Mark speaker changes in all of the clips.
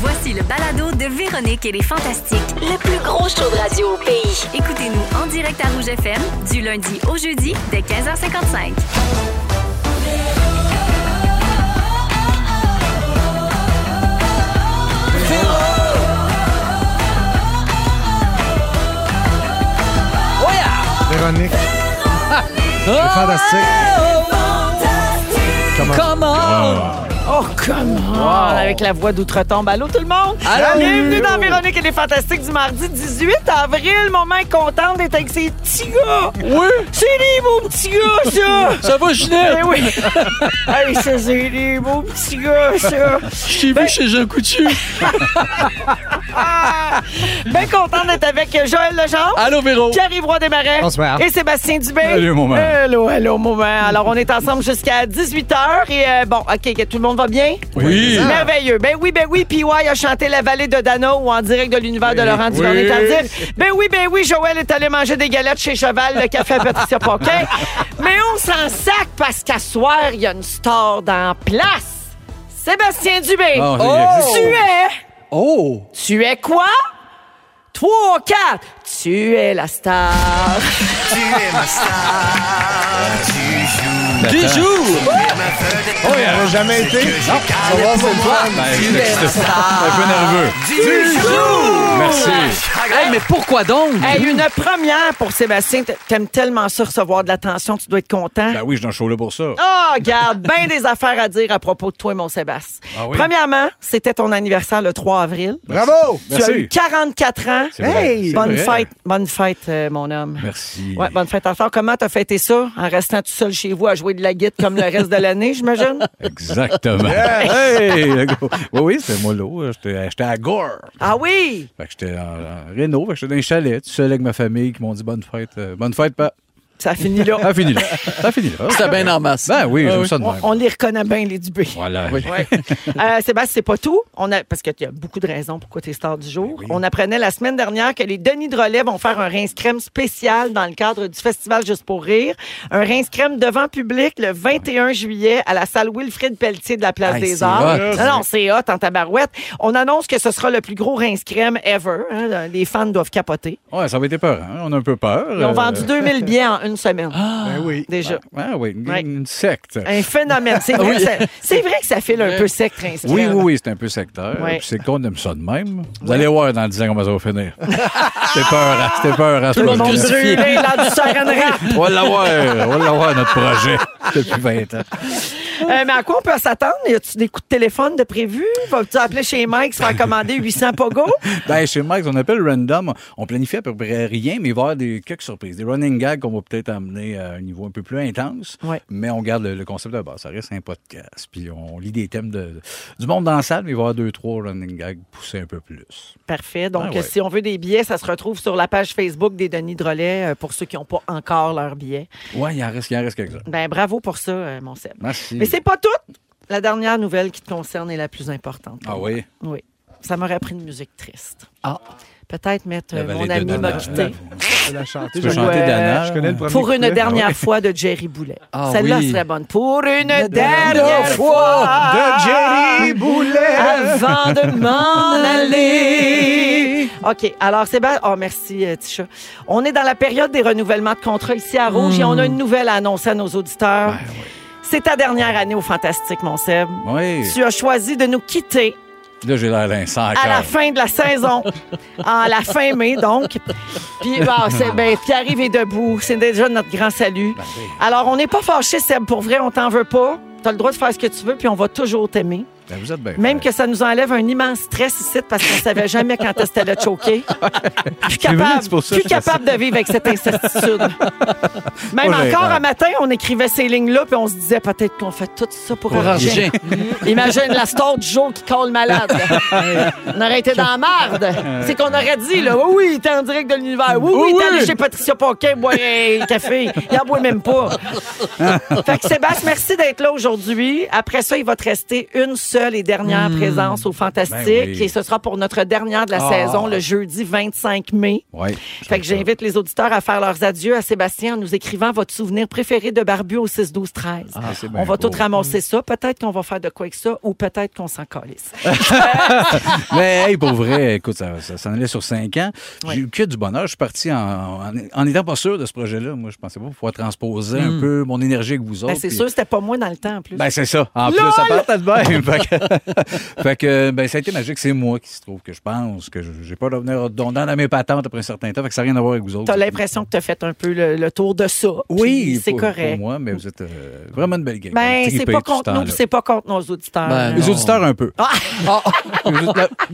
Speaker 1: Voici le balado de Véronique et les Fantastiques.
Speaker 2: Le plus gros show de radio au pays.
Speaker 1: Écoutez-nous en direct à Rouge FM du lundi au jeudi dès 15h55.
Speaker 3: Véronique.
Speaker 4: Ah!
Speaker 3: C'est fantastique. Comment?
Speaker 5: Comment? Oh, comment? Avec la voix d'outre-tombe. Allô, tout le monde? Bienvenue dans Véronique et les Fantastiques du mardi 18 avril. Moment contente d'être avec ces petits gars. Oui. C'est des beaux petits gars, ça.
Speaker 4: Ça va, Ginette?
Speaker 5: Eh oui. hey, ça, c'est des beaux petits gars, ça.
Speaker 4: Je t'ai
Speaker 3: Ben-
Speaker 4: vu chez Jean Coutu.
Speaker 5: Ah! Bien contente d'être avec Joël Legendre.
Speaker 4: Allô, Véro.
Speaker 5: Pierre-Yves Roy Desmarais.
Speaker 3: Bonsoir.
Speaker 5: Et Sébastien Dubé.
Speaker 4: Salut, mon man.
Speaker 5: Hello, hello, mon man. Alors, on est ensemble jusqu'à 18h. Et euh, bon, OK, que tout le monde va bien?
Speaker 4: Oui.
Speaker 5: Merveilleux. Ben oui, ben oui, PY a chanté La vallée de Dano ou en direct de l'univers de Laurent duvernay tardif Ben oui, ben oui, Joël est allé manger des galettes chez Cheval, le café à Patricia Paquin. Mais on s'en sac parce qu'à soir, il y a une star dans place. Sébastien Dubé.
Speaker 4: Bon,
Speaker 5: Oh!
Speaker 4: c'est-
Speaker 5: Tu es...
Speaker 4: Oh!
Speaker 5: Tu es quoi? 3, 4. Tu es la star.
Speaker 4: Des jours!
Speaker 3: Oh, il n'y aurait jamais été. Non, on va voir c'est le fun.
Speaker 4: Ben, j'étais excité. J'étais un peu nerveux. Du jour! Merci. Hey, mais pourquoi donc?
Speaker 5: Hey, une première pour Sébastien. T- T'aimes tellement ça recevoir de l'attention, tu dois être content.
Speaker 4: Ben oui, je dans show là pour ça.
Speaker 5: Ah, garde, bien des affaires à dire à propos de toi, mon Sébastien.
Speaker 4: Ah oui?
Speaker 5: Premièrement, c'était ton anniversaire le 3 avril.
Speaker 3: Bravo! Ben,
Speaker 5: Tu as eu
Speaker 4: Merci.
Speaker 5: 44 ans.
Speaker 4: C'est vrai,
Speaker 3: Hey!
Speaker 4: c'est
Speaker 5: Bonne
Speaker 4: vrai.
Speaker 5: fête, bonne fête, euh, mon homme.
Speaker 4: Merci.
Speaker 5: Ouais, bonne fête encore. Comment t'as fêté ça? En restant tout seul chez vous à jouer de la guitare comme le reste de l'année, j'imagine?
Speaker 4: Exactement. Hey, le gars. oui, oui, c'était moi l'eau. J'étais j'étais à Gore.
Speaker 5: Ah oui!
Speaker 4: Fait que j'étais en, en réno, fait que j'étais dans un chalet, tout seul avec ma famille qui m'ont dit bonne fête. euh, bonne fête, pas.
Speaker 5: Ça finit là.
Speaker 4: Ça finit là. Ça finit là.
Speaker 6: C'était bien en masse. Ah
Speaker 4: Ben oui, j'aime ça de
Speaker 5: On,
Speaker 4: même.
Speaker 5: on les reconnaît bien, les Dubé.
Speaker 4: Voilà.
Speaker 5: Ouais. Euh, Sébastien, c'est pas tout. On a, parce qu'il y a beaucoup de raisons pourquoi tu es star du
Speaker 4: Ben
Speaker 5: jour. On apprenait la semaine dernière que les Denis de Relais vont faire un rince crème spécial dans le cadre du festival Juste pour rire. Un rince crème devant public le 21 juillet à la salle Wilfrid Pelletier de la Place
Speaker 4: Hey,
Speaker 5: des
Speaker 4: c'est
Speaker 5: Arts.
Speaker 4: hot.
Speaker 5: Non, non, c'est hot en tabarouette. On annonce que ce sera le plus gros rince crème ever. hein. Les fans doivent capoter.
Speaker 4: Ouais, ça va être peur. hein. On a un peu peur.
Speaker 5: Ils ont
Speaker 4: euh,
Speaker 5: vendu 2000 billets en une semaine.
Speaker 3: Ben oui.
Speaker 5: Déjà.
Speaker 4: Ah oui, une,
Speaker 5: Ouais.
Speaker 4: une secte.
Speaker 5: Un phénomène. C'est vrai, que ça- c'est vrai que ça file un peu sec, rince
Speaker 4: Oui, oui,
Speaker 5: crème.
Speaker 4: oui, c'est un peu secteur.
Speaker 5: Ouais.
Speaker 4: Puis c'est qu'on aime ça de même. Vous allez voir dans 10 ans comment ça va finir. c'était peur, hein, c'était peur. hein, ce
Speaker 5: Tout le monde
Speaker 4: projet.
Speaker 5: brûlé dans du saran wrap.
Speaker 4: On va l'avoir, on va l'avoir notre projet depuis 20 ans.
Speaker 5: Euh, mais à quoi on peut s'attendre? Y a-tu des coups de téléphone de prévu? Vas-tu appeler chez Mike, se faire commander 800 pogo?
Speaker 4: Ben, chez Mike, on appelle random. On planifie à peu près rien, mais il va y avoir des, quelques surprises. Des running gags qu'on va peut-être amener à un niveau un peu plus intense.
Speaker 5: Ouais.
Speaker 4: Mais on garde le, le concept de base. Ça reste un podcast. Puis on lit des thèmes de, du monde dans la salle, mais il va y avoir deux, trois running gags poussés un peu plus.
Speaker 5: Parfait. Donc,
Speaker 4: Ah ouais.
Speaker 5: si on veut des billets, ça se retrouve sur la page Facebook des Denis Drolet euh, pour ceux qui n'ont pas encore leurs billets.
Speaker 4: Ouais, il en reste, il en reste quelques-uns.
Speaker 5: Ben, bravo pour ça, euh, mon Seb.
Speaker 4: Merci.
Speaker 5: Mais c'est pas tout. La dernière nouvelle qui te concerne est la plus importante.
Speaker 4: Ah oui?
Speaker 5: Oui. Ça m'aurait pris une musique triste.
Speaker 4: Ah.
Speaker 5: Peut-être mettre euh,
Speaker 4: La vallée
Speaker 5: mon
Speaker 4: de
Speaker 5: ami m'a
Speaker 4: Dana.
Speaker 5: quitté
Speaker 3: Elle a chanté.
Speaker 4: Tu peux
Speaker 3: Je
Speaker 4: chanter
Speaker 5: Ouais.
Speaker 4: Dana?
Speaker 3: je connais le premier
Speaker 5: pour une
Speaker 3: couplet.
Speaker 5: dernière fois de Jerry Boulet.
Speaker 4: Ah
Speaker 5: Celle-là
Speaker 4: oui.
Speaker 5: serait bonne. Pour une dernière,
Speaker 4: dernière
Speaker 5: fois
Speaker 3: De Jerry Boulet.
Speaker 5: avant de m'en aller. OK. Alors, Sébastien. Oh, merci, euh, Tisha. On est dans la période des renouvellements de contrats ici à Rouge et on a une nouvelle à annoncer à nos auditeurs. C'est ta dernière année au Fantastique, mon Seb.
Speaker 4: Oui.
Speaker 5: Tu as choisi de nous quitter
Speaker 4: Là, j'ai l'air d'un sang
Speaker 5: à la
Speaker 4: encore.
Speaker 5: fin de la saison, à la fin mai donc. Puis bah, c'est ben, Pierre-Yves est debout, c'est déjà notre grand
Speaker 4: Ben
Speaker 5: salut. Alors on n'est pas fâchés, Seb, pour vrai, on t'en veut pas. T'as le droit de faire ce que tu veux, puis on va toujours t'aimer.
Speaker 4: Ben, vous êtes bien.
Speaker 5: Même que ça nous enlève un immense stress ici parce qu'on savait jamais quand est-ce que t'allais te choquer. Plus
Speaker 4: vrai,
Speaker 5: capable,
Speaker 4: c'est pour ça
Speaker 5: plus
Speaker 4: que je fais
Speaker 5: capable de vivre avec cette incertitude. Même
Speaker 4: Pas
Speaker 5: encore
Speaker 4: gênant.
Speaker 5: un matin, on écrivait ces lignes-là, puis on se disait peut-être qu'on fait tout ça pour,
Speaker 6: Pour
Speaker 5: rien.
Speaker 6: rien.
Speaker 5: Imagine la star du jour qui colle malade. on aurait été dans la marde. C'est qu'on aurait dit, là, oui, oui, il était en direct de l'univers. Oui, oui, il était allé chez Patricia Paquin boire un café. Il en boit même pas. fait que Sébastien, merci d'être là aujourd'hui. Après ça, il va te rester une seule seule et dernière présence au Fantastique.
Speaker 4: Hmm. Ben oui.
Speaker 5: Et ce sera pour notre dernière de la
Speaker 4: Ah.
Speaker 5: saison, le jeudi 25 mai.
Speaker 4: Ouais,
Speaker 5: Fait que j'invite les auditeurs à faire leurs adieux à Sébastien en nous écrivant votre souvenir préféré de Barbu au 6 12 13.
Speaker 4: Ah, c'est bien
Speaker 5: on va
Speaker 4: beau.
Speaker 5: tout ramasser ça, peut-être qu'on va faire de quoi avec ça ou peut-être qu'on s'en calisse.
Speaker 4: Mais hey, pour vrai, écoute, ça, ça s'en allait sur cinq ans.
Speaker 5: Ouais.
Speaker 4: J'ai eu que du bonheur. Je suis parti en, en, en étant pas sûr de ce projet-là. Moi, je pensais pas pouvoir transposer un peu mon énergie avec vous autres.
Speaker 5: Ben, c'est
Speaker 4: puis-
Speaker 5: sûr, c'était pas moi dans le temps en plus.
Speaker 4: Ben, c'est ça. En plus, ça partait de même. fait que, fait que, ben, ça a été magique. C'est moi qui se trouve que je pense que je- j'ai pas de revenir redondant dans mes patentes après un certain temps. Fait que ça n'a rien à voir avec vous autres.
Speaker 5: T'as l'impression que t'as fait un peu le, le tour de ça.
Speaker 4: Oui,
Speaker 5: puis c'est
Speaker 4: pour-
Speaker 5: correct.
Speaker 4: Pour moi, mais vous êtes euh, vraiment une belle gang.
Speaker 5: Ben, c'est
Speaker 4: Tripez
Speaker 5: pas
Speaker 4: tout ce
Speaker 5: contre nous,
Speaker 4: temps-là.
Speaker 5: puis c'est pas contre nos auditeurs.
Speaker 6: Ben,
Speaker 4: Les
Speaker 6: Non.
Speaker 4: auditeurs, un peu.
Speaker 6: Ah,
Speaker 4: Il y,
Speaker 6: Faut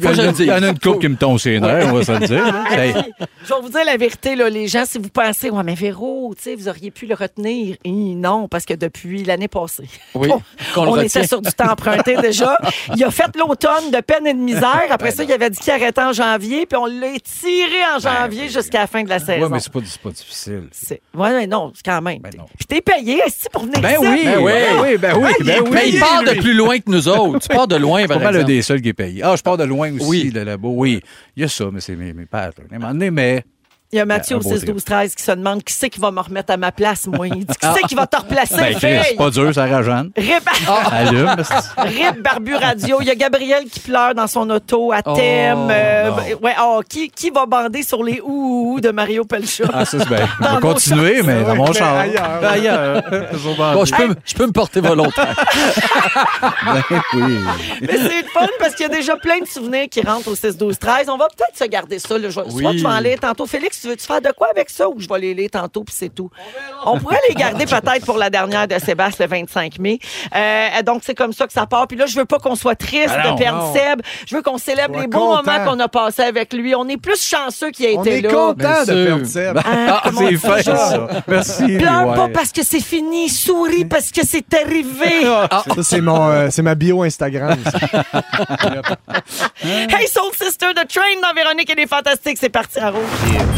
Speaker 6: que je le dise.
Speaker 4: en a une couple qui me tombe sur les nerfs, on va se le dire. là. Hey,
Speaker 5: Je vais vous dire la vérité, là, les gens, si vous pensez, ouais, mais Véro, tu sais, vous auriez pu le retenir. Hi, non, parce que depuis l'année passée,
Speaker 6: oui, qu'on le
Speaker 5: on
Speaker 6: retient.
Speaker 5: était sur du temps emprunté déjà. Il a fait l'automne de peine et de misère.
Speaker 4: Ben
Speaker 5: Après ça, il avait dit qu'il arrêtait en janvier, puis on l'a étiré en janvier jusqu'à la fin de la saison.
Speaker 4: Ouais, mais c'est pas, c'est pas difficile.
Speaker 5: C'est- Ouais, mais non, c'est quand même.
Speaker 4: Ben non.
Speaker 5: Puis t'es payé, est pour venir
Speaker 4: Ben
Speaker 5: ici? Ah,
Speaker 4: oui, ben oui, ben oui, ben oui.
Speaker 6: Mais il part de plus loin que nous autres. Tu pars de loin,
Speaker 4: Pas
Speaker 6: par
Speaker 4: mal un
Speaker 6: exemple.
Speaker 4: des seuls qui est payé. Ah, je pars de loin aussi,
Speaker 6: Oui.
Speaker 4: de là-bas. Oui, il y a ça, mais c'est mes, mes pères. là. À un moment donné, mais
Speaker 5: Il y a Mathieu
Speaker 4: Un
Speaker 5: au
Speaker 4: Ah, beau
Speaker 5: 6 12 13 qui se demande qui c'est qui va me remettre à ma place, moi. Il dit qui c'est qui va te replacer,
Speaker 4: Ah. ben, Chris,
Speaker 5: fille?
Speaker 4: c'est pas Ah, dur, ça rajeune.
Speaker 5: Rip-
Speaker 4: Allume. c'est-
Speaker 5: Rip Barbu Radio. Il y a Gabriel qui pleure dans son auto à
Speaker 6: Oh,
Speaker 5: thème. Euh,
Speaker 4: non.
Speaker 5: b- ouais, oh, qui, qui va bander sur les ouh de Mario Pelcha?
Speaker 4: Ah, ça, c'est bien. On
Speaker 5: Dans
Speaker 4: va
Speaker 5: mon
Speaker 4: continuer, mais dans mon
Speaker 3: mais
Speaker 4: char.
Speaker 3: ailleurs.
Speaker 4: Ailleurs. Toujours
Speaker 6: Bon,
Speaker 4: vendu.
Speaker 6: je peux, me- je peux me porter volontaire.
Speaker 4: Ben oui.
Speaker 5: Mais c'est le fun parce qu'il y a déjà plein de souvenirs qui rentrent au 6-12-13. On va peut-être se garder ça. Là. Je- Soit
Speaker 6: Oui.
Speaker 5: tu vas en lire tantôt. Félix, tu veux-tu faire de quoi avec ça ou je vais les lire tantôt puis c'est tout? On pourrait les garder peut-être pour la dernière de Sébastien le 25 mai. Euh, donc, c'est comme ça que ça part. Puis là, je veux pas qu'on soit triste
Speaker 4: Ah non,
Speaker 5: de perdre
Speaker 3: non.
Speaker 5: Seb. Je veux qu'on célèbre
Speaker 3: Sois
Speaker 5: les beaux
Speaker 3: content.
Speaker 5: moments qu'on a passés avec lui. On est plus chanceux qu'il a
Speaker 3: On
Speaker 5: été
Speaker 3: est
Speaker 5: là.
Speaker 3: content
Speaker 4: Ben,
Speaker 6: bien
Speaker 3: de perdre
Speaker 6: sûr.
Speaker 3: Seb. Ah,
Speaker 5: Hein,
Speaker 4: Ah,
Speaker 5: comment on
Speaker 4: c'est
Speaker 5: dit
Speaker 4: fait,
Speaker 5: ça?
Speaker 4: ça. Merci.
Speaker 5: Pleure
Speaker 4: ouais.
Speaker 5: pas parce que c'est fini, souris parce que c'est arrivé.
Speaker 4: Ah.
Speaker 3: Ça, c'est mon, euh, c'est ma bio Instagram.
Speaker 5: Ah,
Speaker 3: ça.
Speaker 5: Hey Soul Sister, The Train dans Véronique et les Fantastiques, c'est parti à rouge.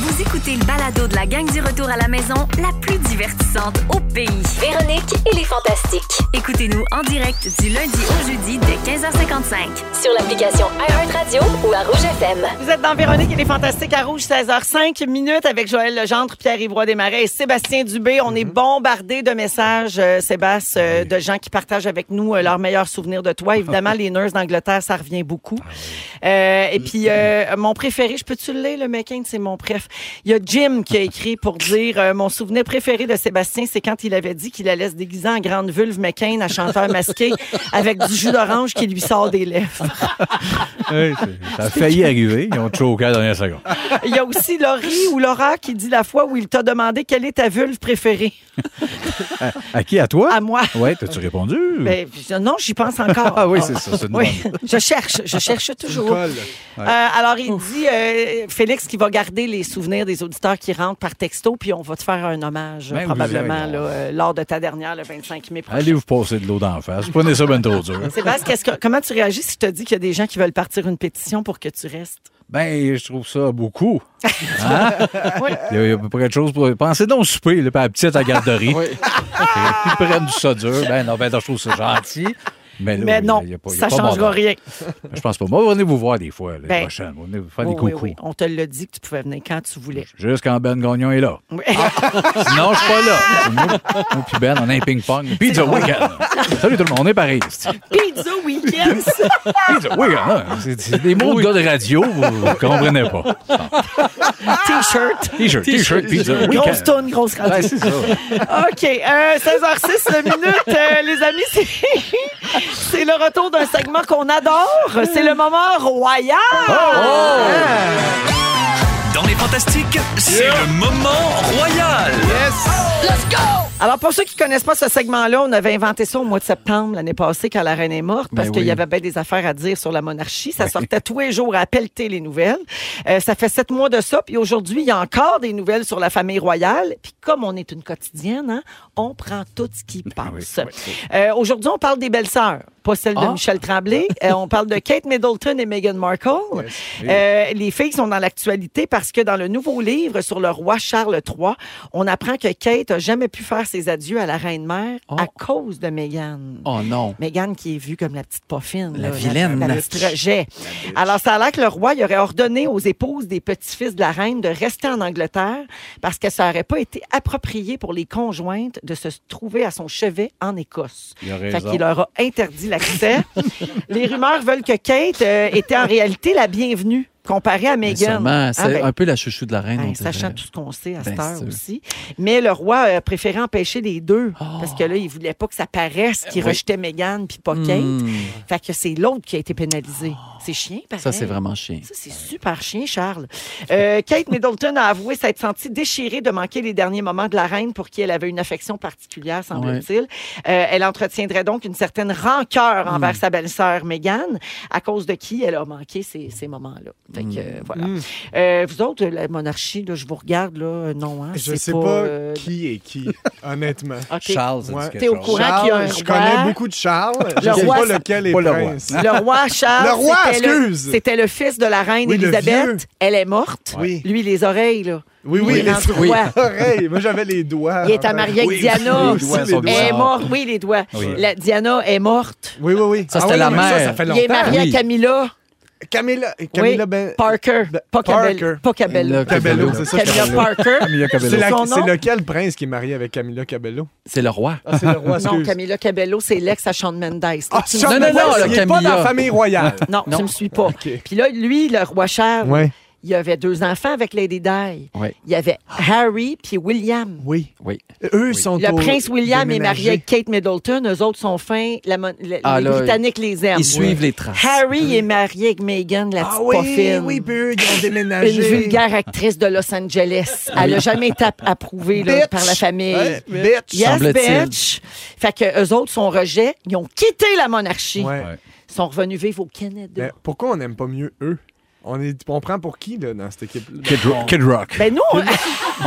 Speaker 1: Vous écoutez le balado de la gang du retour à la maison, la plus divertissante au pays.
Speaker 2: Véronique et les Fantastiques.
Speaker 1: Écoutez-nous en direct du lundi au jeudi dès 15h55.
Speaker 2: Sur l'application iHeartRadio ou à Rouge FM.
Speaker 5: Vous êtes dans Véronique et les Fantastiques à Rouge, 16h05 minutes avec Joël Legendre, Pierre Ivoire Desmarais et Sébastien Dubé. On est bombardé de messages, euh, Sébastien, euh, de gens qui partagent avec nous euh, leurs meilleurs souvenirs de toi. Évidemment, les nurses d'Angleterre, ça revient beaucoup. Euh, et puis, euh, mon préféré, je peux-tu le lire, le McCain? C'est mon préf. Il y a Jim qui a écrit pour dire euh, Mon souvenir préféré de Sébastien, c'est quand il avait dit qu'il allait se déguiser en grande vulve McCain à chanteur masqué avec du jus d'orange qui lui sort des lèvres.
Speaker 4: Ouais, c'est- ça a failli arriver. Ils ont choqué à la dernière seconde.
Speaker 5: Il y a aussi Laurie ou Laura qui dit la fois où il t'a demandé quelle est ta vulve préférée.
Speaker 4: À qui? À toi?
Speaker 5: À moi.
Speaker 4: Ah Oui, t'as-tu répondu?
Speaker 5: Ben, je- non, j'y pense encore.
Speaker 4: Ah oui, c'est ça, c'est une
Speaker 5: Oui, je cherche, je cherche toujours. Euh, alors, il dit, euh, Félix, qui va garder les souvenirs des auditeurs qui rentrent par texto, puis on va te faire un hommage,
Speaker 4: Ben, vous
Speaker 5: probablement,
Speaker 4: irez,
Speaker 5: là,
Speaker 4: non.
Speaker 5: euh, lors de ta dernière, le 25 mai prochain.
Speaker 4: Allez vous passer de l'eau d'en face. Prenez ça ben trop dur.
Speaker 5: Sébastien, qu'est-ce que- comment tu réagis si je te dis qu'il y a des gens qui veulent partir une pétition pour que tu restes?
Speaker 4: Ben, je trouve ça beaucoup. Hein? Il, y a, il y a à peu près de choses pour. Pensez donc au souper, là, puis à la petite à la garderie.
Speaker 6: Oui.
Speaker 4: Ils prennent du ça dur. Ben non, ben non, je trouve ça gentil. Mais, là,
Speaker 5: Mais
Speaker 4: il y a-
Speaker 5: non,
Speaker 4: il y a pas- il y a
Speaker 5: ça
Speaker 4: pas
Speaker 5: changera
Speaker 4: bonheur.
Speaker 5: rien.
Speaker 4: Je pense pas. Moi, venez vous voir des fois, les
Speaker 5: Ben,
Speaker 4: prochaines. Venez vous faire
Speaker 5: Oui,
Speaker 4: des
Speaker 5: oui,
Speaker 4: coucous.
Speaker 5: oui. On te l'a dit que tu pouvais venir quand tu voulais.
Speaker 4: Jusqu'en Ben Gagnon est là.
Speaker 5: Oui.
Speaker 4: Sinon, je suis pas là. C'est Moi, moi puis Ben, on a un ping-pong. Pizza Weekend. Salut tout le monde, on est pareil. c'est-tu.
Speaker 5: Pizza Weekend, ça.
Speaker 4: Pizza Weekend. hein. C'est c'est des mots de gars de radio, vous, vous comprenez pas.
Speaker 5: T-shirt.
Speaker 4: T-shirt, T-shirt, Pizza
Speaker 5: Grosse
Speaker 4: Weekend.
Speaker 5: toune, grosse radio.
Speaker 4: Ben, c'est ça.
Speaker 5: OK. euh, 16h06 la minute, euh, les amis, c'est- c'est le retour d'un segment qu'on adore. C'est le moment royal.
Speaker 4: Ah,
Speaker 7: Dans les fantastiques, c'est le moment royal.
Speaker 5: Alors, pour ceux qui connaissent pas ce segment-là, on avait inventé ça au mois de septembre l'année passée quand la reine est morte parce
Speaker 4: Ben
Speaker 5: qu'il y
Speaker 4: oui.
Speaker 5: avait bien des affaires à dire sur la monarchie. Ça sortait tous les jours à pelleter les nouvelles. Euh, ça fait sept mois de ça. Puis aujourd'hui, il y a encore des nouvelles sur la famille royale. Puis comme on est une quotidienne, hein, on prend tout ce qui passe. Euh, aujourd'hui, on parle des belles-sœurs. pas celle de
Speaker 6: Ah.
Speaker 5: Michel Tremblay. Euh, on parle de Kate Middleton et Meghan Markle. Euh, les filles sont dans l'actualité parce que dans le nouveau livre sur le roi Charles III, on apprend que Kate a jamais pu faire ses adieux à la reine-mère à cause de Meghan.
Speaker 6: Oh non.
Speaker 5: Meghan qui est vue comme la petite poffine.
Speaker 6: La
Speaker 5: là,
Speaker 6: vilaine.
Speaker 5: La, la petite rejet. Alors, ça a l'air que le roi il aurait ordonné aux épouses des petits-fils de la reine de rester en Angleterre parce que ça n'aurait pas été approprié pour les conjointes de se trouver à son chevet en Écosse.
Speaker 4: Il a
Speaker 5: Fait
Speaker 4: raison.
Speaker 5: qu'il leur a interdit l'accès. les rumeurs veulent que Kate euh, était en réalité la bienvenue comparée à
Speaker 6: Mais
Speaker 5: Meghan.
Speaker 6: sûrement,
Speaker 5: Ah,
Speaker 6: c'est
Speaker 5: ben,
Speaker 6: un peu la chouchou de la reine.
Speaker 5: ben,
Speaker 6: on dirait.
Speaker 5: sachant tout ce qu'on sait à cette
Speaker 6: Ben,
Speaker 5: heure
Speaker 6: c'est sûr.
Speaker 5: aussi. Mais le roi euh, préférait empêcher les deux parce que là, il voulait pas que ça paraisse qu'il
Speaker 6: Ah. oui.
Speaker 5: rejetait Meghan puis pas Kate.
Speaker 6: Hmm.
Speaker 5: Fait que c'est l'autre qui a été pénalisé. C'est chiant, pareil.
Speaker 6: Ça, c'est vraiment chiant.
Speaker 5: Ça, c'est super chien, Charles. Euh, Kate Middleton a avoué s'être sentie déchirée de manquer les derniers moments de la reine pour qui elle avait une affection particulière, semble-t-il. Euh, elle entretiendrait donc une certaine rancœur envers
Speaker 3: Mm.
Speaker 5: sa belle-sœur Meghan, à cause de qui elle a manqué ces, ces moments-là. Fait
Speaker 3: Mm.
Speaker 5: que, euh, voilà. Euh, vous autres, la monarchie, là, je vous regarde, là, euh, non, hein?
Speaker 3: Je
Speaker 5: c'est
Speaker 3: sais pas
Speaker 5: euh,
Speaker 3: qui est qui, honnêtement.
Speaker 5: OK.
Speaker 4: Charles, ça dit
Speaker 3: Ouais.
Speaker 4: quelque
Speaker 5: T'es au
Speaker 4: chose.
Speaker 5: courant? Pourrait qu'il y a un
Speaker 3: je
Speaker 5: roi.
Speaker 3: connais beaucoup de Charles. Je
Speaker 5: Le
Speaker 3: sais
Speaker 5: roi,
Speaker 3: pas
Speaker 5: ça-
Speaker 3: lequel est
Speaker 4: Pas le roi.
Speaker 3: prince.
Speaker 5: Le roi Charles.
Speaker 3: Le roi,
Speaker 5: c'était le-
Speaker 3: excuse.
Speaker 5: C'était le fils de la reine
Speaker 3: Oui, le vieux.
Speaker 5: Élisabeth. Elle est morte.
Speaker 3: Oui.
Speaker 5: Lui, les oreilles, là.
Speaker 3: Oui,
Speaker 5: Il
Speaker 3: oui,
Speaker 5: est
Speaker 3: les
Speaker 5: rendu
Speaker 3: oui.
Speaker 5: roi.
Speaker 3: oreilles. Moi, j'avais les doigts.
Speaker 5: Il est à marier avec
Speaker 4: Oui,
Speaker 5: Diana.
Speaker 4: les doigts,
Speaker 3: Aussi,
Speaker 4: son
Speaker 3: ben, les
Speaker 4: doigt.
Speaker 5: Elle est morte. Oui, les doigts.
Speaker 4: Oui.
Speaker 5: La Diana est morte.
Speaker 3: Oui, oui, oui. Ah
Speaker 6: Ça, c'était
Speaker 3: oui,
Speaker 6: la
Speaker 3: mais Ça,
Speaker 6: mère.
Speaker 3: ça fait
Speaker 5: Il est
Speaker 3: longtemps.
Speaker 5: marié
Speaker 6: Oui.
Speaker 5: à Camilla.
Speaker 3: Camilla, Camilla
Speaker 5: oui.
Speaker 3: Ben-
Speaker 5: Parker. Pas Cabello.
Speaker 3: Parker.
Speaker 5: Pas Cabello.
Speaker 6: Là,
Speaker 3: Cabello,
Speaker 6: Cabello.
Speaker 3: c'est ça.
Speaker 5: Camilla
Speaker 3: Cabello.
Speaker 5: Parker.
Speaker 4: Camilla Cabello.
Speaker 3: C'est la-
Speaker 5: Son nom?
Speaker 3: c'est lequel prince qui est marié avec Camilla Cabello?
Speaker 6: C'est le roi.
Speaker 3: Ah, c'est le roi,
Speaker 5: Non,
Speaker 3: excuse.
Speaker 5: Camilla Cabello, c'est l'ex à Sean Mendes. là.
Speaker 3: Ah,
Speaker 5: Tu me
Speaker 3: Charles
Speaker 6: Non, non,
Speaker 5: suis pas,
Speaker 6: non,
Speaker 5: là.
Speaker 3: Mendes,
Speaker 6: le
Speaker 3: il est pas dans la
Speaker 6: Camilla.
Speaker 3: famille royale.
Speaker 5: Non, tu
Speaker 6: Non.
Speaker 5: me suis pas. Puis là, lui, le roi Charles,
Speaker 3: Ouais.
Speaker 5: il avait deux enfants avec Lady Di.
Speaker 6: Oui.
Speaker 5: Il y avait Harry puis William.
Speaker 3: Oui.
Speaker 6: Oui.
Speaker 3: Eux sont
Speaker 5: Le
Speaker 3: au-
Speaker 5: prince William est marié
Speaker 3: déménagés.
Speaker 5: avec Kate Middleton. Eux autres sont fins. La mon- la-
Speaker 6: Ah,
Speaker 5: les
Speaker 6: là,
Speaker 5: Britanniques les aiment.
Speaker 6: Ils suivent les traces.
Speaker 5: Harry est marié avec Meghan, la petite
Speaker 3: Ah oui,
Speaker 5: poffine.
Speaker 3: oui, puis eux, ils ont déménagé.
Speaker 5: Une vulgaire actrice de Los Angeles. Elle n'a jamais été app- approuvée là,
Speaker 3: Bitch.
Speaker 5: par la famille.
Speaker 3: Ouais, bitch.
Speaker 5: Yes,
Speaker 6: Semble-t-il.
Speaker 5: bitch. Fait que eux autres sont rejet. Ils ont quitté la monarchie.
Speaker 3: Ouais. Ben,
Speaker 4: Ouais.
Speaker 5: Ils sont revenus vivre au Canada.
Speaker 3: Mais pourquoi on n'aime pas mieux eux? On, est, on prend pour qui là, dans cette équipe-là?
Speaker 4: Kid, Ro- Kid Rock.
Speaker 5: Ben nous, on,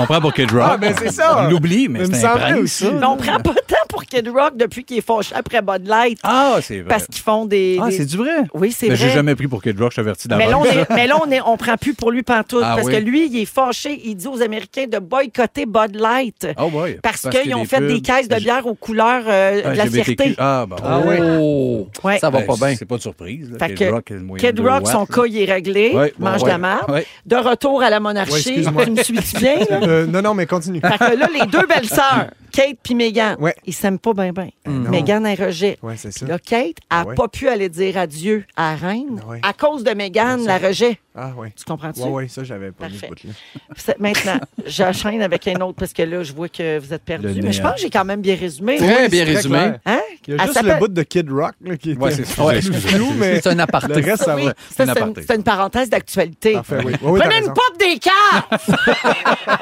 Speaker 4: On prend pour Kid Rock.
Speaker 3: Ah, ben, c'est ça.
Speaker 4: On l'oublie, mais
Speaker 3: Mais il me
Speaker 4: c'est un
Speaker 3: semblait
Speaker 4: prince.
Speaker 3: aussi.
Speaker 4: ça.
Speaker 5: mais on prend pas tant pour Kid Rock depuis qu'il est fauché après Bud Light.
Speaker 4: Ah, c'est vrai.
Speaker 5: Parce qu'ils font des...
Speaker 4: Ah,
Speaker 5: des-
Speaker 4: c'est du vrai?
Speaker 5: Oui, c'est
Speaker 4: Mais
Speaker 5: vrai.
Speaker 4: j'ai jamais pris pour Kid Rock, je t'avertis
Speaker 5: Mais là, on
Speaker 4: d'avance.
Speaker 5: est, mais là, on est- on prend plus pour lui pantoute.
Speaker 6: Ah
Speaker 5: parce
Speaker 6: oui.
Speaker 5: que lui, il est fâché. Il dit aux Américains de boycotter Bud Light.
Speaker 4: Oh boy.
Speaker 5: Parce,
Speaker 4: qu'il y
Speaker 5: qu'ils
Speaker 4: a
Speaker 5: ont fait
Speaker 4: pubs Ah,
Speaker 5: des caisses de bière aux couleurs euh, de la
Speaker 4: LGBTQ.
Speaker 5: fierté.
Speaker 4: Ah, bon.
Speaker 3: Ah oui.
Speaker 6: Oh,
Speaker 5: Ouais.
Speaker 6: ça va
Speaker 4: Ben,
Speaker 6: pas bien.
Speaker 4: C'est pas de surprise. là.
Speaker 5: Fait
Speaker 4: Kid
Speaker 5: que
Speaker 4: Rock, le moyen
Speaker 5: Kid
Speaker 4: de
Speaker 5: Rock,
Speaker 4: Watt,
Speaker 5: son
Speaker 4: là.
Speaker 5: cas, il est réglé.
Speaker 4: Ouais, bon,
Speaker 5: mange
Speaker 4: ouais,
Speaker 5: de la merde.
Speaker 4: ouais.
Speaker 5: De retour à la monarchie.
Speaker 3: excuse-moi.
Speaker 5: tu me suis bien, là?
Speaker 3: Euh, non, non, mais continue.
Speaker 5: Fait que là, les deux belles sœurs, Kate puis Megan,
Speaker 3: Ouais. Mm,
Speaker 5: ils s'aiment pas bien, bien.
Speaker 3: non.
Speaker 5: Megan est rejet.
Speaker 3: Ouais, c'est ça.
Speaker 5: Là, Kate n'a
Speaker 3: Ah ouais.
Speaker 5: pas pu aller dire adieu à la reine
Speaker 3: Ouais.
Speaker 5: à cause de Megan, la rejet.
Speaker 3: Ah, ouais.
Speaker 5: Tu comprends-tu?
Speaker 3: Ouais, ouais, ça, j'avais pas mis ce
Speaker 5: Parfait.
Speaker 3: bout-là.
Speaker 5: C'est- Maintenant, j'enchaîne avec un autre parce que là, je vois que vous êtes
Speaker 4: Le
Speaker 5: perdu.
Speaker 4: nez,
Speaker 5: Mais je pense
Speaker 4: hein.
Speaker 5: que j'ai quand même bien résumé.
Speaker 6: Très bien
Speaker 3: très
Speaker 6: résumé.
Speaker 3: clair.
Speaker 5: Hein?
Speaker 3: Il y a
Speaker 5: Elle
Speaker 3: juste le
Speaker 5: s'appelle-
Speaker 3: bout de Kid Rock là, qui était
Speaker 4: Ouais, c'est ça.
Speaker 3: flou, mais
Speaker 6: C'est un aparté.
Speaker 3: le reste, ça
Speaker 5: Oui,
Speaker 3: va.
Speaker 5: ça, c'est
Speaker 4: Un
Speaker 5: une,
Speaker 4: aparté.
Speaker 5: c'est une parenthèse d'actualité.
Speaker 3: Parfait, oui. Ouais, ouais, t'as
Speaker 5: Prenez une
Speaker 3: raison.
Speaker 5: pop des cartes!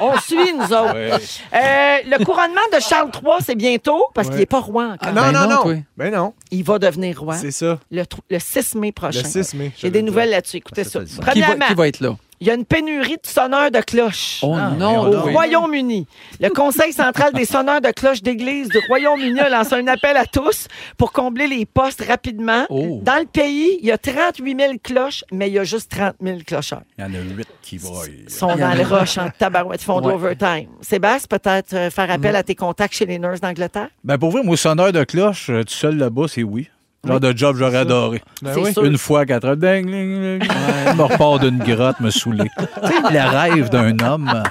Speaker 5: On suit, nous autres. Euh, le couronnement de Charles III, c'est bientôt, parce qu'il
Speaker 3: Ouais.
Speaker 5: n'est pas roi encore.
Speaker 3: Ah, non,
Speaker 6: Ben
Speaker 3: non,
Speaker 6: non,
Speaker 3: non.
Speaker 6: toi.
Speaker 3: Ben non,
Speaker 5: Il va devenir roi
Speaker 3: c'est ça.
Speaker 5: le, tr- le 6 mai prochain.
Speaker 3: Le 6 mai.
Speaker 5: Ah,
Speaker 3: Ah,
Speaker 5: J'ai des nouvelles là-dessus. Écoutez ça.
Speaker 4: Ça, ça le
Speaker 6: Qui va,
Speaker 5: Premièrement,
Speaker 6: qui va être là?
Speaker 5: il y a une pénurie de sonneurs de cloches.
Speaker 6: Oh
Speaker 4: voyons
Speaker 6: non!
Speaker 5: Au
Speaker 4: donc.
Speaker 6: oui.
Speaker 5: Royaume-Uni. Le Conseil central des sonneurs de cloches d'église du Royaume-Uni a lancé un appel à tous pour combler les postes rapidement.
Speaker 6: Oh.
Speaker 5: Dans le pays, il y a 38 000 cloches, mais il y a juste 30 000 clocheurs.
Speaker 4: Il y en a huit qui broyent.
Speaker 5: Ils sont dans le roche en tabarouette, font de
Speaker 6: Ouais.
Speaker 5: l'overtime. Sébastien, peut-être euh, faire appel à tes contacts chez les nurses d'Angleterre?
Speaker 4: Ben pour vrai, moi, sonneur de cloche, euh, tout seul là-bas, c'est oui. Genre de job, j'aurais adoré.
Speaker 3: Ben
Speaker 5: C'est
Speaker 3: oui.
Speaker 5: sûr.
Speaker 4: Une fois à quatre heures, ding, ding, ding. Je me repars d'une grotte, me saouler. tu sais, le rêve d'un homme,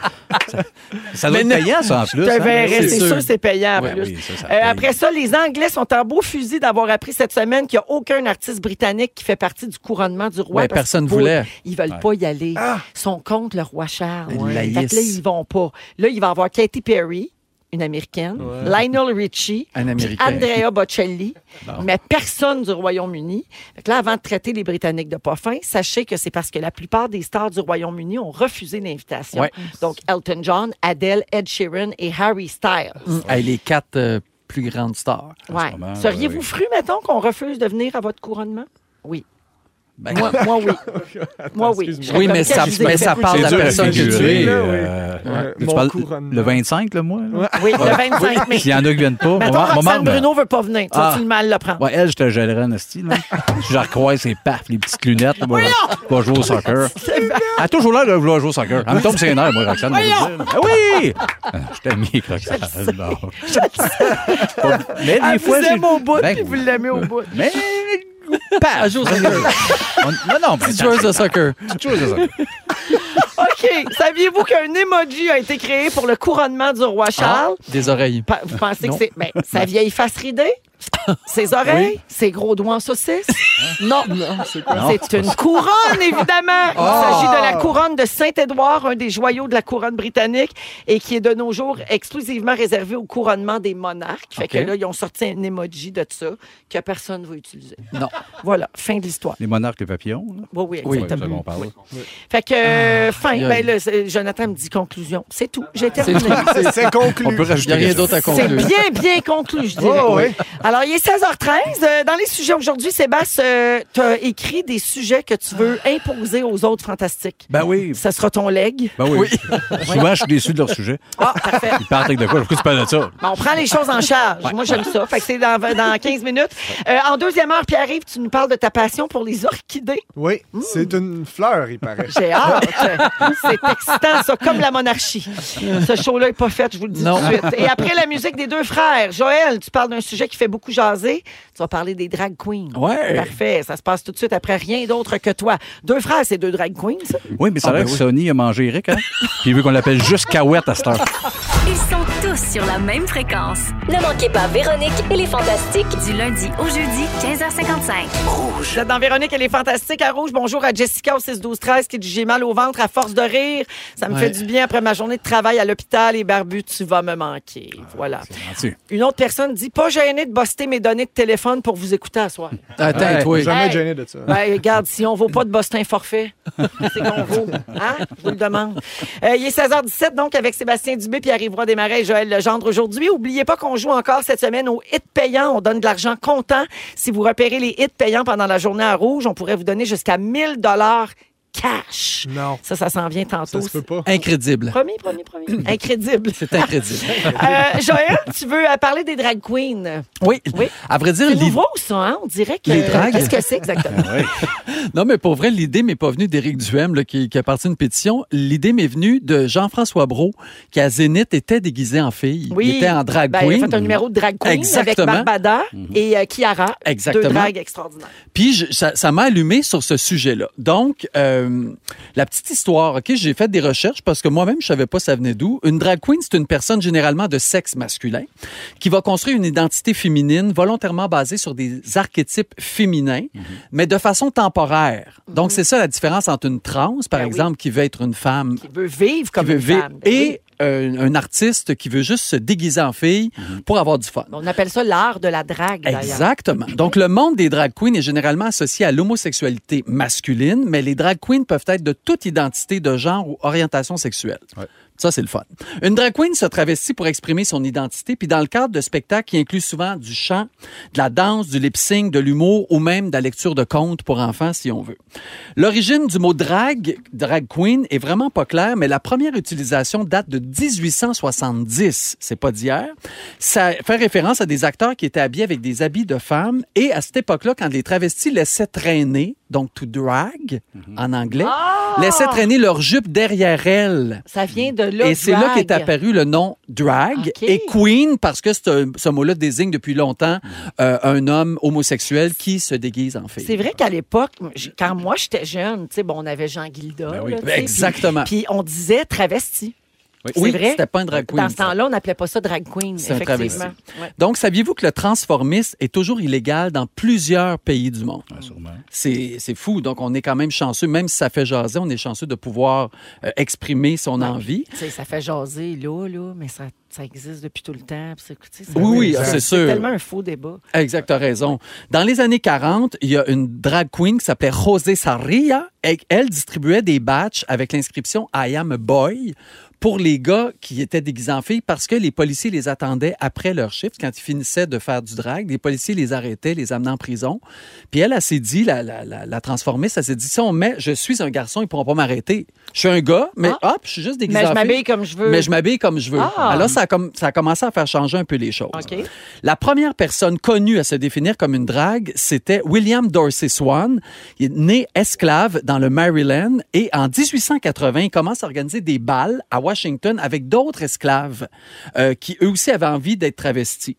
Speaker 4: ça, ça doit
Speaker 6: Mais
Speaker 4: être
Speaker 6: ne-
Speaker 4: payant, ça, en plus.
Speaker 5: Je te
Speaker 4: hein.
Speaker 5: verrai, c'est
Speaker 6: c'est
Speaker 5: sûr,
Speaker 6: sûr.
Speaker 5: c'est payant. en
Speaker 4: Ouais,
Speaker 5: plus.
Speaker 4: oui, ça, ça
Speaker 5: Euh,
Speaker 4: paye.
Speaker 5: après ça, les Anglais sont en beau fusil d'avoir appris cette semaine qu'il n'y a aucun artiste britannique qui fait partie du couronnement du roi.
Speaker 6: Ouais,
Speaker 5: parce
Speaker 6: personne
Speaker 5: qu'ils
Speaker 6: voulait.
Speaker 5: Ils veulent pas y aller. Ils sont contre le roi Charles.
Speaker 6: Ils
Speaker 5: Fait que
Speaker 6: l'haïssent.
Speaker 5: là, ils vont pas. Là, il va y avoir Katy Perry, une Américaine, Lionel Richie,
Speaker 6: Un
Speaker 5: puis
Speaker 6: Américain.
Speaker 5: Andrea Bocelli, mais personne du Royaume-Uni. Fait que là, avant de traiter les Britanniques de pas fins, sachez que c'est parce que la plupart des stars du Royaume-Uni ont refusé l'invitation.
Speaker 6: Ouais.
Speaker 5: Donc, Elton John, Adele, Ed Sheeran et Harry Styles.
Speaker 6: Hey, les quatre euh, plus grandes stars.
Speaker 5: Ouais.
Speaker 4: moment,
Speaker 5: Seriez-vous
Speaker 4: oui.
Speaker 5: fru, mettons, qu'on refuse de venir à votre couronnement? Oui.
Speaker 6: Ben,
Speaker 5: Moi, moi, oui. Moi, oui.
Speaker 3: Excuse-moi.
Speaker 6: oui, mais
Speaker 5: Comme
Speaker 6: ça,
Speaker 5: quel
Speaker 6: mais ça
Speaker 5: coup de
Speaker 6: parle de
Speaker 3: C'est
Speaker 6: la
Speaker 3: dur à
Speaker 6: personne que tu
Speaker 3: figurer,
Speaker 6: es.
Speaker 3: là.
Speaker 4: euh,
Speaker 3: Ouais.
Speaker 4: tu
Speaker 3: Mon
Speaker 4: parles
Speaker 3: couronnement.
Speaker 4: le 25, le mois? là?
Speaker 5: Oui, le 25 mai.
Speaker 4: S'il y en a qui viennent pas,
Speaker 5: Mettons,
Speaker 4: maman-
Speaker 5: Roxane
Speaker 4: maman-
Speaker 5: Bruno veut pas venir. Tu vas-tu
Speaker 4: Ah.
Speaker 5: le mal le prendre?
Speaker 4: Ouais, elle, je te gèlerais en esti, là. Je la recroise, c'est paf, les petites lunettes. là, moi, je vais jouer au soccer. Elle a toujours l'air de vouloir jouer au soccer. Elle me tombe sur les nerfs, moi, Roxane. on va le dire. Ah oui! Ah, Je t'aime bien, Roxane. Bon. Mais
Speaker 5: Elle
Speaker 4: des fois,
Speaker 5: vous
Speaker 4: j'ai-
Speaker 5: aime au bout,
Speaker 4: Ben
Speaker 5: puis vous
Speaker 4: oui.
Speaker 5: l'aimez au bout.
Speaker 4: Mais...
Speaker 6: Pas, joue au soccer.
Speaker 4: on- Non, non, mais...
Speaker 6: Petite joueuse de soccer.
Speaker 4: Petite joueuse de soccer.
Speaker 5: OK. Saviez-vous qu'un emoji a été créé pour le couronnement du roi Charles?
Speaker 6: Des oreilles.
Speaker 5: Pa- Vous pensez que
Speaker 6: Non.
Speaker 5: c'est. Ben, sa vieille face ridée? Ses oreilles? Ses gros doigts en saucisse? non.
Speaker 4: Non,
Speaker 5: C'est une couronne, évidemment. Il s'agit de la couronne de Saint-Édouard, un des joyaux de la couronne britannique, et qui est de nos jours exclusivement réservé au couronnement des monarques. Fait
Speaker 6: OK.
Speaker 5: que là, ils ont sorti un emoji de ça que personne ne veut utiliser.
Speaker 6: Non.
Speaker 5: Voilà, fin de l'histoire.
Speaker 4: Les monarques, les papillons, là.
Speaker 5: Oui, oui,
Speaker 6: Oui,
Speaker 5: exactement.
Speaker 4: c'est bon, on parle.
Speaker 5: Fait que, euh, fin.
Speaker 6: aïe,
Speaker 5: Ben,
Speaker 6: aïe.
Speaker 5: là, c'est- Jonathan me dit conclusion. C'est tout. J'ai terminé.
Speaker 3: C'est- C'est conclu.
Speaker 4: On peut
Speaker 6: Il n'y
Speaker 4: rajouter
Speaker 6: a rien
Speaker 4: quelque
Speaker 6: d'autre à
Speaker 5: C'est
Speaker 6: conclure.
Speaker 5: bien, bien conclu, je dirais.
Speaker 3: Oh, oui.
Speaker 5: Alors, il est 16h13. Euh, dans les sujets aujourd'hui, Sébastien, tu as écrit des sujets que tu veux imposer aux autres fantastiques.
Speaker 4: Ben oui.
Speaker 5: Ça sera ton leg.
Speaker 4: Ben oui. Souvent, je suis déçu de leur sujet.
Speaker 5: Ah, parfait.
Speaker 4: Ils partent avec de quoi? Pourquoi tu parles de ça?
Speaker 5: Ben, on prend les choses en charge. Moi, j'aime ça. Fait que c'est dans, dans 15 minutes. Euh, en deuxième heure, Pierre-Yves, tu nous parles de ta passion pour les orchidées.
Speaker 3: Oui, c'est une fleur, il paraît.
Speaker 5: J'ai hâte. C'est excitant, ça, comme la monarchie. Ce show-là n'est pas fait, je vous le dis
Speaker 6: Non.
Speaker 5: tout de suite. Et après la musique des deux frères, Joël, tu parles d'un sujet qui fait beaucoup jaser. Tu vas parler des drag queens.
Speaker 6: Ouais.
Speaker 5: Parfait. Ça se passe tout de suite après rien d'autre que toi. Deux frères, c'est deux drag queens. ça?
Speaker 4: Ah, ben Oui, mais ça a l'air que Sony a mangé Eric, hein? Puis il veut qu'on l'appelle juste Cahouette à cette heure.
Speaker 1: Ils sont tous sur la même fréquence.
Speaker 2: Ne manquez pas Véronique et les Fantastiques.
Speaker 1: Du lundi au jeudi, 15h55.
Speaker 5: Vous êtes dans Véronique, elle est fantastique à rouge. Bonjour à Jessica au 6 12 13 qui dit j'ai mal au ventre à force de rire. Ça me
Speaker 6: Ouais.
Speaker 5: fait du bien après ma journée de travail à l'hôpital et barbu, tu vas me manquer. Voilà.
Speaker 4: Gentil.
Speaker 5: Une autre personne dit pas gêné de boster mes données de téléphone pour vous écouter à soir.
Speaker 6: Attends, toi.
Speaker 3: Jamais
Speaker 5: Hey.
Speaker 3: gêné de ça.
Speaker 5: Ben, regarde, si on ne vaut pas de Boston forfait, c'est qu'on vaut. Hein? Je vous le demande. Euh, il est 16h17, donc, avec Sébastien Dubé, puis arrivera des Marais et Joël Legendre aujourd'hui. Oubliez pas qu'on joue encore cette semaine aux hits payants. On donne de l'argent comptant. Si vous repérez les hits payants pendant la journée à rouge, on pourrait vous donner jusqu'à 1000 dollars cash.
Speaker 3: Non.
Speaker 5: Ça, ça s'en vient tantôt.
Speaker 3: Ça se peut pas.
Speaker 6: Incrédible.
Speaker 5: Promis, promis, promis. Incrédible.
Speaker 6: C'est incrédible.
Speaker 5: Euh, Joël, tu veux euh, parler des drag queens.
Speaker 6: Oui.
Speaker 5: Oui.
Speaker 6: À vrai dire,
Speaker 5: C'est
Speaker 6: l'idée.
Speaker 5: nouveau, ça, hein? On dirait que...
Speaker 6: Les dragues.
Speaker 5: Qu'est-ce que c'est exactement?
Speaker 6: Non, mais pour vrai, l'idée m'est pas venue d'Éric Duhem, là, qui, qui a parti une pétition. L'idée m'est venue de Jean-François Brault, qui à Zénith était déguisé en fille.
Speaker 5: Oui.
Speaker 6: Il était en drag
Speaker 5: Ben,
Speaker 6: queen.
Speaker 5: Il a fait un numéro de drag queen
Speaker 6: Exactement. Mhm.
Speaker 5: avec Barbada et euh, Kiara.
Speaker 6: Exactement.
Speaker 5: Deux dragues extraordinaires.
Speaker 6: Puis je- ça ça m'a allumé sur ce sujet-là. Donc, euh, la petite histoire, OK, j'ai fait des recherches parce que moi-même, je savais pas ça venait d'où. Une drag queen, c'est une personne généralement de sexe masculin qui va construire une identité féminine volontairement basée sur des archétypes féminins,
Speaker 5: Mhm.
Speaker 6: mais de façon temporaire. Donc, c'est ça la différence entre une trans, par
Speaker 5: Ben oui.
Speaker 6: exemple, qui veut être une femme
Speaker 5: Il veut vivre comme
Speaker 6: qui veut
Speaker 5: une
Speaker 6: vivre,
Speaker 5: femme. Ben
Speaker 6: et
Speaker 5: oui. Mhm.
Speaker 6: euh, un artiste qui veut juste se déguiser en fille pour avoir du fun.
Speaker 5: On appelle ça l'art de la drague, d'ailleurs.
Speaker 6: Exactement. Donc, le monde des drag queens est généralement associé à l'homosexualité masculine, mais les drag queens peuvent être de toute identité de genre ou orientation sexuelle. Ça, c'est le fun. Une drag queen se travestit pour exprimer son identité, puis dans le cadre de spectacles qui incluent souvent du chant, de la danse, du lip-sync, de l'humour ou même de la lecture de contes pour enfants, si on veut. L'origine du mot drag, drag queen, est vraiment pas claire, mais la première utilisation date de 1870. C'est pas d'hier. Ça fait référence à des acteurs qui étaient habillés avec des habits de femmes et à cette époque-là, quand les travestis laissaient traîner, donc to drag en anglais,
Speaker 5: Ah!
Speaker 6: laissaient traîner leur jupe derrière elles.
Speaker 5: Ça vient de là.
Speaker 6: Et c'est là qu'est
Speaker 5: drague.
Speaker 6: apparu le nom drag
Speaker 5: Ok.
Speaker 6: et queen parce que c'est un- ce mot-là désigne depuis longtemps euh, un homme homosexuel qui se déguise en fille.
Speaker 5: C'est vrai qu'à l'époque, j- quand moi j'étais jeune, tu sais, bon, on avait Jean Guilda.
Speaker 4: Ben oui.
Speaker 5: là, tu sais, puis-
Speaker 6: Exactement.
Speaker 5: Puis on disait travesti. C'est
Speaker 6: oui,
Speaker 5: vrai.
Speaker 6: c'était pas un drag queen.
Speaker 5: Dans ce
Speaker 6: ça.
Speaker 5: temps-là, on n'appelait pas ça drag queen,
Speaker 6: C'est un
Speaker 5: effectivement. Ouais.
Speaker 6: Donc, saviez-vous que le transformisme est toujours illégal dans plusieurs pays du monde? C'est c'est fou. Donc, on est quand même chanceux, même si ça fait jaser, on est chanceux de pouvoir euh, exprimer son envie.
Speaker 5: Tu sais, ça fait jaser là, là, mais ça, ça existe depuis tout le temps. puis c'est- tu sais, ça-
Speaker 6: Oui, oui,
Speaker 5: ça-
Speaker 6: c'est
Speaker 5: C'est
Speaker 6: sûr.
Speaker 5: tellement un faux débat.
Speaker 6: Exact, t'as raison. Dans les années 40, il y a une drag queen qui s'appelait José Sarria. et Elle distribuait des batchs avec l'inscription I am a boy pour les gars qui étaient déguisés en filles parce que les policiers les attendaient après leur shift. Quand ils finissaient de faire du drag, les policiers les arrêtaient, les amenaient en prison. Puis elle, elle s'est dit, la, la, la, la transformée, ça s'est dit, si on met, je suis un garçon, ils pourront pas m'arrêter. Je suis un gars, mais hop, je suis juste déguisé
Speaker 5: Ah. Mais
Speaker 6: en
Speaker 5: je
Speaker 6: fille.
Speaker 5: m'habille comme je veux.
Speaker 6: Mais je m'habille comme je veux.
Speaker 5: Ah.
Speaker 6: Alors, ça a, comme, ça a commencé à faire changer un peu les choses.
Speaker 5: OK.
Speaker 6: La première personne connue à se définir comme une drague, c'était William Dorsey Swan. Il est né esclave dans le Maryland et en 1880, il commence à organiser des balles à Washington avec d'autres esclaves euh, qui eux aussi avaient envie d'être travestis.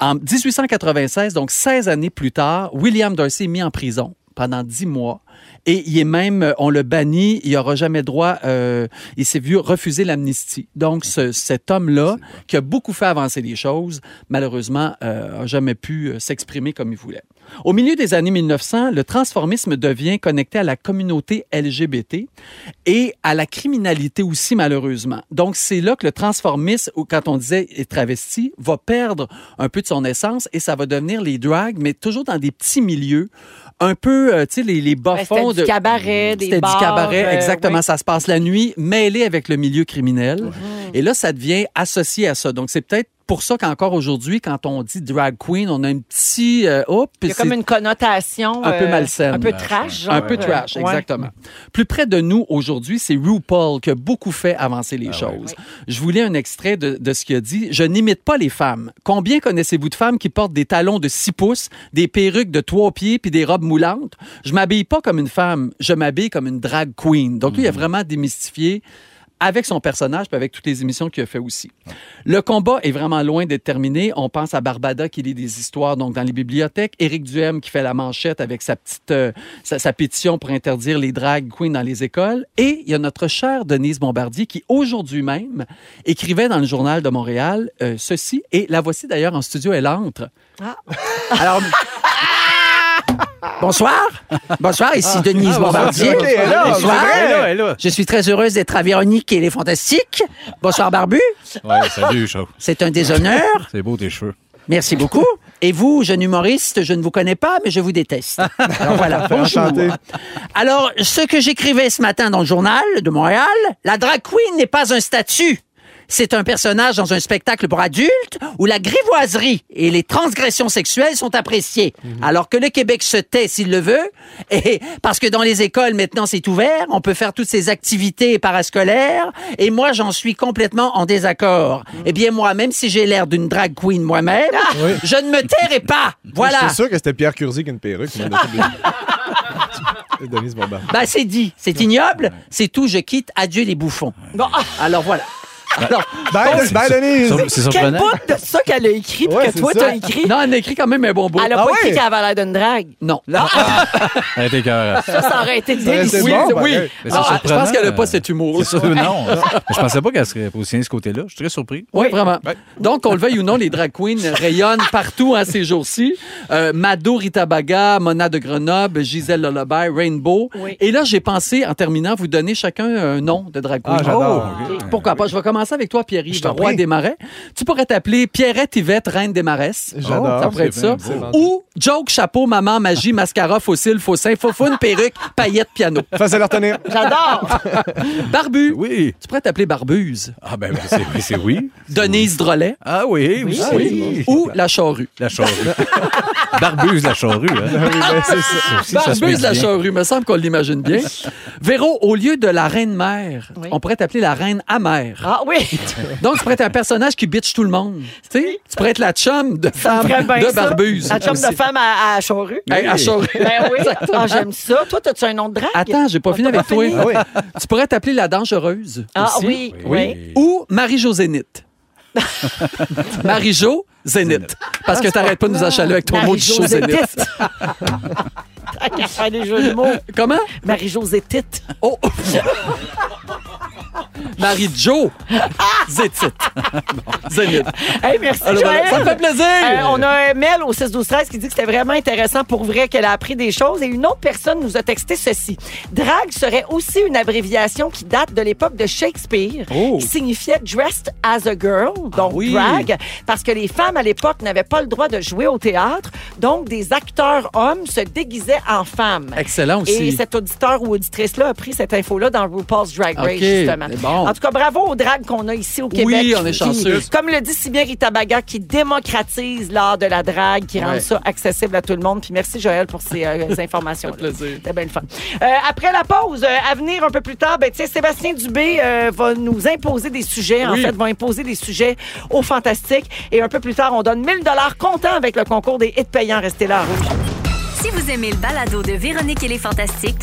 Speaker 6: En 1896, donc 16 années plus tard, William Dorsey est mis en prison pendant 10 mois. Et il est même, euh, on le bannit, il n'aura jamais droit, euh, il s'est vu refuser l'amnistie. Donc, ce- cet homme-là, qui a beaucoup fait avancer les choses, malheureusement, euh, n'a jamais pu euh, s'exprimer comme il voulait. Au milieu des années 1900, le transformisme devient connecté à la communauté LGBT et à la criminalité aussi, malheureusement. Donc, c'est là que le transformisme, ou quand on disait est travesti, va perdre un peu de son essence et ça va devenir les drags, mais toujours dans des petits milieux, un peu, euh, tu sais, les, les bas
Speaker 5: Ben,
Speaker 6: fonds
Speaker 5: c'était
Speaker 6: de-
Speaker 5: du cabaret, des
Speaker 6: c'était
Speaker 5: bars,
Speaker 6: du cabaret,
Speaker 5: euh,
Speaker 6: exactement.
Speaker 5: oui.
Speaker 6: Ça se passe la nuit, mêlé avec le milieu criminel. Et là, ça devient associé à ça. Donc, c'est peut-être pour ça qu'encore aujourd'hui, quand on dit drag queen, on a un petit... euh, oh, puis
Speaker 5: Il y a comme
Speaker 6: c'est-
Speaker 5: une connotation. euh,
Speaker 6: Un peu malsaine.
Speaker 5: Un peu trash. genre. euh,
Speaker 6: un peu trash,
Speaker 5: Ouais.
Speaker 6: exactement. Plus près de nous aujourd'hui, c'est RuPaul qui a beaucoup fait avancer les choses. Je voulais un extrait de, de ce qu'il a dit. Je n'imite pas les femmes. Combien connaissez-vous de femmes qui portent des talons de 6 pouces, des perruques de 3 pieds puis des robes moulantes? Je m'habille pas comme une femme, je m'habille comme une drag queen. Donc, lui, il a vraiment démystifié avec son personnage puis avec toutes les émissions qu'il a fait aussi. Le combat est vraiment loin d'être terminé. On pense à Barbada qui lit des histoires donc dans les bibliothèques, Éric Duhem qui fait la manchette avec sa petite euh, sa, sa pétition pour interdire les drag queens dans les écoles et il y a notre chère Denise Bombardier qui aujourd'hui même écrivait dans le journal de Montréal euh, ceci et la voici d'ailleurs en studio elle entre.
Speaker 3: Ah.
Speaker 6: Alors Bonsoir. Bonsoir, ici Denise Bombardier.
Speaker 3: Ah. bonsoir. Elle est là,
Speaker 6: Bonsoir.
Speaker 3: c'est vrai.
Speaker 6: Elle est là, elle est là. Je suis très heureuse d'être à Véronique et les Fantastiques. Bonsoir, Barbu.
Speaker 4: Ouais, salut, chaud.
Speaker 6: C'est un déshonneur.
Speaker 4: C'est beau tes cheveux.
Speaker 6: Merci beaucoup. Et vous, jeune humoriste, je ne vous connais pas, mais je vous déteste. Alors voilà, bonjour.
Speaker 3: Enchanté.
Speaker 6: Alors, ce que j'écrivais ce matin dans le journal de Montréal, la drag queen n'est pas un statut. C'est un personnage dans un spectacle pour adultes où la grivoiserie et les transgressions sexuelles sont appréciées. Alors que le Québec se tait s'il le veut, et parce que dans les écoles maintenant c'est ouvert, on peut faire toutes ces activités parascolaires, et moi j'en suis complètement en désaccord. Eh bien moi, même si j'ai l'air d'une drag queen moi-même, je ne me tairai pas. Voilà.
Speaker 3: C'est sûr que c'était Pierre Curzi qui a une perruque. moi, de tous les- Denise Bombardier.
Speaker 6: Ben, c'est dit, c'est ignoble, c'est tout, je quitte, adieu les bouffons. Bon, alors voilà. Alors,
Speaker 3: Bye, bye, Denise!
Speaker 4: Sur- C'est
Speaker 5: Quel
Speaker 4: surprenant.
Speaker 5: bout de ça qu'elle a écrit puis
Speaker 3: Ouais,
Speaker 5: que
Speaker 3: c'est
Speaker 5: toi,
Speaker 3: ça.
Speaker 5: t'as écrit?
Speaker 6: non, on a écrit quand même un bon bout.
Speaker 5: Elle a
Speaker 3: Ah
Speaker 5: pas
Speaker 3: ouais?
Speaker 5: écrit qu'elle avait l'air d'une drague.
Speaker 6: Non. Ah,
Speaker 4: Elle était écœurante.
Speaker 5: Ça, ça aurait été
Speaker 3: aurait
Speaker 5: délicieux.
Speaker 3: été bon, pareil.
Speaker 4: Mais c'est
Speaker 6: Ah, je
Speaker 4: surprenant,
Speaker 6: pense qu'elle n'a
Speaker 4: euh,
Speaker 6: pas cet humour.
Speaker 4: C'est sûr, non. Je pensais pas qu'elle serait positionnée de ce côté-là. Je suis très surpris.
Speaker 6: Oui, vraiment. Donc, qu'on le veuille ou non, les drag queens rayonnent partout à ces jours-ci. Euh, Mado Ritabaga, Mona de Grenoble, Gisèle Lullaby, Rainbow.
Speaker 5: Oui.
Speaker 6: Et là, j'ai pensé, en terminant, vous donner chacun un nom de drag queen.
Speaker 3: Ah, j'adore.
Speaker 6: Oh, Pourquoi pas? Je vais commenmacer avec toi,
Speaker 3: Je
Speaker 6: Pierre-Yves,
Speaker 3: t'en
Speaker 6: roi
Speaker 3: prie.
Speaker 6: des marais. Tu pourrais t'appeler Pierrette Yvette, reine des maresses.
Speaker 8: Oh,
Speaker 3: J'adore.
Speaker 6: Ça pourrait être
Speaker 3: C'est
Speaker 6: ça.
Speaker 3: bien, c'est vendu.
Speaker 6: Ou Joke, chapeau, maman, magie, mascara, fossile, faussin, faufoune, perruque, paillette, piano.
Speaker 3: Face à leur tenir.
Speaker 5: J'adore.
Speaker 6: Barbu.
Speaker 4: Oui.
Speaker 6: Tu pourrais t'appeler Barbuse.
Speaker 4: Ah, ben, ben, c'est oui, c'est oui.
Speaker 6: Denise Drolet.
Speaker 4: Ah oui, oui. oui.
Speaker 6: Ou La Charrue.
Speaker 4: La charrue. Barbuse, la charrue. Hein.
Speaker 3: Oui, ben, c'est ça.
Speaker 4: Ça aussi, ça se
Speaker 6: Barbuse
Speaker 4: met
Speaker 6: la
Speaker 4: bien.
Speaker 6: charrue, me semble qu'on l'imagine bien. Véro, au lieu de la reine mère,
Speaker 5: Oui.
Speaker 6: on pourrait t'appeler la reine amère.
Speaker 5: Ah oui.
Speaker 6: Donc, tu pourrais être un personnage qui bitch tout le monde. Tu sais, tu pourrais être la chum de femme
Speaker 5: Très bien,
Speaker 6: de
Speaker 5: ça.
Speaker 6: Barbuse.
Speaker 5: La chum de
Speaker 6: aussi.
Speaker 5: femme à, à Charrue.
Speaker 6: Hey, la charrue.
Speaker 5: Ben oui. Ah, j'aime ça. Toi, t'as-tu un nom de drague?
Speaker 6: Attends, j'ai pas
Speaker 5: On
Speaker 6: fini
Speaker 5: t'a
Speaker 6: avec
Speaker 5: pas
Speaker 6: toi.
Speaker 5: fini.
Speaker 3: Ah oui.
Speaker 6: Tu pourrais t'appeler la dangereuse.
Speaker 5: Ah
Speaker 6: aussi.
Speaker 5: oui, oui.
Speaker 4: Oui.
Speaker 6: Ou Marie-Jo Zénith. Marie-Jo Zénith. Parce que t'arrêtes pas de nous achaler avec ton mot du
Speaker 5: Marie-Jo
Speaker 6: show Zénith.
Speaker 5: Zétite. Ah, qu'elle fait des jeux de mots.
Speaker 6: Comment?
Speaker 5: Marie-Josée Tite.
Speaker 6: Oh! Marie-Jo Zénith. Zénith.
Speaker 5: Hey, merci,
Speaker 6: Alors,
Speaker 5: Joël.
Speaker 6: Ah, ça me fait plaisir.
Speaker 5: Euh, on a un mail au 6 12 13 qui dit que c'était vraiment intéressant pour vrai qu'elle a appris des choses et une autre personne nous a texté ceci. Drag serait aussi une abréviation qui date de l'époque de Shakespeare
Speaker 6: Oh. Ah
Speaker 5: qui signifiait dressed as a girl, donc
Speaker 6: oui.
Speaker 5: drag parce que les femmes à l'époque n'avaient pas le droit de jouer au théâtre, donc des acteurs hommes se déguisaient en femmes.
Speaker 6: Excellent aussi.
Speaker 5: Et cet auditeur ou auditrice-là a pris cette info-là dans RuPaul's Drag Race,
Speaker 6: OK.
Speaker 5: justement.
Speaker 6: Bon.
Speaker 5: En tout cas, bravo aux dragues qu'on a ici au
Speaker 6: Oui,
Speaker 5: Québec.
Speaker 6: on est
Speaker 5: qui-
Speaker 6: chanceux.
Speaker 5: Comme le dit si bien Rita Baga, qui démocratise l'art de la drague, qui rend
Speaker 6: Ouais.
Speaker 5: ça accessible à tout le monde. Puis merci, Joël, pour ces euh, informations.
Speaker 6: plaisir.
Speaker 5: C'était bien le fun. Euh, après la pause, euh, à venir un peu plus tard, ben, tu sais, Sébastien Dubé euh, va nous imposer des sujets. En
Speaker 6: Oui.
Speaker 5: fait, va imposer des sujets au Fantastique. Et un peu plus tard, on donne 1000 dollars comptant avec le concours des hits payants. Restez là, à Rouge.
Speaker 1: Si vous aimez le balado de Véronique et les Fantastiques,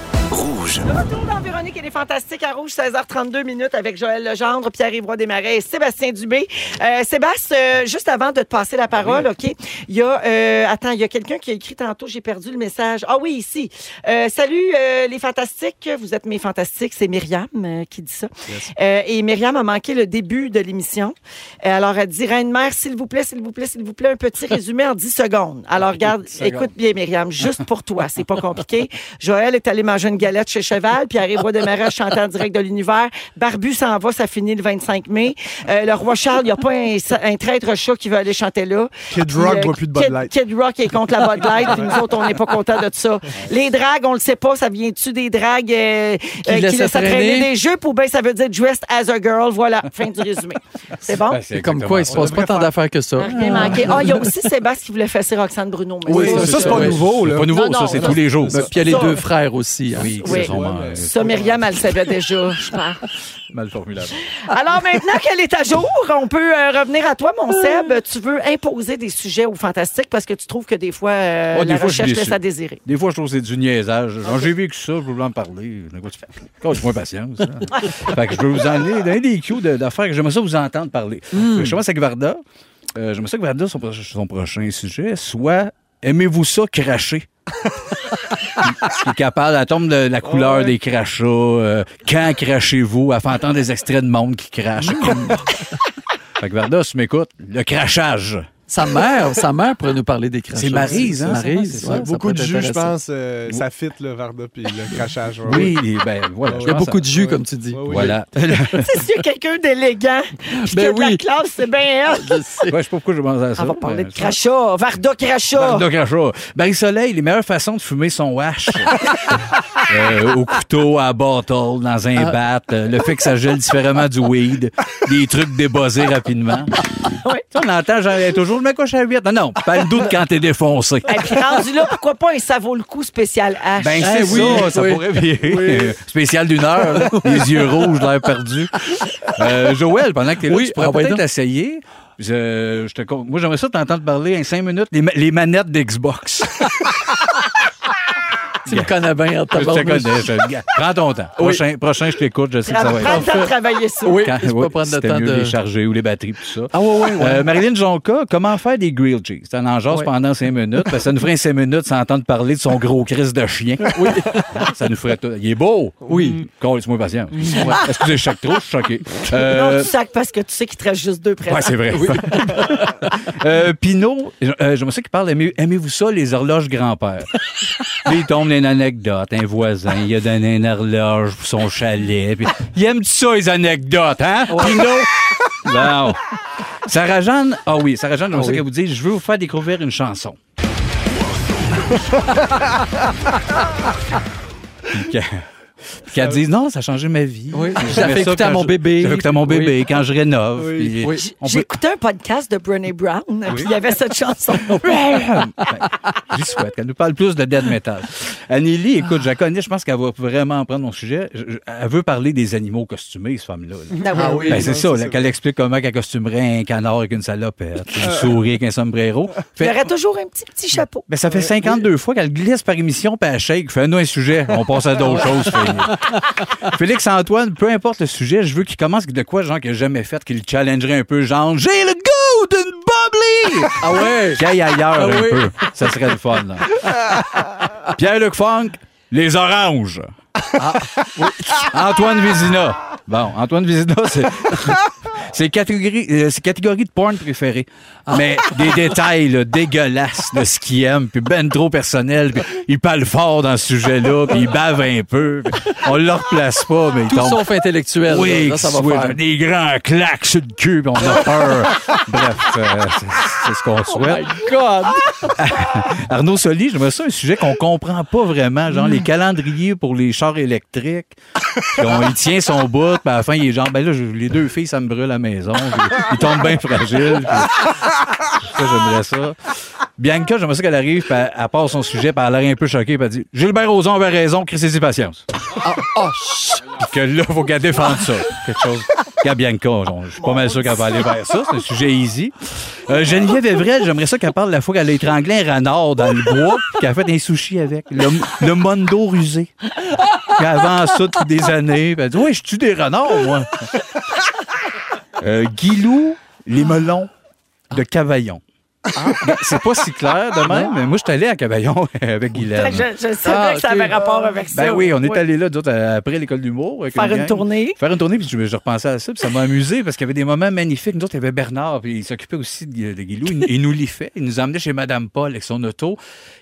Speaker 5: Retour dans Véronique et les Fantastiques à Rouge, 16h32 minutes avec Joël Legendre, Pierre-Yves Roy Desmarais et Sébastien Dubé. Euh, Sébastien, euh, juste avant de te passer la parole, OK, il y a, euh, attends, il y a quelqu'un qui a écrit tantôt, j'ai perdu le message. Ah oui, ici. Euh, salut euh, les Fantastiques, vous êtes mes Fantastiques, c'est Myriam euh, qui dit ça. Euh, et Myriam a manqué le début de l'émission. Euh, alors, elle dit, Reine-Mère, s'il vous plaît, s'il vous plaît, s'il vous plaît, un petit résumé en 10 secondes. Alors, regarde, écoute bien, Myriam, juste pour toi, c'est pas compliqué. Joël est allé manger une galette chez Cheval, puis arrive de démarrage chantant en direct de l'univers. Barbu s'en va, ça finit le 25 mai. Euh, le roi Charles, il n'y a pas un, un traître chat qui veut aller chanter là.
Speaker 3: Kid
Speaker 5: Puis,
Speaker 3: Rock
Speaker 5: euh,
Speaker 3: boit plus de Bud
Speaker 5: Kid-
Speaker 3: Light.
Speaker 5: Kid Rock est contre la Bud Light, puis nous autres, on n'est pas contents de ça. Les dragues, on le sait pas, ça vient-tu des dragues euh, euh, qui
Speaker 6: laissent
Speaker 5: laissent traîner
Speaker 6: traîner?
Speaker 5: des jupes ou bien ben, ça veut dire dressed as a girl? Voilà, fin du résumé. C'est bon?
Speaker 4: Ben, c'est
Speaker 6: Comme quoi, il se
Speaker 4: exactement
Speaker 6: passe pas tant d'affaires que ça.
Speaker 5: Rien manqué. Ah, il y a aussi Sébastien qui voulait fesser Roxane Bruno. mais
Speaker 3: Oui, ça,
Speaker 6: c'est
Speaker 3: c'est
Speaker 6: ça,
Speaker 3: pas
Speaker 6: ouais.
Speaker 3: nouveau,
Speaker 4: C'est
Speaker 3: là.
Speaker 4: pas nouveau,
Speaker 5: Non, non,
Speaker 4: ça, c'est
Speaker 5: non.
Speaker 4: tous les jours.
Speaker 6: Puis il y a les
Speaker 5: Ça-
Speaker 6: deux frères aussi. hein.
Speaker 4: Oui,
Speaker 5: Oui.
Speaker 4: qui sont euh,
Speaker 5: Ça, Myriam, elle le savait déjà, je pense.
Speaker 4: mal formulés.
Speaker 5: Alors maintenant qu'elle est à jour, on peut euh, revenir à toi, mon Seb. Tu veux imposer des sujets au fantastique parce que tu trouves que des fois, euh,
Speaker 4: Oh, des
Speaker 5: la
Speaker 4: fois, je suis
Speaker 5: recherche
Speaker 4: déçu.
Speaker 5: laisse à désirer.
Speaker 4: Des fois, je trouve que c'est du niaisage. Genre, J'ai vécu ça, je voulais en parler. De quoi tu fais? Quand tu moins patience. hein? fait que je veux vous emmener dans des cues de- d'affaires que j'aimerais ça vous entendre parler.
Speaker 6: Hmm.
Speaker 4: Je commence avec Varda. Euh, j'aimerais ça que Varda, son, pro- son prochain sujet, soit Aimez-vous ça cracher? qui capable, elle tombe de la couleur des crachats. euh, quand crachez-vous? Elle fait entendre des extraits de monde qui crache. fait que Varda, si tu m'écoutes, le crachage.
Speaker 6: Sa mère, sa mère pourrait nous parler des crachats.
Speaker 4: C'est Maryse, hein,
Speaker 6: Maryse,
Speaker 4: c'est
Speaker 6: ouais,
Speaker 4: ça.
Speaker 6: ça
Speaker 3: Beaucoup
Speaker 6: pourrait
Speaker 3: de
Speaker 6: être
Speaker 3: jus, je
Speaker 6: intéressant.
Speaker 3: pense, euh, ça fit, le Varda, puis le crachage. ouais.
Speaker 4: Oui, les- ben voilà.
Speaker 6: Il y a beaucoup de jus, comme tu dis.
Speaker 3: Ouais, ouais.
Speaker 4: Voilà.
Speaker 5: C'est sûr, quelqu'un d'élégant, puis
Speaker 6: Ben
Speaker 5: qui a de la
Speaker 6: oui.
Speaker 5: classe, c'est bien elle.
Speaker 4: Ouais, je sais pas pourquoi je pense à ça.
Speaker 5: On va parler
Speaker 4: mais-
Speaker 5: de crachat, Varda crachat.
Speaker 4: Barda Crachat. Barry Ben, Soleil, les meilleures façons de fumer son wash. Euh, au couteau, à la bottle, dans un
Speaker 5: Ah.
Speaker 4: bat. euh, le fait que ça gèle différemment du weed. Des trucs débossés rapidement.
Speaker 5: Ouais.
Speaker 4: Tu sais, on entend, genre, toujours, mais quoi, à huit. Non, non, pas le doute quand t'es défoncé.
Speaker 5: Et puis rendu là, pourquoi pas un ça vaut le coup spécial H?
Speaker 4: Ben,
Speaker 6: Ah,
Speaker 4: c'est
Speaker 6: oui,
Speaker 4: ça, ça
Speaker 6: oui.
Speaker 4: pourrait bien. Euh, Spécial d'une heure, là. les yeux rouges, l'air perdu. Euh, Joël, pendant que t'es là,
Speaker 6: Oui,
Speaker 4: tu pourrais
Speaker 6: ah, ben
Speaker 4: peut-être
Speaker 6: donc.
Speaker 4: l'essayer. Je, je te con- moi, j'aimerais ça t'entendre parler en cinq minutes les, ma- les manettes d'Xbox.
Speaker 6: Tu le connais bien, ta
Speaker 4: Je te connais, je- Prends ton temps. Prochain, prochain, je t'écoute, je sais que ça
Speaker 5: Prends
Speaker 4: va
Speaker 5: prends
Speaker 4: être.
Speaker 5: le temps de travailler ça.
Speaker 6: Oui,
Speaker 4: Quand-
Speaker 6: je peux
Speaker 4: oui,
Speaker 6: pas prendre le
Speaker 4: c'était
Speaker 6: temps
Speaker 4: mieux
Speaker 6: de...
Speaker 4: les charger ou les batteries, tout ça.
Speaker 6: Ah ouais, ouais, ouais.
Speaker 4: Euh, Marilyn Jonca, comment faire des grilled cheese? T'en en jases
Speaker 6: Ouais.
Speaker 4: pendant cinq minutes. parce que ça nous ferait cinq minutes sans entendre parler de son gros crise de chien. Oui. Ça nous ferait tout. Il est beau.
Speaker 6: Oui.
Speaker 4: Quand laisse-moi patient. Excusez, je choque trop, je suis choqué.
Speaker 5: Non,
Speaker 4: Euh,
Speaker 5: tu sacs parce que tu sais qu'il te reste juste deux Ah, présents.
Speaker 4: ouais, c'est vrai. euh, Pinot, euh, j'aimerais ça qu'il parle. aimez- Aimez-vous ça, les horloges grand-père? Là, il tombe dans une anecdote. Un voisin, il a donné une horloge pour son chalet. puis- il aime ça, les anecdotes, hein? Pinot? Non. Sarah-Jeanne, ah oui, Sarah-Jeanne, j'aimerais ça qu'elle vous dise, je veux vous faire découvrir une chanson. Puis qu'elle- puis qu'elle dise, non, ça a changé ma vie.
Speaker 6: Oui.
Speaker 4: J'aimais
Speaker 6: Ça fait
Speaker 4: ça
Speaker 6: écouter à
Speaker 4: quand
Speaker 6: mon
Speaker 4: je-
Speaker 6: bébé.
Speaker 4: Ça fait écouter à mon
Speaker 6: Oui.
Speaker 4: bébé quand je rénove.
Speaker 6: Oui.
Speaker 4: puis
Speaker 6: Oui.
Speaker 4: on
Speaker 5: J'ai
Speaker 4: peut- Ah
Speaker 5: écouté un podcast de Brené Brown, puis il y avait cette chanson.
Speaker 4: Ben, J'y souhaite qu'elle nous parle plus de dead metal. Anneli, écoute, je la connais, je pense qu'elle va vraiment prendre mon sujet. Je- je- elle veut parler des animaux costumés, cette femme-là. là.
Speaker 6: Ah oui.
Speaker 4: Ben, c'est ça, là, qu'elle explique comment qu'elle costumerait un canard avec une salopette, une souris avec un sombrero.
Speaker 5: Il y
Speaker 4: Fait-
Speaker 5: aurait toujours un petit, petit chapeau.
Speaker 4: ben, ça
Speaker 6: Euh,
Speaker 4: fait 52 fois qu'elle glisse par émission, puis elle shake. Fais-nous un sujet. On passe à d'autres choses. Félix. Félix-Antoine, peu importe le sujet, je veux qu'il commence de quoi, genre, qu'il n'a jamais fait, qu'il le challengerait un peu, genre, j'ai le goût d'une bubbly!
Speaker 6: Ah ouais.
Speaker 4: Qu'il aille ailleurs
Speaker 6: Ah
Speaker 4: un
Speaker 6: oui.
Speaker 4: peu. Ça serait le fun. là. Pierre-Luc Funk, Ah, les oranges. Antoine Vézina. Bon, Antoine Vézina, c'est... Ses catégories, euh, ses catégories de porn préférées.
Speaker 6: Ah.
Speaker 4: Mais des détails là, dégueulasses de ce qu'il aime, puis ben trop personnel. Puis il parle fort dans ce sujet-là, puis il bave un peu. puis on le replace pas, mais il
Speaker 6: Tout
Speaker 4: tombe.
Speaker 6: sauf intellectuel.
Speaker 4: Oui,
Speaker 6: là, ça va
Speaker 4: oui,
Speaker 6: faire.
Speaker 4: des grands claques sur le cul, puis on a peur. Bref, euh, c'est- c'est ce qu'on souhaite.
Speaker 6: Oh God.
Speaker 4: Arnaud Soli, je me ça un sujet qu'on comprend pas vraiment, genre les calendriers pour les chars électriques. Puis on- il tient son bout, puis à la fin, il est genre, ben là, je- les deux filles, ça me brûle à la maison. Puis il tombe bien fragile. puis- ça, j'aimerais ça. Bianca, j'aimerais ça qu'elle arrive, puis elle, elle part son sujet, puis elle a l'air un peu choquée, puis elle dit Gilbert Rozon avait raison, crise patience. Puis que là, faut qu'elle défende ça. Quelque chose. Qu'à Bianca, on- je suis pas mal sûr qu'elle va aller vers ça. C'est un sujet easy. Euh, Geneviève Evrel, j'aimerais ça qu'elle parle de la fois qu'elle a étranglé un renard dans le bois, puis qu'elle a fait un sushi avec. Le, le mondo rusé. Puis avant ça, depuis des années, puis elle dit Ouais, je tue des renards, moi. Euh, Guilou, les melons de Cavaillon.
Speaker 5: Ah.
Speaker 4: Ben, C'est pas si clair de même, mais moi, je suis allé à Cavaillon avec Guylaine.
Speaker 5: Je, je savais
Speaker 6: Ah,
Speaker 5: que ça
Speaker 6: ok.
Speaker 5: avait rapport avec ça.
Speaker 4: Ben oui, on est allé là, d'autres, à- après l'école d'humour. avec
Speaker 5: Faire une
Speaker 4: gang.
Speaker 5: tournée.
Speaker 4: Faire une tournée, puis je, je repensais à ça, puis ça m'a amusé, parce qu'il y avait des moments magnifiques. Nous autres, il y avait Bernard, puis il s'occupait aussi de, de Guilou. Il, il nous liffait, il nous emmenait chez Madame Paul avec son auto.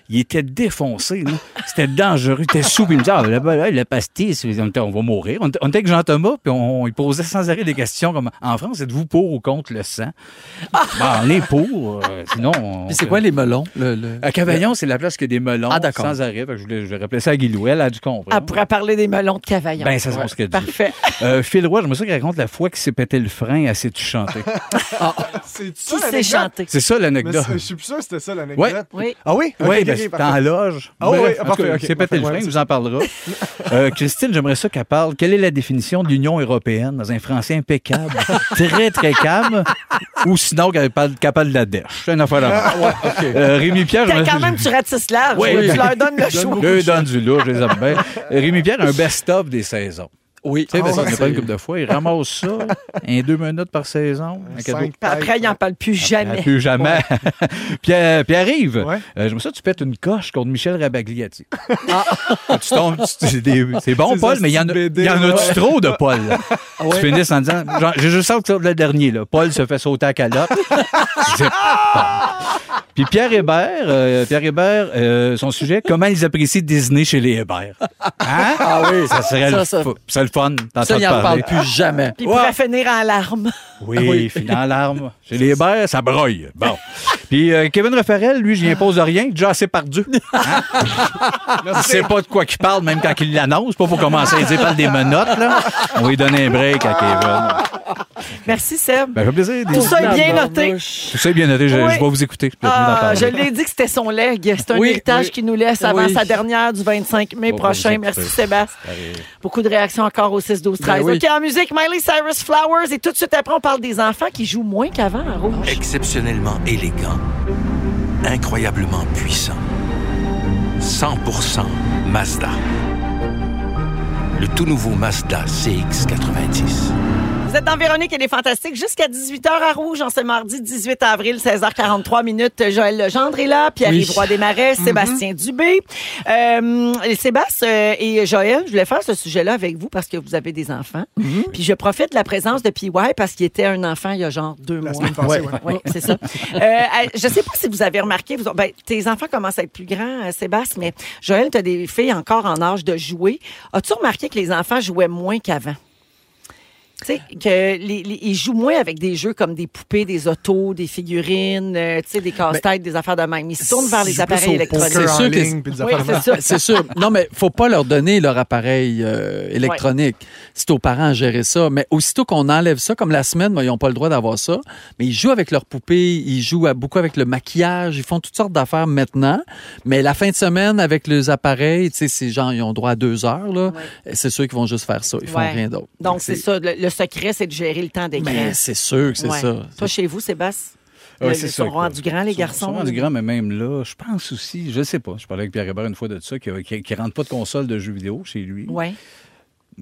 Speaker 4: Il était défoncé, là. c'était dangereux, il était sous, puis il me disait, ah, là, là, là, la pastille, c'est- on était- on va mourir. On était- on était avec Jean-Thomas, puis on, on lui posait sans arrêt des questions comme, en France, êtes-vous pour ou contre le sang? Ben, on est pour, euh, sinon... on-
Speaker 6: Puis c'est quoi les melons? Le, le-
Speaker 4: À Cavaillon, c'est la place que des melons
Speaker 6: Ah, d'accord.
Speaker 4: sans arrêt. Fait que je, voulais, je rappelais ça à Guilou, elle a dû comprendre.
Speaker 5: Elle pourrait parler des melons de Cavaillon.
Speaker 4: Ben, ça, c'est ce qu'elle dit.
Speaker 5: Parfait.
Speaker 4: Euh, Phil Roy, je me souviens qu'elle raconte la fois qu'il s'est pété le frein à s'est-tu chanté.
Speaker 8: C'est ça
Speaker 5: Qui s'est
Speaker 8: l'anecdote?
Speaker 5: chanté?
Speaker 4: C'est ça
Speaker 8: Mais
Speaker 4: l'anecdote.
Speaker 8: c'est- je suis plus sûr que c'était ça l'anecdote.
Speaker 5: Oui.
Speaker 8: Ah oui?
Speaker 4: Oui,
Speaker 8: Ok, ok,
Speaker 4: ben,
Speaker 8: ok,
Speaker 4: c'était
Speaker 8: parfait.
Speaker 4: en loge.
Speaker 8: Ah
Speaker 4: Bref,
Speaker 8: oui,
Speaker 4: en tout
Speaker 8: parfait,
Speaker 4: cas,
Speaker 8: ok,
Speaker 4: il s'est pété
Speaker 8: parfait,
Speaker 4: le
Speaker 8: ouais,
Speaker 4: frein,
Speaker 8: c'est
Speaker 4: il vous en parlera. Euh, Christine, j'aimerais ça qu'elle parle. Quelle est la définition de l'Union européenne dans un français impeccable, très, très calme, ou sinon qu'elle parle, qu'elle parle de la dèche? C'est une affaire
Speaker 8: Ah,
Speaker 4: à voir. Euh, Rémi Pierre,
Speaker 5: T'as
Speaker 4: j'aimerais-
Speaker 5: quand même, tu ratisses large.
Speaker 4: Oui.
Speaker 5: Tu leur donnes le choix.
Speaker 4: Deux donne du lourd, je les aime bien. Euh, Rémi Pierre, un best-of des saisons.
Speaker 6: Oui. Ah,
Speaker 4: Tu sais, parce
Speaker 8: Ah, ouais,
Speaker 4: qu'on en a
Speaker 8: c'est-
Speaker 4: pas une couple de fois. Il ramasse ça, un deux minutes par saison, un cadeau.
Speaker 8: Cinq
Speaker 5: Puis après,
Speaker 8: têtes.
Speaker 5: il n'en parle plus
Speaker 4: Ah,
Speaker 5: jamais.
Speaker 4: Plus jamais. Pierre, arrive. Euh,
Speaker 8: Ouais.
Speaker 4: J'aimerais ça que tu pètes une coche contre Michel Rabagliati. Tu tombes, tu- c'est des- c'est bon,
Speaker 8: Ces
Speaker 4: Paul, mais il y en a,
Speaker 8: hosties de BD,
Speaker 4: il y en a
Speaker 8: ouais.
Speaker 4: trop de Paul. Tu finis en disant, genre, j'ai juste hâte que ça soit le dernier. Là. Paul se fait sauter à calotte. C'est- bon. Puis Pierre Hébert, euh, Pierre Hébert, euh, son sujet, comment ils apprécient Disney chez les Hébert. Hein? Ah oui. Ça serait le,
Speaker 6: Ça, ça-
Speaker 4: fu- c'est le fun.
Speaker 6: Ça,
Speaker 4: d'entendre
Speaker 6: il n'en
Speaker 4: parler.
Speaker 6: parle plus jamais.
Speaker 5: Puis il pourrait finir en larmes.
Speaker 4: Oui, fil en larmes. Chez les Hébert, ça broille. Bon. Puis euh, Kevin Raffarel, lui, je n'y impose rien. Déjà assez pardieu. Hein? Il sait pas de quoi qu'il parle, même quand il l'annonce. Pas pour commencer à dire parle des menottes, là. On va lui donner un break à Kevin.
Speaker 5: Merci, Seb.
Speaker 4: Ben, ça fait plaisir.
Speaker 5: Ah. Tout ça est bien
Speaker 6: Tabarnouche.
Speaker 5: noté.
Speaker 4: Tout ça est bien noté. Je,
Speaker 5: Oui.
Speaker 4: je vais vous écouter. Je vais venir d'en
Speaker 5: Ah,
Speaker 4: parler.
Speaker 5: je l'ai dit que c'était son leg. C'est un
Speaker 6: Oui,
Speaker 5: héritage
Speaker 6: oui.
Speaker 5: qu'il nous laisse avant
Speaker 6: Oui.
Speaker 5: sa dernière du 25 mai
Speaker 4: Bon,
Speaker 5: prochain.
Speaker 4: bon,
Speaker 5: Merci
Speaker 4: c'est-
Speaker 5: Sébastien. Beaucoup de réactions encore au 6 12 13.
Speaker 6: Ben oui.
Speaker 5: OK, en musique, Miley Cyrus Flowers et tout de suite après on parle des enfants qui jouent moins qu'avant en rouge.
Speaker 7: Exceptionnellement élégant, incroyablement puissant. 100% Mazda. Le tout nouveau Mazda CX90.
Speaker 5: Vous êtes dans Véronique et les Fantastiques jusqu'à 18h à rouge en ce mardi 18 avril 16h43 minutes. Joël Legendre est là, Pierre yves Roy Desmarais, Sébastien Dubé. Euh, et Sébastien euh, et Joël, je voulais faire ce sujet-là avec vous parce que vous avez des enfants. Puis je profite de la présence de PY parce qu'il était un enfant il y a genre deux mois.
Speaker 8: semaine passée, ouais.
Speaker 5: Oui, c'est ça. Euh, euh, je sais pas si vous avez remarqué, vous, ben, tes enfants commencent à être plus grands, euh, Sébastien, mais Joël, tu as des filles encore en âge de jouer. As-tu remarqué que les enfants jouaient moins qu'avant? Tu sais, que les, les- ils jouent moins avec des jeux comme des poupées, des autos, des figurines, euh, tu sais, des casse-têtes, des affaires de même. Ils se tournent vers
Speaker 6: ils
Speaker 5: les
Speaker 6: jouent plus
Speaker 5: appareils
Speaker 6: au poker.
Speaker 5: électroniques.
Speaker 8: Poker
Speaker 6: C'est
Speaker 8: en
Speaker 6: sûr que-
Speaker 8: ligne, puis des
Speaker 5: Oui,
Speaker 8: affaires de
Speaker 5: c'est
Speaker 8: même.
Speaker 5: ça.
Speaker 6: C'est sûr. Non, mais faut pas leur donner leur appareil euh, électronique. C'est aux parents à gérer ça. Mais aussitôt qu'on enlève ça, comme la semaine, moi, ils n'ont pas le droit d'avoir ça. Mais ils jouent avec leurs poupées, ils jouent à- beaucoup avec le maquillage, ils font toutes sortes d'affaires maintenant. Mais la fin de semaine, avec les appareils, tu sais, ces gens, ils ont droit à deux heures, là. C'est sûr qu'ils vont juste faire ça. Ils font
Speaker 5: Ouais.
Speaker 6: rien d'autre.
Speaker 5: Donc, c'est ça. Le, le secret, c'est de gérer le temps d'écran.
Speaker 6: Mais c'est sûr que c'est
Speaker 5: Ouais.
Speaker 6: ça.
Speaker 5: Toi, chez vous, Sébastien,
Speaker 4: Ouais,
Speaker 5: le-
Speaker 4: c'est
Speaker 5: ils
Speaker 4: ça,
Speaker 5: sont
Speaker 4: écoute.
Speaker 5: rendus grands, les
Speaker 4: Ils sont-
Speaker 5: garçons.
Speaker 4: Ils sont rendus grands, mais même là, je pense aussi, je sais pas. Je parlais avec Pierre Hébert une fois de ça, qui ne rentre pas de console de jeux vidéo chez lui.
Speaker 5: Ouais.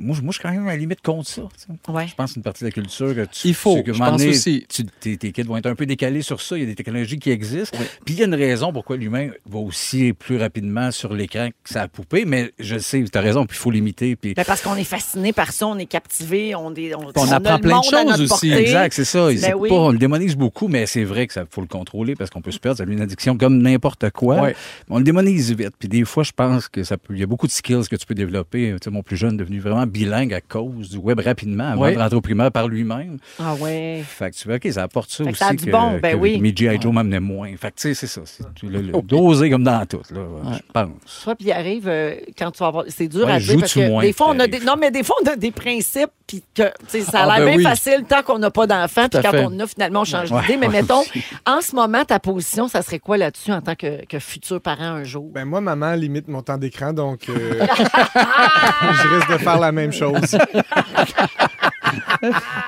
Speaker 4: moi, je- moi, je suis quand même à la limite contre ça. tu sais.
Speaker 5: Ouais.
Speaker 4: Je pense que c'est une partie de la culture que tu.
Speaker 6: Il faut,
Speaker 4: c'est que, à un
Speaker 6: je
Speaker 4: moment
Speaker 6: pense
Speaker 4: donné,
Speaker 6: aussi.
Speaker 4: tu- tes, tes kids vont être un peu décalés sur ça. Il y a des technologies qui existent. Puis il y a une raison pourquoi l'humain va aussi plus rapidement sur l'écran que sa poupée. Mais je sais, tu as raison, puis il faut limiter. Puis
Speaker 5: Ben, parce qu'on est fasciné par ça, on est captivé, on, est, on,
Speaker 6: on
Speaker 5: a
Speaker 6: apprend
Speaker 5: le
Speaker 6: plein de
Speaker 5: monde à
Speaker 6: choses
Speaker 5: notre
Speaker 6: aussi.
Speaker 5: portée.
Speaker 4: Exact, c'est ça.
Speaker 5: Ben
Speaker 4: C'est
Speaker 5: oui.
Speaker 4: pas- on le démonise beaucoup, mais c'est vrai que ça faut le contrôler parce qu'on peut se perdre. Ça devient une addiction comme n'importe quoi.
Speaker 6: Ouais.
Speaker 4: On le démonise vite. Puis des fois, je pense que ça peut. Il y a beaucoup de skills que tu peux développer. Tu sais, mon plus jeune est devenu vraiment bilingue à cause du web rapidement avant
Speaker 6: Ouais.
Speaker 4: de rentrer au primaire par lui-même.
Speaker 5: Ah ouais.
Speaker 4: Fait que tu vois, OK, ça apporte ça
Speaker 5: Fait que
Speaker 4: aussi.
Speaker 5: ça a du bon, ben
Speaker 4: que
Speaker 5: oui.
Speaker 4: Mes G.I. Joe m'amenaient moins. Fait que tu sais, c'est ça. C'est tu- le- le- doser comme dans tout, là, je pense.
Speaker 5: Toi, puis il arrive euh, quand tu vas avoir. C'est dur
Speaker 4: Ouais,
Speaker 5: à dire parce
Speaker 4: joues-tu
Speaker 5: que
Speaker 4: moins,
Speaker 5: des fois, on a
Speaker 4: Pierre?
Speaker 5: des. Non, mais des fois, on a des principes, puis que, tu sais, ça a
Speaker 6: Ah,
Speaker 5: l'air bien
Speaker 6: ben oui.
Speaker 5: facile tant qu'on n'a pas d'enfant, puis
Speaker 6: à
Speaker 5: quand
Speaker 6: fait.
Speaker 5: on en a, finalement, on change
Speaker 4: Ouais,
Speaker 5: d'idée. Mais
Speaker 4: ouais,
Speaker 5: mettons,
Speaker 4: aussi.
Speaker 5: en ce moment, ta position, ça serait quoi là-dessus en tant que, que futur parent un jour?
Speaker 8: Ben moi, maman limite mon temps d'écran, donc euh, je risque de faire la même chose.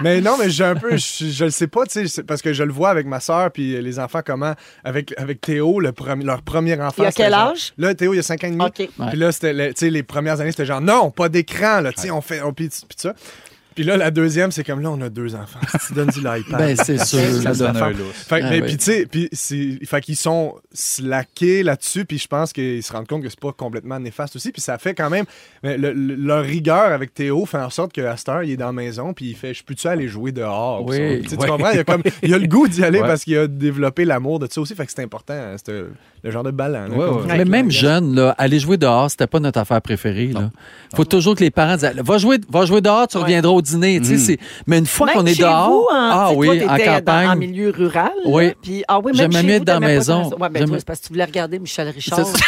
Speaker 8: mais non, mais j'ai un peu, je, je le sais pas, tu sais, c'est parce que je le vois avec ma soeur puis les enfants comment, avec, avec Théo, le premi- leur premier enfant.
Speaker 5: Il a
Speaker 8: c'était
Speaker 5: quel
Speaker 8: genre-
Speaker 5: âge?
Speaker 8: Là, Théo, il a 5 ans et demi.
Speaker 5: OK.
Speaker 8: Puis là, c'était, le- tu sais, les premières années, c'était genre, non, pas d'écran, là, tu sais, on fait, on puis puis ça. Puis là, la deuxième, c'est comme là, on a deux enfants. Tu donnes du l'iPad.
Speaker 6: Ben, c'est sûr.
Speaker 8: Ça donne un Fait, que-
Speaker 6: Ah
Speaker 8: mais
Speaker 6: oui.
Speaker 8: puis tu sais, puis c'est- fait qu'ils sont slackés là-dessus, puis je pense qu'ils se rendent compte que c'est pas complètement néfaste aussi, puis ça fait quand même mais le- le- leur rigueur avec Théo fait en sorte que à cette heure, il est dans la maison, puis il fait je peux-tu aller jouer dehors
Speaker 6: Oui.
Speaker 8: Tu sais, tu
Speaker 4: Ouais.
Speaker 8: comprends, il a comme il a le goût d'y aller
Speaker 4: Ouais.
Speaker 8: parce qu'il a développé l'amour de ça aussi, fait que c'est important, hein, c'est euh, le genre de ballon. là,
Speaker 4: Ouais,
Speaker 8: qu'on
Speaker 4: ouais.
Speaker 8: fait.
Speaker 6: Mais même jeune, là, aller jouer dehors, c'était pas notre affaire préférée. Là. Faut toujours que les parents disent va jouer, va jouer dehors, tu reviendras au dîner. tu sais, c'est- Mais une fois
Speaker 5: Même
Speaker 6: qu'on est
Speaker 5: chez
Speaker 6: dehors,
Speaker 5: vous, en,
Speaker 6: ah
Speaker 5: tu sais, toi,
Speaker 6: oui, en
Speaker 5: t'étais dans- en
Speaker 6: campagne.
Speaker 5: milieu rural. là,
Speaker 6: Oui.
Speaker 5: Puis, ah oui, même
Speaker 6: J'aimais
Speaker 5: chez
Speaker 6: mieux
Speaker 5: vous,
Speaker 6: être dans la
Speaker 5: t'aimais pas
Speaker 6: maison.
Speaker 5: ça. Ouais, ben, toi,
Speaker 6: J'aimais-
Speaker 5: c'est parce que tu voulais regarder Michel Richard.
Speaker 6: C'est ça.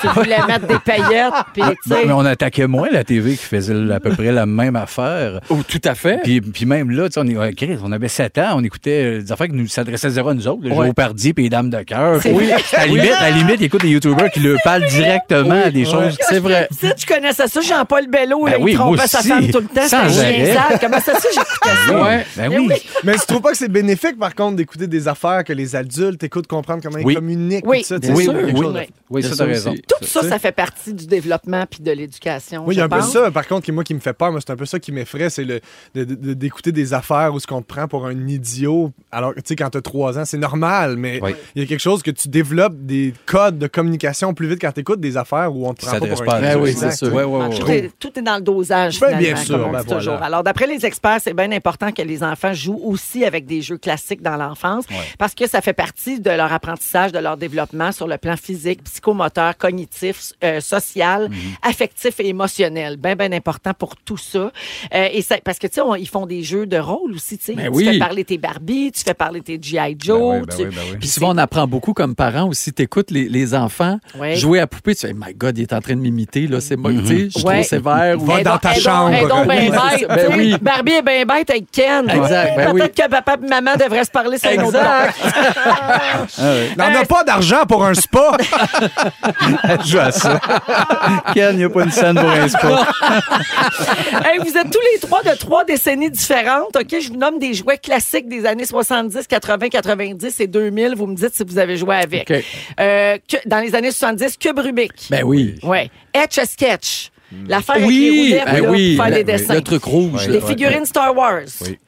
Speaker 5: tu voulais mettre des paillettes, puis tu
Speaker 4: Non,
Speaker 5: sais.
Speaker 4: Ben, mais on attaquait moins la TV qui faisait à peu près la même affaire.
Speaker 6: Oh, tout à fait.
Speaker 4: Puis, puis même là, tu sais, on, est- ouais, Chris, on avait 7 ans, on écoutait euh, des affaires qui nous s'adressaient zéro à nous autres, le
Speaker 6: Ouais.
Speaker 4: Joe Pardy puis les Dames de cœur.
Speaker 5: C'est
Speaker 4: Puis, À la limite, à la limite, ils écoutent des YouTubers qui leur parlent directement à des choses.
Speaker 6: c'est vrai.
Speaker 5: Tu sais, tu connaissais ça, Jean-Paul Bello,
Speaker 4: Ben
Speaker 5: là,
Speaker 4: oui,
Speaker 5: il
Speaker 4: moi
Speaker 5: trompait sa
Speaker 4: aussi.
Speaker 5: femme tout le temps.
Speaker 4: Sans
Speaker 5: c'était
Speaker 4: arrêt.
Speaker 5: génial. Comment ça, ça, j'écoutais ça?
Speaker 4: Ouais. Ben
Speaker 5: Mais
Speaker 4: oui.
Speaker 5: oui.
Speaker 8: Mais tu trouves pas que c'est bénéfique par contre d'écouter des affaires que les adultes écoutent, comprendre comment
Speaker 4: Oui.
Speaker 8: ils communiquent,
Speaker 5: Oui.
Speaker 8: tout ça, tu sais,
Speaker 4: Oui,
Speaker 8: c'est
Speaker 4: oui,
Speaker 8: quelque
Speaker 4: oui.
Speaker 8: chose de-
Speaker 4: Oui,
Speaker 6: Il y a
Speaker 4: ça,
Speaker 6: ça
Speaker 4: t'as raison.
Speaker 6: aussi.
Speaker 5: Tout ça, ça fait partie du développement puis de l'éducation.
Speaker 8: Oui, il y
Speaker 5: je
Speaker 8: a un peu
Speaker 5: pense.
Speaker 8: ça, par contre, qui, moi, qui me fait peur. Moi, c'est un peu ça qui m'effraie, c'est le, de- de- de- d'écouter des affaires où ce qu'on te prend pour un idiot. Alors, que, tu sais, quand t'as trois ans, c'est normal, mais il
Speaker 4: Oui.
Speaker 8: y a quelque chose que tu développes des codes de communication plus vite quand t'écoutes des affaires où on te
Speaker 4: Tu
Speaker 8: prend pas
Speaker 4: s'adresses
Speaker 8: pour
Speaker 4: pas
Speaker 8: un
Speaker 4: à
Speaker 8: idiot.
Speaker 6: Ben oui,
Speaker 8: Exact.
Speaker 6: c'est sûr.
Speaker 4: Ouais, ouais, ouais,
Speaker 5: Tout
Speaker 4: ouais.
Speaker 5: est, tout est dans le dosage,
Speaker 8: Ben,
Speaker 5: finalement,
Speaker 8: bien sûr,
Speaker 5: comme on
Speaker 8: ben
Speaker 5: dit
Speaker 8: voilà.
Speaker 5: toujours. Alors, d'après les experts, c'est bien important que les enfants jouent aussi avec des jeux classiques dans l'enfance parce que ça fait partie de leur apprentissage, de leur développement sur le plan physique, psychomoteur, cognitif, euh, social,
Speaker 4: Mhm.
Speaker 5: affectif et émotionnel. Bien, bien important pour tout ça. Euh, et ça- parce que, tu sais, on- ils font des jeux de rôle aussi, tu sais.
Speaker 6: Ben
Speaker 5: tu
Speaker 6: oui.
Speaker 5: fais parler tes Barbie, tu fais parler tes G.I. Joe.
Speaker 4: Ben oui, ben
Speaker 5: tu-
Speaker 4: oui, ben oui.
Speaker 6: Puis souvent, on apprend beaucoup comme parents aussi. T'écoutes les, les enfants
Speaker 5: Ouais.
Speaker 6: jouer à poupée. Tu fais, my God, il est en train de m'imiter. Là, c'est moi, tu sais, je suis
Speaker 5: Ouais.
Speaker 6: trop sévère. ou-
Speaker 8: Va
Speaker 5: Eh
Speaker 8: dans
Speaker 5: donc-
Speaker 8: ta
Speaker 5: eh donc-
Speaker 8: chambre.
Speaker 5: eh donc, ben
Speaker 6: Oui,
Speaker 5: bête,
Speaker 6: c'est- ben
Speaker 5: tu sais,
Speaker 6: oui.
Speaker 5: Barbie est bien bête avec Ken.
Speaker 6: Exact, ben
Speaker 5: Peut-être
Speaker 6: oui.
Speaker 5: que papa et maman devraient se parler sur un autre ton.
Speaker 8: Ah Mais
Speaker 6: Euh,
Speaker 8: on n'a pas d'argent pour un spa!
Speaker 4: Je joue à ça. Ken, il n'y a pas une scène pour un sport.
Speaker 5: Hey, vous êtes tous les trois de trois décennies différentes. OK, je vous nomme des jouets classiques des années 70, 80, 90 et 2000. Vous me dites si vous avez joué avec.
Speaker 6: OK.
Speaker 5: Euh, que- dans les années 70, Cube Rubik.
Speaker 6: Ben oui.
Speaker 5: ouais. Etch a Sketch. L'affaire avec les
Speaker 6: Oui,
Speaker 5: roulettes,
Speaker 6: ben
Speaker 5: là,
Speaker 6: oui.
Speaker 5: pour faire
Speaker 6: Le,
Speaker 5: des dessins.
Speaker 6: le truc rouge.
Speaker 5: les
Speaker 6: là.
Speaker 5: figurines Star Wars.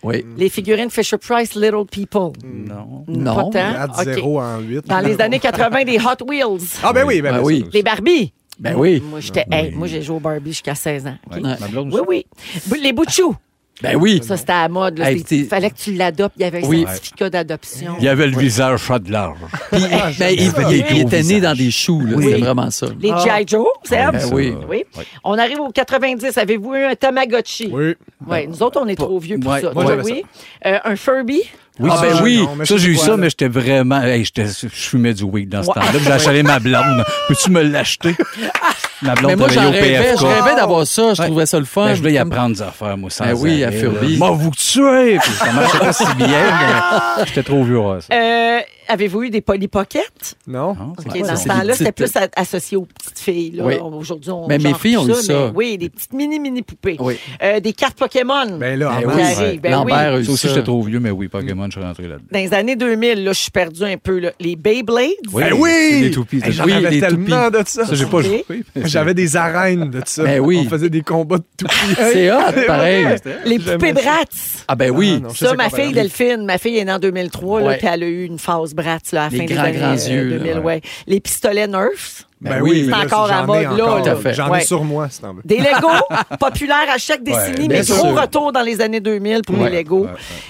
Speaker 6: Oui.
Speaker 5: Les figurines Fisher-Price Little People.
Speaker 4: Non.
Speaker 6: Non.
Speaker 5: Pas tant.
Speaker 8: À
Speaker 5: OK.
Speaker 8: 0 en 8.
Speaker 5: Dans les années 80, des Hot Wheels.
Speaker 8: Ah, ben oui, ben,
Speaker 6: Ben
Speaker 8: ben
Speaker 6: oui.
Speaker 5: Les Barbies.
Speaker 6: Ben oui.
Speaker 5: Moi, j'étais, hey, moi, j'ai joué au Barbie jusqu'à 16 ans. OK?
Speaker 4: Ma blonde,
Speaker 5: Oui, oui. B- Les bouts de choux.
Speaker 6: Ben oui.
Speaker 5: Ça, c'était à la mode.
Speaker 6: Hey, t'es-
Speaker 5: Il fallait que tu l'adoptes. Il y avait un
Speaker 6: Oui.
Speaker 5: certificat d'adoption.
Speaker 4: il y avait le visage chat de large.
Speaker 8: Ah,
Speaker 6: Puis,
Speaker 5: Ah,
Speaker 6: ben, il,
Speaker 4: j'adore.
Speaker 6: il- il
Speaker 4: Gros
Speaker 6: était né
Speaker 4: visage.
Speaker 6: dans des choux. là.
Speaker 4: Oui.
Speaker 6: C'était vraiment ça.
Speaker 5: Les G.I. Joe, c'est
Speaker 4: Ah,
Speaker 5: Seb?
Speaker 6: Ben oui.
Speaker 5: Oui. On arrive aux 90. Avez-vous eu un Tamagotchi?
Speaker 8: oui.
Speaker 5: Ouais, nous autres, on est trop vieux pour
Speaker 6: ouais,
Speaker 5: ça.
Speaker 6: moi,
Speaker 5: Toi,
Speaker 8: j'avais
Speaker 5: oui. Euh, un Furby.
Speaker 4: Oui,
Speaker 6: Ah,
Speaker 4: ça,
Speaker 6: ben
Speaker 4: j'ai-
Speaker 6: oui.
Speaker 8: non, mais
Speaker 4: ça,
Speaker 8: je sais
Speaker 4: j'ai eu
Speaker 8: quoi,
Speaker 4: ça,
Speaker 8: là.
Speaker 4: mais j'étais vraiment. Hey, j'étais- je fumais du weed dans ce
Speaker 5: Ouais.
Speaker 4: temps-là. puis J'ai acheté ma blonde. Peux-tu me l'acheter? Ma blonde
Speaker 6: Mais moi, j'en
Speaker 4: travaillait au
Speaker 6: rêvais.
Speaker 4: PFK.
Speaker 6: Je rêvais d'avoir ça. Je
Speaker 4: Ouais.
Speaker 6: trouvais ça le fun.
Speaker 4: Ben, je voulais y apprendre des affaires, moi, sans
Speaker 6: Ben oui, à Furby.
Speaker 4: Moi, vous tuez! hein? Puis ça marchait pas si bien, mais j'étais trop vieux, ouais, ça.
Speaker 5: Euh, Avez-vous eu des Polly Pocket?
Speaker 8: Non?
Speaker 4: Non,
Speaker 5: OK,
Speaker 4: c'est
Speaker 5: dans
Speaker 4: pas
Speaker 5: ce
Speaker 4: ça.
Speaker 5: temps-là,
Speaker 6: C'est des
Speaker 5: c'était
Speaker 6: petites-
Speaker 5: plus a- associé aux petites filles. là.
Speaker 6: Oui.
Speaker 5: Aujourd'hui, on
Speaker 6: Mais mes
Speaker 5: genre
Speaker 6: filles ont
Speaker 5: tout
Speaker 6: eu ça.
Speaker 5: mais oui, des petites mini-mini poupées.
Speaker 6: Oui.
Speaker 5: Euh, des cartes Pokémon.
Speaker 8: Ben là, en
Speaker 6: Ben
Speaker 8: masse.
Speaker 5: qui
Speaker 6: oui.
Speaker 5: arrivent. Ben oui.
Speaker 6: Lambert a eu
Speaker 4: Ça Ah aussi,
Speaker 6: ça.
Speaker 4: j'étais trop vieux, mais oui, Pokémon, je suis rentré là-dedans.
Speaker 5: Dans les années 2000, là, je suis perdu un peu. là. Les Beyblades.
Speaker 8: Ben oui!
Speaker 4: C'est Des toupies.
Speaker 8: Hey,
Speaker 4: ça.
Speaker 8: J'en
Speaker 6: Oui,
Speaker 8: avais
Speaker 6: les
Speaker 8: tellement de ça.
Speaker 4: Ça, j'ai pas
Speaker 5: Ok.
Speaker 4: joué. mais-
Speaker 8: J'avais des arènes de ça.
Speaker 6: Ben oui.
Speaker 8: On faisait des combats de tout
Speaker 6: C'est hot, pareil.
Speaker 5: Les poupées Bratz.
Speaker 6: Ah ben oui.
Speaker 8: non, je
Speaker 5: Ça,
Speaker 8: sais
Speaker 5: ma
Speaker 8: qu'on va
Speaker 5: fille
Speaker 8: regarder.
Speaker 5: Delphine, ma fille est née en 2003, là,
Speaker 6: Ouais.
Speaker 5: puis elle a eu une phase Bratz là, à la
Speaker 6: Les
Speaker 5: fin des
Speaker 6: grands,
Speaker 5: années
Speaker 6: grands
Speaker 5: euh,
Speaker 6: yeux, là,
Speaker 5: 2000.
Speaker 6: ouais.
Speaker 5: ouais. Les pistolets Nerf.
Speaker 6: Ben oui,
Speaker 8: mais
Speaker 5: c'est
Speaker 8: là,
Speaker 5: encore
Speaker 8: j'en
Speaker 5: à mode,
Speaker 8: ai
Speaker 5: là,
Speaker 8: encore.
Speaker 6: là. Tout à fait.
Speaker 8: J'en ai
Speaker 5: Ouais.
Speaker 8: sur moi, si t'en veux.
Speaker 5: Des Legos populaires à chaque décennie,
Speaker 4: bien
Speaker 5: mais
Speaker 6: sûr.
Speaker 5: gros retour dans les années 2000 pour
Speaker 6: Ouais,
Speaker 5: les Legos.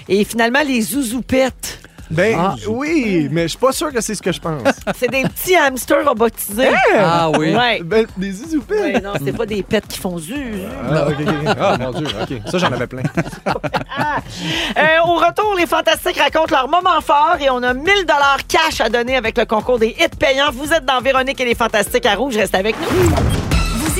Speaker 5: Et finalement, les zouzoupettes.
Speaker 8: Ben
Speaker 6: Ah.
Speaker 8: oui, mais je suis pas sûr que c'est ce que je pense.
Speaker 5: C'est des petits hamsters robotisés.
Speaker 6: Ah oui.
Speaker 5: Ouais.
Speaker 8: ben, des zouzoupins.
Speaker 5: Ouais, non, c'est pas des pets qui font zu.
Speaker 8: Ah, ok, ok. Ah, mon Dieu, ok. Ça, j'en avais plein.
Speaker 5: Euh, au retour, les Fantastiques racontent leur moment fort et on a 1000 dollars cash à donner avec le concours des hits payants. Vous êtes dans Véronique et les Fantastiques à Rouge. Restez avec nous.
Speaker 1: Vous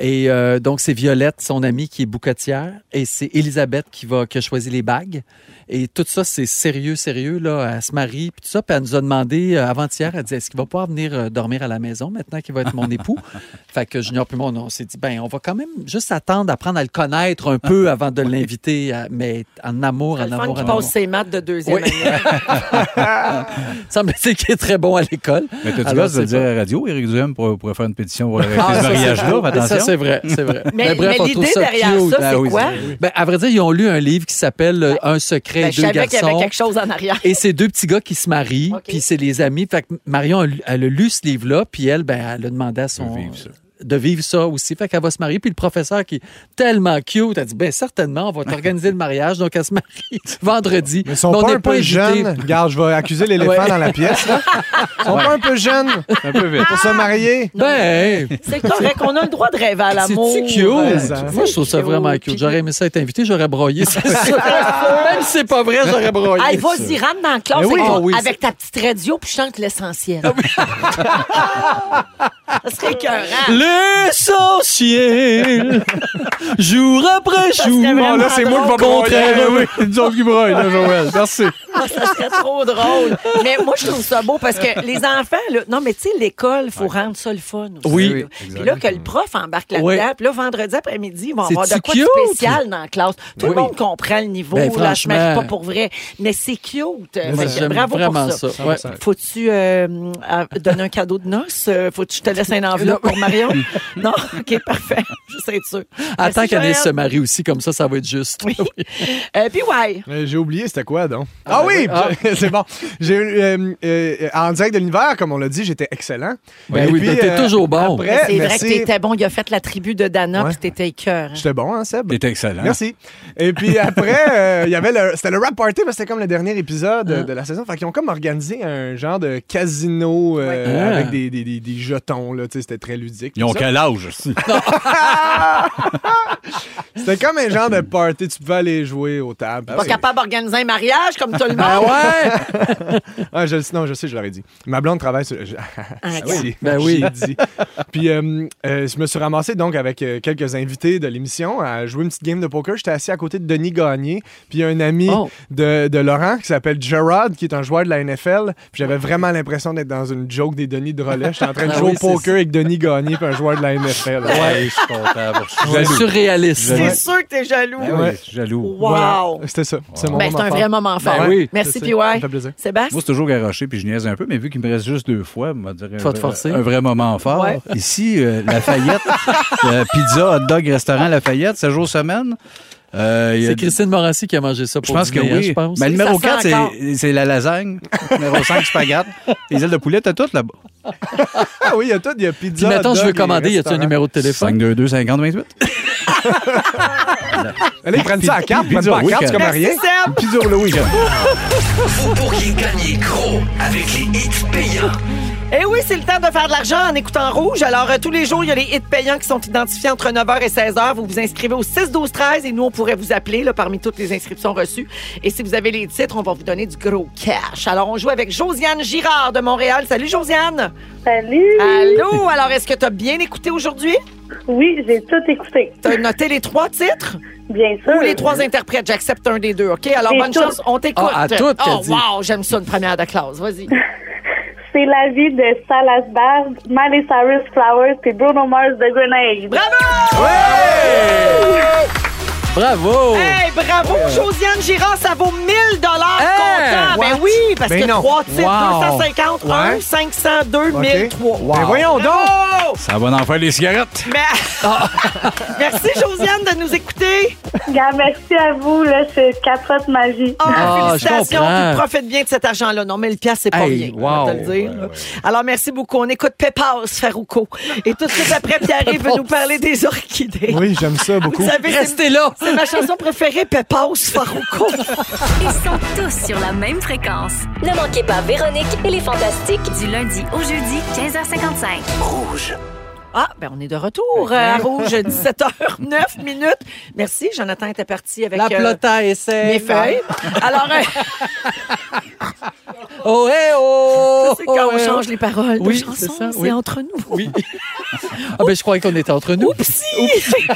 Speaker 6: Et euh, donc, c'est Violette, son amie, qui est boucotière. Et c'est Elisabeth qui va qui a choisi les bagues. Et tout ça, c'est sérieux, sérieux. Là. Elle se marie, puis tout ça. Puis elle nous a demandé euh, avant-hier, elle dit, est-ce qu'il va pouvoir venir euh, dormir à la maison maintenant qu'il va être mon époux? fait que Junior puis moi, on, on s'est dit, ben, on va quand même juste attendre, apprendre à le connaître un peu avant de l'inviter. à- Mais en amour, en
Speaker 5: Le fun
Speaker 6: amour,
Speaker 5: qui
Speaker 6: en amour.
Speaker 5: passe ses maths de deuxième
Speaker 6: Oui.
Speaker 5: année.
Speaker 6: Semble-t-il qu'il est très bon à l'école.
Speaker 4: Mais t'as-tu
Speaker 6: Alors,
Speaker 4: l'os de le
Speaker 6: c'est
Speaker 4: dire à la radio? Éric Duhem pourrait, pourrait faire une pétition pour arrêter
Speaker 6: Ah,
Speaker 4: ce
Speaker 6: ça, c'est
Speaker 4: mariage-là,
Speaker 6: beau.
Speaker 4: mais attention.
Speaker 6: Ça, c'est vrai, c'est vrai.
Speaker 5: Mais- mais
Speaker 6: on trouve
Speaker 5: l'idée
Speaker 6: ça
Speaker 5: derrière
Speaker 6: cute.
Speaker 5: ça, c'est
Speaker 6: Ah oui,
Speaker 5: quoi?
Speaker 6: Ben, à vrai dire, ils ont lu un livre qui s'appelle euh, Un secret
Speaker 5: Ben,
Speaker 6: et
Speaker 5: je
Speaker 6: deux
Speaker 5: savais qu'il y avait
Speaker 6: garçons.
Speaker 5: quelque chose en arrière.
Speaker 6: Et c'est deux petits gars qui se marient,
Speaker 5: OK.
Speaker 6: puis c'est les amis. Fait que Marion, elle, elle a lu ce livre-là, puis elle, ben, elle a demandé à son...
Speaker 4: De vivre ça.
Speaker 6: de vivre ça aussi. Fait qu'elle va se marier. Puis le professeur qui est tellement cute, a dit, ben certainement, on va t'organiser le mariage. Donc, elle se marie vendredi.
Speaker 8: Ils sont
Speaker 6: Mais on
Speaker 8: pas
Speaker 6: n'est
Speaker 8: un peu
Speaker 6: invités.
Speaker 8: jeunes. Regarde, je vais accuser l'éléphant
Speaker 6: Ouais.
Speaker 8: dans la pièce. Là. Ils sont pas un peu jeunes
Speaker 4: C'est un peu vite.
Speaker 8: pour se marier.
Speaker 6: Ben,
Speaker 5: C'est correct, on a le droit de rêver à l'amour. euh,
Speaker 6: C'est-tu cute?
Speaker 8: Ouais.
Speaker 6: Moi, je trouve ça
Speaker 5: C'est
Speaker 6: vraiment
Speaker 5: cute.
Speaker 6: cute. J'aurais aimé ça être invité, j'aurais broyé, c'est sûr. Même si c'est pas vrai, j'aurais broyé.
Speaker 5: Allez, vas-y, rentre dans la classe
Speaker 6: Mais oui.
Speaker 5: avec, ton-
Speaker 6: Ah oui, c'est- Ah
Speaker 5: avec ta petite radio puis chante l'essentiel. Ça serait écœurant.
Speaker 6: L'essentiel, jour après jour.
Speaker 5: serait vraiment
Speaker 6: Bon, là, c'est moi qui vais broyer. Oui,
Speaker 4: Nous autres qui broyent, là, Joël. Merci.
Speaker 5: Ah, ça serait trop drôle. Mais moi, je trouve ça beau parce que les enfants, là, non, mais tu sais, l'école, il faut rendre ça le fun. aussi,
Speaker 6: Oui.
Speaker 5: là.
Speaker 6: Oui,
Speaker 5: Puis là, que le prof embarque là-dedans,
Speaker 6: Ouais.
Speaker 5: puis là, vendredi après-midi, ils vont avoir de
Speaker 6: C'est-tu
Speaker 5: quoi
Speaker 6: cute?
Speaker 5: de spécial dans la classe. Tout le
Speaker 6: Oui.
Speaker 5: monde comprend le niveau,
Speaker 6: Ben,
Speaker 5: là, je ne
Speaker 6: franchement.
Speaker 5: pas pour vrai. Mais c'est cute. Fait que
Speaker 6: J'aime
Speaker 5: bravo
Speaker 6: vraiment
Speaker 5: pour ça.
Speaker 6: ça. Ouais.
Speaker 5: Faut-tu euh, euh, donner un cadeau de noces? Euh, Faut-tu que je te laisse un enveloppe pour Marion? Non? OK, parfait. Juste être sûr.
Speaker 6: Elle J'attends
Speaker 5: Merci,
Speaker 6: qu'Anis
Speaker 5: Joël.
Speaker 6: se marie aussi, comme ça, ça va être juste.
Speaker 5: Euh, puis ouais.
Speaker 8: Euh, J'ai oublié, c'était quoi donc? Ah, oui, c'est bon. J'ai eu, euh, euh, en direct de l'univers, comme on l'a dit, j'étais excellent.
Speaker 6: Ben oui, ben, t'es toujours bon.
Speaker 8: euh, après,
Speaker 9: C'est vrai que
Speaker 8: merci.
Speaker 9: t'étais bon. Il a fait la tribu de Dana,
Speaker 8: Ouais.
Speaker 9: puis t'étais cœur.
Speaker 8: J'étais bon, hein, Seb?
Speaker 4: T'es excellent.
Speaker 8: Merci. Et puis après, euh, il y avait le, c'était le rap party parce que c'était comme le dernier épisode euh, de la saison. Fait qu'ils ont comme organisé un genre de casino euh,
Speaker 6: Ouais. Ah.
Speaker 8: avec des, des, des, des jetons là. Tu sais, c'était très ludique.
Speaker 4: Ils
Speaker 8: tout
Speaker 4: ont
Speaker 8: ça.
Speaker 4: quel âge? aussi?
Speaker 8: C'était comme un genre de party. Tu pouvais aller jouer aux tables. Ah
Speaker 5: Pas
Speaker 8: C'est-
Speaker 5: capable d'organiser un mariage comme tout le
Speaker 6: Ah
Speaker 5: monde.
Speaker 6: ouais!
Speaker 8: Ah, je, non, je sais, je l'aurais dit. Ma blonde travaille sur. je- Si,
Speaker 6: Ben oui.
Speaker 8: j'ai dit. Puis euh, euh, je me suis ramassé donc avec euh, quelques invités de l'émission à jouer une petite game de poker. J'étais assis à côté de Denis Gagné, puis un ami
Speaker 6: Oh.
Speaker 8: de, de Laurent qui s'appelle Gerard, qui est un joueur de la NFL. Puis j'avais vraiment l'impression d'être dans une joke des Denis de relais. J'étais en train de
Speaker 6: Ah
Speaker 8: jouer
Speaker 6: oui,
Speaker 8: au
Speaker 6: c'est ça.
Speaker 8: poker avec Denis Gagné, puis un joueur de la NFL.
Speaker 4: Ouais, je suis content. Je suis
Speaker 6: C'est
Speaker 4: jaloux.
Speaker 6: surréaliste.
Speaker 4: Ouais.
Speaker 5: C'est sûr que t'es jaloux.
Speaker 4: Ben oui, je suis jaloux.
Speaker 5: Wow.
Speaker 8: C'était ça. C'est mon
Speaker 9: Ben, c'est
Speaker 8: moment
Speaker 9: un
Speaker 8: fort.
Speaker 9: vrai moment fort.
Speaker 6: Ben oui.
Speaker 9: Merci,
Speaker 8: C'est ça.
Speaker 9: puis
Speaker 8: Ça
Speaker 9: ouais.
Speaker 8: me fait plaisir.
Speaker 9: Sébastien?
Speaker 4: Moi, c'est toujours garoché, puis je niaise un peu, mais vu qu'il me reste juste deux fois, on va dire un,
Speaker 6: Faut te
Speaker 4: vrai-
Speaker 6: forcer.
Speaker 4: un vrai moment fort.
Speaker 5: Ouais.
Speaker 4: Ici, euh, Lafayette, euh, pizza, hot dog, restaurant Lafayette, 7 jours semaine. Euh, il y a-
Speaker 6: C'est Christine Morassi qui a mangé ça
Speaker 4: Je
Speaker 6: pour
Speaker 4: pense que
Speaker 6: dîner, hein,
Speaker 4: oui.
Speaker 6: je pense.
Speaker 4: Ben, le numéro
Speaker 9: Ça
Speaker 4: 4,
Speaker 9: sent encore.
Speaker 4: c'est, c'est la lasagne. numéro 5, spaghette. Les ailes de poulet, t'as toutes là-bas.
Speaker 8: Ah oui, il y a tout. Il y a
Speaker 6: Puis
Speaker 8: pizza.
Speaker 6: maintenant,
Speaker 8: hot
Speaker 6: je
Speaker 8: dog
Speaker 6: veux
Speaker 8: et
Speaker 6: commander. Y a-tu un
Speaker 8: restaurant.
Speaker 6: numéro de téléphone?
Speaker 4: 522 50 28.
Speaker 8: Allez, prennent ça à carte. Prennent pas à
Speaker 4: oui,
Speaker 8: carte, c'est comme à
Speaker 5: Merci,
Speaker 8: rien.
Speaker 5: Seb.
Speaker 8: Ben, Pizza au Louis.
Speaker 7: Vous pourriez gagner gros avec les hits payants.
Speaker 5: Eh oui, c'est le temps de faire de l'argent en écoutant Rouge. Alors, euh, tous les jours, il y a les hits payants qui sont identifiés entre 9h et 16h. Vous vous inscrivez au 6-12-13 et nous, on pourrait vous appeler là, parmi toutes les inscriptions reçues. Et si vous avez les titres, on va vous donner du gros cash. Alors, on joue avec Josiane Girard de Montréal. Salut, Josiane.
Speaker 10: Salut!
Speaker 5: Allô. Alors, est-ce que tu as bien écouté aujourd'hui?
Speaker 10: Oui, j'ai tout écouté.
Speaker 5: Tu as noté les trois titres
Speaker 10: Bien sûr.
Speaker 5: ou
Speaker 8: Euh,
Speaker 5: les trois interprètes? J'accepte un des deux, OK? Alors,
Speaker 10: Les
Speaker 5: bonne
Speaker 10: toutes.
Speaker 5: chance. On t'écoute.
Speaker 6: Ah, à toutes,
Speaker 5: oh,
Speaker 6: qu'elle dit.
Speaker 5: wow, j'aime ça, une première de classe. Vas-y.
Speaker 10: C'est la vie de Salas Bard, Miley Cyrus Flowers et Bruno Mars de Grenade.
Speaker 5: Bravo!
Speaker 6: Bravo!
Speaker 5: Hey, bravo,
Speaker 6: Euh.
Speaker 5: Josiane Girard, ça vaut 1000 dollars
Speaker 6: Hey,
Speaker 5: comptant. Ben
Speaker 8: what?
Speaker 5: oui, parce
Speaker 8: Ben
Speaker 5: que
Speaker 8: non.
Speaker 5: trois titres,
Speaker 6: Hein? Wow.
Speaker 5: 250, 1,
Speaker 8: Ouais.
Speaker 5: 500, 2,
Speaker 8: OK.
Speaker 5: 1003.
Speaker 8: Ben voyons donc.
Speaker 5: Bravo!
Speaker 4: Ça va en faire les cigarettes.
Speaker 5: Mais- Merci, Josiane, de nous écouter.
Speaker 10: Gars, merci à vous, là, c'est capote magie.
Speaker 5: Oh,
Speaker 6: Ah, je
Speaker 5: félicitations,
Speaker 6: comprends.
Speaker 5: tu profites bien de cet argent-là. Non, 1000 pièces c'est pas
Speaker 6: Hey,
Speaker 5: rien, on va te
Speaker 6: wow.
Speaker 5: le dire. là. Alors, merci beaucoup. On écoute Pépas Farouco. Et tout de suite après, Pierre veut nous parler des orchidées.
Speaker 8: Oui, j'aime ça beaucoup.
Speaker 5: Vous savez, c'est
Speaker 6: Restez là!
Speaker 5: c'est ma chanson préférée, Pépas Farouco.
Speaker 1: Ils sont tous sur la même fréquence.
Speaker 2: Ne manquez pas Véronique et les Fantastiques.
Speaker 1: Du lundi au jeudi, 15h55.
Speaker 5: Ah, ben on est de retour euh,
Speaker 6: Ben
Speaker 5: à Rouge, 17h09 minutes. Merci, Jonathan était parti avec
Speaker 6: La
Speaker 5: euh,
Speaker 6: plota essaie.
Speaker 5: mes feuilles. Alors, euh,
Speaker 6: Oh, eh, oh!
Speaker 5: c'est quand
Speaker 6: Oh,
Speaker 5: on
Speaker 6: eh,
Speaker 5: change les paroles
Speaker 6: Oui,
Speaker 5: de
Speaker 6: c'est
Speaker 5: chansons,
Speaker 6: ça,
Speaker 5: c'est
Speaker 6: oui.
Speaker 5: entre nous.
Speaker 6: Oui. Ah, ben, je croyais qu'on était entre nous.
Speaker 5: Oupsie!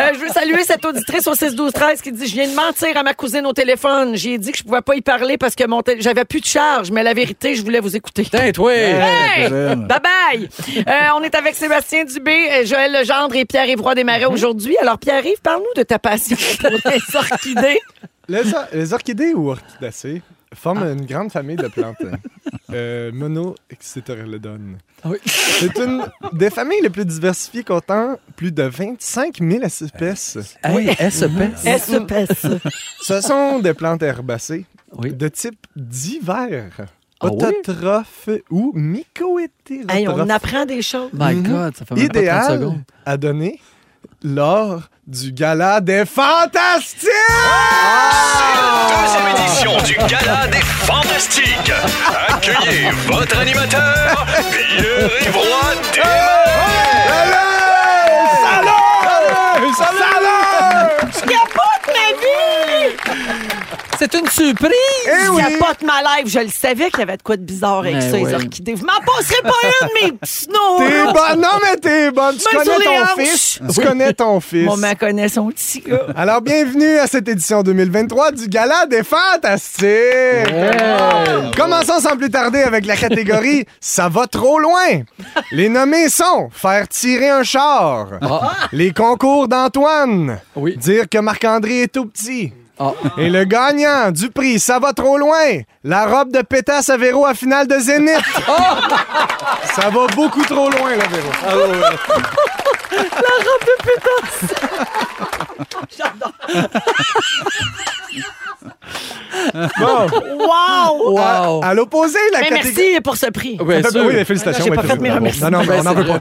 Speaker 5: Euh, je veux saluer cette auditrice au 6-12-13 qui dit « Je viens de mentir à ma cousine au téléphone. J'ai dit que je pouvais pas y parler parce que mon tél- j'avais plus de charge, mais la vérité, je voulais vous écouter. »
Speaker 6: Putain, toi!
Speaker 5: Hey! Bye bye! Euh, on est avec Sébastien Dubé, euh, Joël Legendre et Pierre-Yves Roy Desmarais aujourd'hui. Alors, Pierre-Yves, parle-nous de ta passion pour les orchidées.
Speaker 8: Les, or- les orchidées ou orchidacées forment une grande famille de plantes. euh, mono, etc.
Speaker 6: Ah oui.
Speaker 8: C'est une des familles les plus diversifiées comptant plus de 25 000 espèces.
Speaker 6: Hey, elle se pèse.
Speaker 5: Mm-hmm. Espèce.
Speaker 8: Ce sont des plantes herbacées
Speaker 6: Oui.
Speaker 8: de type divers,
Speaker 6: Ah oui?
Speaker 8: autotrophes ou mycohétérotrophes.
Speaker 5: Hey, on apprend des choses.
Speaker 6: My
Speaker 8: Mhm.
Speaker 6: God, ça fait même pas 30
Speaker 8: idéal
Speaker 6: secondes.
Speaker 8: à donner lors du gala des fantastiques!
Speaker 5: Ah!
Speaker 7: Deuxième édition du Gala des Fantastiques. Accueillez votre animateur, Pierre Roy
Speaker 8: Salut! Salut!
Speaker 5: Je capote ma vie!
Speaker 6: C'est une surprise!
Speaker 8: Eh oui!
Speaker 5: Je capote ma live. Je le savais qu'il y avait de quoi de bizarre avec
Speaker 6: Mais
Speaker 5: ça,
Speaker 6: Eh oui.
Speaker 5: les orchidées. Vous m'en passerez pas une, mes petits snows!
Speaker 8: T'es bonne, non mais t'es bonne, tu
Speaker 5: Main sur
Speaker 8: connais
Speaker 5: les
Speaker 8: ton
Speaker 5: hanches.
Speaker 8: fils, tu connais ton fils.
Speaker 5: Mon ma connaît son petit gars.
Speaker 8: Alors bienvenue à cette édition 2023 du Gala des Fantastiques.
Speaker 5: Ah.
Speaker 8: Commençons sans plus tarder avec la catégorie Ça va trop loin. Les nommés sont Faire tirer un char, les concours d'Antoine,
Speaker 6: Ah. Oui.
Speaker 8: dire que Marc-André est tout petit.
Speaker 6: Ah.
Speaker 8: Et le gagnant du prix, ça va trop loin! La robe de pétasse à Véro à finale
Speaker 6: Ah.
Speaker 8: de Zénith! ça va beaucoup trop loin, là, Véro.
Speaker 5: La robe de putain. J'adore.
Speaker 8: Bon.
Speaker 5: Wow!
Speaker 6: Wow!
Speaker 5: Ah.
Speaker 8: À, à l'opposé, la
Speaker 5: Mais
Speaker 8: catégorie.
Speaker 5: merci pour ce prix.
Speaker 6: Bien
Speaker 8: Ah, ben
Speaker 6: sûr.
Speaker 8: Oui, mais félicitations.
Speaker 5: J'ai
Speaker 8: ouais,
Speaker 5: pas fait mes
Speaker 8: félicitations. Non, non, mais on n'en veut pas.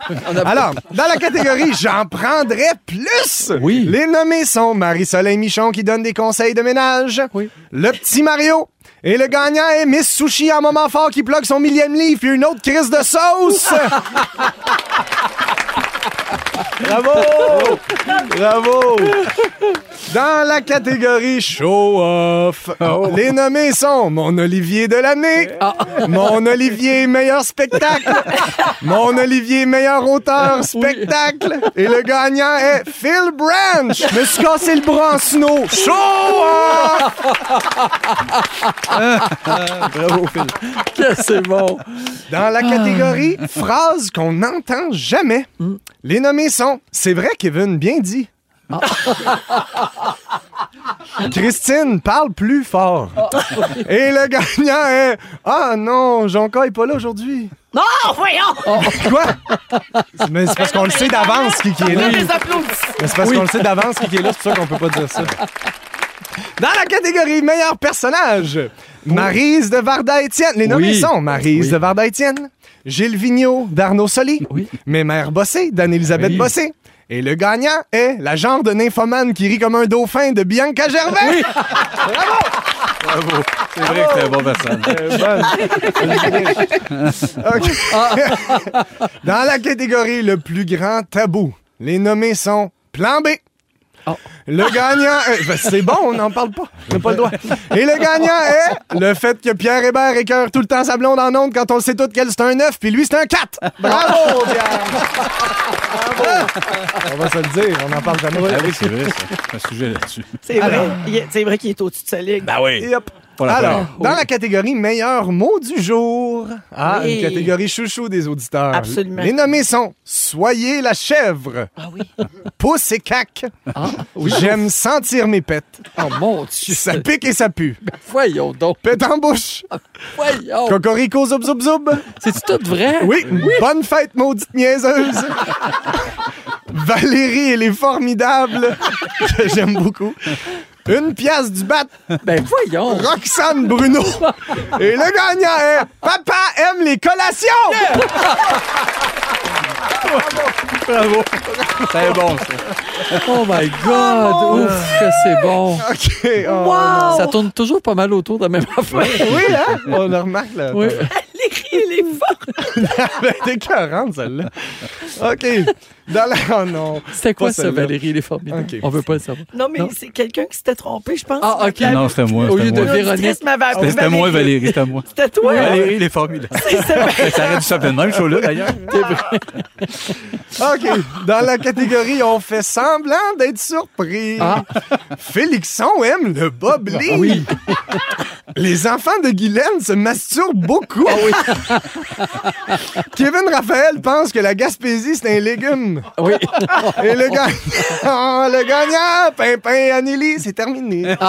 Speaker 8: Alors, dans la catégorie J'en prendrais plus,
Speaker 6: Oui.
Speaker 8: les nommés sont Marie-Soleil Michon qui donne des conseils de ménage,
Speaker 6: Oui.
Speaker 8: le petit Mario, et le gagnant est Miss Sushi à un moment fort qui bloque son millième livre puis une autre crise de sauce. Bravo! Bravo! Dans la catégorie show-off, les nommés sont Mon Olivier de l'année, Mon Olivier meilleur spectacle, Mon Olivier meilleur auteur spectacle, et le gagnant est Phil Branch. Je me suis cassé le bras en snow. Show-off!
Speaker 4: Bravo, Phil.
Speaker 6: Que c'est bon.
Speaker 8: Dans la catégorie phrase qu'on n'entend jamais, les nommés sont C'est vrai, Kevin, bien dit. Christine, parle plus fort. Et le gagnant est Ah non, Jonca est pas là aujourd'hui.
Speaker 5: Non, Ah, voyons!
Speaker 8: Quoi? Mais c'est parce qu'on le sait d'avance qui, qui est là.
Speaker 5: Là, les applaudissements.
Speaker 8: Mais c'est parce qu'on le sait d'avance qui est là, c'est pour ça qu'on peut pas dire ça. Dans la catégorie meilleur personnage, Marise de Varda-Étienne. Les nommés
Speaker 6: Oh. Oui.
Speaker 8: sont Marise
Speaker 6: Oui.
Speaker 8: de Varda-Étienne, Gilles Vigneault d'Arnaud Soli,
Speaker 6: Oui.
Speaker 8: mes mères Bossé d'Anne-Élisabeth
Speaker 6: Oui.
Speaker 8: Bossé. Et le gagnant est la genre de nymphomane qui rit comme un dauphin de Bianca Gervais.
Speaker 4: C'est vrai que c'est un bon personne.
Speaker 8: OK. Dans la catégorie le plus grand tabou, les nommés sont Plan B. Le gagnant. est- Ben, c'est bon, on n'en parle pas. Oh. On n'a pas le droit. Et le gagnant est le fait que Pierre Hébert écœure tout le temps sa blonde en onde quand on le sait tout qu'elle c'est un 9 puis lui c'est un 4. Bravo, Pierre! Bravo! On va se le dire, on n'en parle jamais.
Speaker 4: Ah oui, c'est vrai, ça. Un sujet là-dessus.
Speaker 5: C'est vrai, il est- c'est vrai qu'il est au-dessus de sa ligue.
Speaker 4: Ben oui.
Speaker 8: Yep.
Speaker 4: Pas la
Speaker 8: Alors,
Speaker 4: peine.
Speaker 8: dans la catégorie meilleur mot du jour, ah,
Speaker 5: Oui.
Speaker 8: une catégorie chouchou des auditeurs.
Speaker 5: Absolument.
Speaker 8: Les nommés sont Soyez la chèvre,
Speaker 5: Ah oui. Ah,
Speaker 8: Pousse et cac, J'aime sentir mes pètes,
Speaker 6: Oh mon Dieu.
Speaker 8: ça pique et ça pue,
Speaker 6: Voyons donc.
Speaker 8: Pète en bouche,
Speaker 5: Oh.
Speaker 6: Voyons.
Speaker 8: Cocorico zoub zoub zoub,
Speaker 6: C'est-tu tout vrai?
Speaker 8: oui, Bonne fête maudite niaiseuse, Valérie et les formidables, que j'aime beaucoup, Une pièce du bat,
Speaker 6: Ben voyons.
Speaker 8: Roxane Bruno. Et le gagnant est Papa aime les collations!
Speaker 4: Bravo. C'est bon, ça.
Speaker 6: Oh my God.
Speaker 5: Ah,
Speaker 6: Ouf, que c'est bon.
Speaker 8: OK. oh, on-
Speaker 6: Ça tourne toujours pas mal autour de la même affaire.
Speaker 8: Oui, hein? On le remarque, là.
Speaker 6: Oui.
Speaker 5: Les cris, les forts.
Speaker 8: Elle était écœurante, celle-là. OK. Dans la... Oh non.
Speaker 6: C'était quoi
Speaker 8: Pas
Speaker 6: ça,
Speaker 8: celle-là.
Speaker 6: Valérie? Il est formidable.
Speaker 8: Ok.
Speaker 6: On veut pas le savoir.
Speaker 5: Non, mais
Speaker 6: Non.
Speaker 5: c'est quelqu'un qui s'était trompé, je pense.
Speaker 6: Ah, OK.
Speaker 4: Non, c'était moi.
Speaker 6: Au
Speaker 4: c'était
Speaker 6: lieu de
Speaker 4: moi.
Speaker 6: Véronique.
Speaker 5: Véronique m'avait appelé.
Speaker 4: C'était moi, Valérie, c'était moi.
Speaker 5: C'était toi.
Speaker 4: Valérie, il est formidable.
Speaker 5: C'est ça.
Speaker 4: Ça aurait dû s'appeler le même show-là, d'ailleurs.
Speaker 8: OK. Dans la catégorie, on fait semblant d'être surpris.
Speaker 6: Ah.
Speaker 8: Félixon aime le bobli.
Speaker 6: Oui.
Speaker 8: Les enfants de Guylaine se masturbent beaucoup.
Speaker 6: Ah
Speaker 8: Kevin Raphaël pense que la Gaspésie, c'est un légume.
Speaker 6: Oui.
Speaker 8: Et le gagnant, le gagnant, Pimpin Anneli, c'est terminé. Dans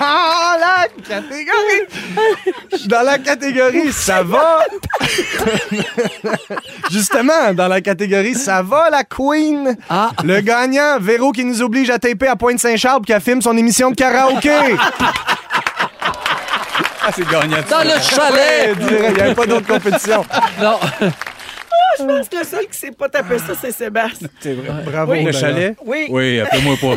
Speaker 8: Ah, la catégorie, dans la catégorie, ça va. Justement, dans la catégorie, ça va la Queen.
Speaker 6: Ah.
Speaker 8: Le gagnant, Véro qui nous oblige à taper à Pointe-Saint-Charles qui filme son émission de karaoké.
Speaker 4: Ah, c'est gagnant.
Speaker 6: Dans le
Speaker 8: Ouais,
Speaker 6: chalet.
Speaker 8: direct, Il n'y avait pas d'autre compétition.
Speaker 6: Non.
Speaker 5: Je pense que le seul qui s'est pas tapé ça, c'est Sébastien.
Speaker 8: Bravo.
Speaker 4: Le
Speaker 8: d'ailleurs.
Speaker 4: chalet?
Speaker 5: Oui.
Speaker 4: Oui, appelez-moi pas.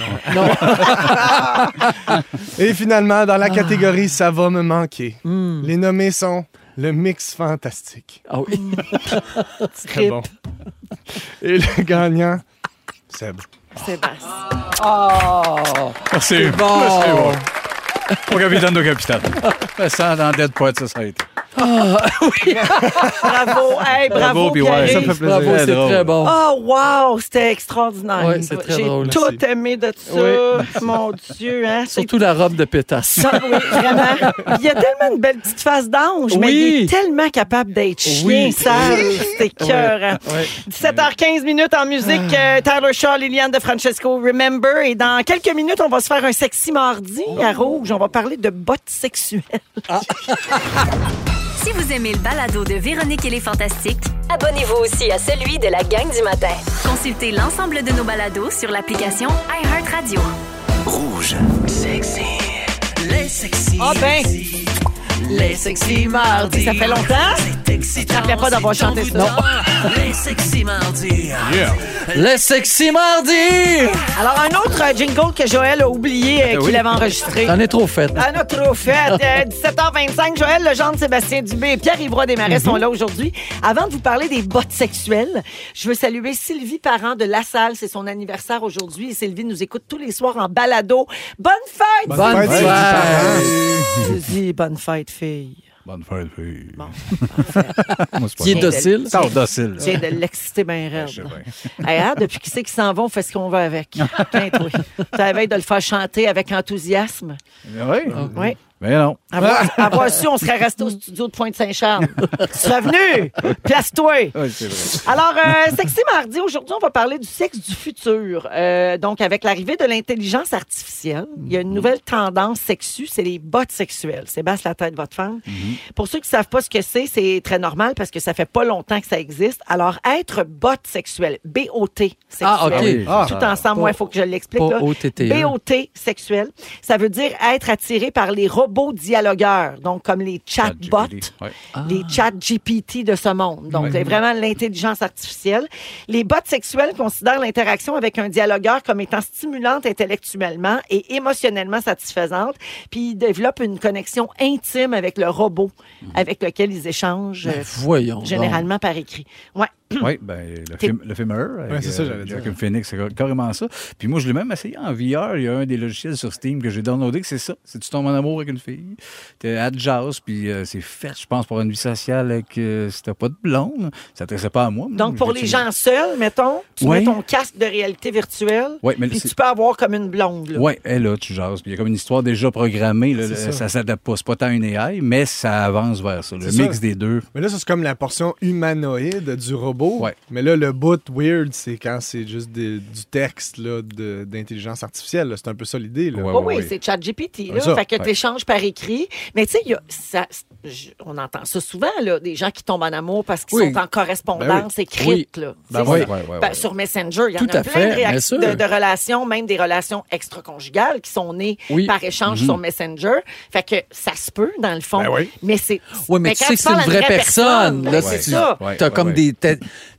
Speaker 8: Et finalement, dans
Speaker 6: Ah.
Speaker 8: la catégorie Ça va me manquer, les nommés sont le mix fantastique.
Speaker 6: Hmm. Ah oui.
Speaker 8: Très bon. Et le gagnant, Seb.
Speaker 5: Sébastien.
Speaker 4: C'est
Speaker 6: bon.
Speaker 4: C'est bon. Au capitaine de capitaine. Ça, dans Dead Poet Society.
Speaker 5: Bravo. Hey, bravo,
Speaker 4: puis ouais,
Speaker 5: Pierre.
Speaker 4: ça
Speaker 8: me fait plaisir.
Speaker 6: Bravo, c'est
Speaker 4: Très drôle.
Speaker 6: très bon.
Speaker 5: Oh, wow, c'était extraordinaire.
Speaker 6: Ouais, c'est très
Speaker 5: J'ai
Speaker 6: drôle.
Speaker 5: tout
Speaker 8: Merci.
Speaker 5: aimé de ça.
Speaker 6: Oui.
Speaker 5: Mon Dieu, hein. c'est-
Speaker 6: Surtout la robe de pétasse.
Speaker 5: Ça, oui, vraiment. Il y a tellement une belle petite face d'ange, mais
Speaker 6: Oui.
Speaker 5: il est tellement capable d'être chien,
Speaker 6: Oui.
Speaker 5: sale. C'est cœur.
Speaker 6: Ouais. Ah.
Speaker 5: 17h15 minutes en musique. euh, Tyler Shaw, Liliane de Francesco, Remember. Et dans quelques minutes, on va se faire un
Speaker 6: Oh.
Speaker 5: sexy mardi à Rouge. On va parler de bottes sexuelles.
Speaker 1: Si vous aimez le balado de Véronique et les Fantastiques,
Speaker 2: Abonnez-vous aussi à celui de la gang du matin.
Speaker 1: consultez l'ensemble de nos balados sur l'application iHeartRadio.
Speaker 5: Ah ben! Les sexy mardis. Ça fait longtemps? Ça ne pas d'avoir chanté ça.
Speaker 6: Le sexy mardi!
Speaker 5: Alors, un autre euh, jingle que Joël a oublié,
Speaker 6: Ben
Speaker 5: euh, qu'il avait enregistré.
Speaker 6: T'en es trop fait.
Speaker 5: À notre fête, euh, 17h25, Joël Legendre, Sébastien Dubé et Pierre-Yvroy Desmarais
Speaker 6: Mm-hmm.
Speaker 5: sont là aujourd'hui. Avant de vous parler des bottes sexuelles, je veux saluer Sylvie Parent de La Salle. C'est son anniversaire aujourd'hui. Et Sylvie nous écoute tous les soirs en balado. Bonne fête!
Speaker 6: Bonne
Speaker 8: Fête,
Speaker 6: fête.
Speaker 8: Sylvie Parent.
Speaker 5: Je dis bonne fête, fille.
Speaker 4: Bonne fête, fille.
Speaker 5: Bon.
Speaker 4: Moi, c'est pas
Speaker 6: Qui est
Speaker 4: ça.
Speaker 6: docile.
Speaker 4: Tard docile.
Speaker 5: Tiens, de l'exciter bien raide.
Speaker 4: sais bien.
Speaker 5: Hey, hein, depuis qui c'est qu'ils s'en vont, on fait ce qu'on veut avec. Tiens, toi. T'as la veille de le faire chanter avec enthousiasme.
Speaker 4: Oui.
Speaker 6: Mm.
Speaker 5: Oui.
Speaker 4: Mais non.
Speaker 5: Avoir, avoir su, on serait resté au studio de Pointe-Saint-Charles. tu serais venu! Place-toi!
Speaker 4: Oui, c'est vrai.
Speaker 5: Alors, euh, Sexy Mardi, aujourd'hui, on va parler du sexe du futur. Euh, donc, avec l'arrivée de l'intelligence artificielle, il y
Speaker 8: Mhm.
Speaker 5: a une nouvelle tendance sexue, c'est les bottes sexuelles. Sébastien, la tête de votre femme.
Speaker 8: Mhm.
Speaker 5: Pour ceux qui ne savent pas ce que c'est, c'est très normal parce que ça fait pas longtemps que ça existe. Alors, être botte sexuelle, B-O-T, sexuelle.
Speaker 6: Ah, OK.
Speaker 8: Ah.
Speaker 5: Tout ensemble, moi, il faut que je l'explique.
Speaker 6: pas
Speaker 5: là.
Speaker 8: E.
Speaker 6: O-T-T-E.
Speaker 5: BOT sexuel, ça veut dire être attiré par les robots dialogueurs, donc comme les chatbots
Speaker 4: ChatGPT, ouais. Ah.
Speaker 5: les chats GPT de ce monde. Donc, c'est vraiment l'intelligence artificielle. Les bots sexuels considèrent l'interaction avec un dialogueur comme étant stimulante intellectuellement et émotionnellement satisfaisante. Puis, ils développent une connexion intime avec le robot
Speaker 4: Mhm.
Speaker 5: avec lequel ils échangent,
Speaker 4: Ben,
Speaker 5: euh,
Speaker 6: Voyons. donc.
Speaker 5: généralement par écrit. Ouais.
Speaker 4: Oui, ben, le,
Speaker 5: Hmm. T'es-
Speaker 4: film, le film Her, avec,
Speaker 8: Ouais, c'est ça,
Speaker 4: euh,
Speaker 8: j'allais dire.
Speaker 4: Joaquin Phoenix, c'est car- carrément ça. Puis moi, je l'ai même essayé en VR. Il y a un des logiciels sur Steam que j'ai downloadé, que c'est ça. C'est tu tombes en amour avec une fille, t'es à jazz, puis euh, c'est fait, je pense, pour une vie sociale avec, euh, si t'as pas de blonde. Ça t'intéressait pas à moi.
Speaker 5: Donc, pour les gens seuls, mettons, tu
Speaker 4: Ouais.
Speaker 5: mets ton casque de réalité virtuelle,
Speaker 4: Ouais, mais
Speaker 5: puis
Speaker 4: c'est-
Speaker 5: tu peux avoir comme une blonde. là.
Speaker 4: Oui, elle, là, tu jases. Puis il y a comme une histoire déjà programmée. là, le-
Speaker 8: ça.
Speaker 4: ça s'adapte pas. C'est pas tant une AI, mais ça avance vers ça. Le
Speaker 8: C'est
Speaker 4: mix
Speaker 8: ça.
Speaker 4: des deux.
Speaker 8: Mais là, ça, c'est comme la portion humanoïde du robot.
Speaker 4: Ouais.
Speaker 8: Mais là, le bout weird, c'est quand c'est juste des- du texte là, de- d'intelligence artificielle. là. C'est un peu ça l'idée. là.
Speaker 4: Ouais,
Speaker 6: Ah Oh,
Speaker 5: Oui, oui, c'est ChatGPT. Là.
Speaker 8: Ça,
Speaker 5: fait que
Speaker 4: ouais.
Speaker 5: tu échanges par écrit. Mais tu sais, il y a- ça- je- on entend ça souvent, là, des gens qui tombent en amour parce qu'ils
Speaker 6: Oui.
Speaker 5: sont en correspondance écrite. Là.
Speaker 4: Ben
Speaker 5: Tu sais,
Speaker 4: oui,
Speaker 5: ça.
Speaker 4: ouais, ouais,
Speaker 5: Ben,
Speaker 4: ouais.
Speaker 5: Sur Messenger, il y en
Speaker 6: Tout
Speaker 5: a
Speaker 6: à
Speaker 5: plein
Speaker 6: fait,
Speaker 5: de,
Speaker 6: bien
Speaker 5: réac-
Speaker 6: sûr.
Speaker 5: de- de relations, même des relations extra-conjugales qui sont nées
Speaker 6: Oui. Mm-hmm.
Speaker 5: par échange sur Messenger. Fait que ça se peut, dans le fond.
Speaker 8: Ben oui.
Speaker 5: Mais c'est.
Speaker 6: Oui, mais, tu
Speaker 5: quand
Speaker 6: sais que c'est
Speaker 5: parles
Speaker 6: une
Speaker 5: à
Speaker 6: vraie personne. Là,
Speaker 5: ben,
Speaker 6: tu-
Speaker 5: c'est
Speaker 4: tu-
Speaker 5: ça.
Speaker 4: Ouais,
Speaker 6: T'as
Speaker 4: ouais,
Speaker 6: comme
Speaker 4: ouais.
Speaker 6: des. t'as-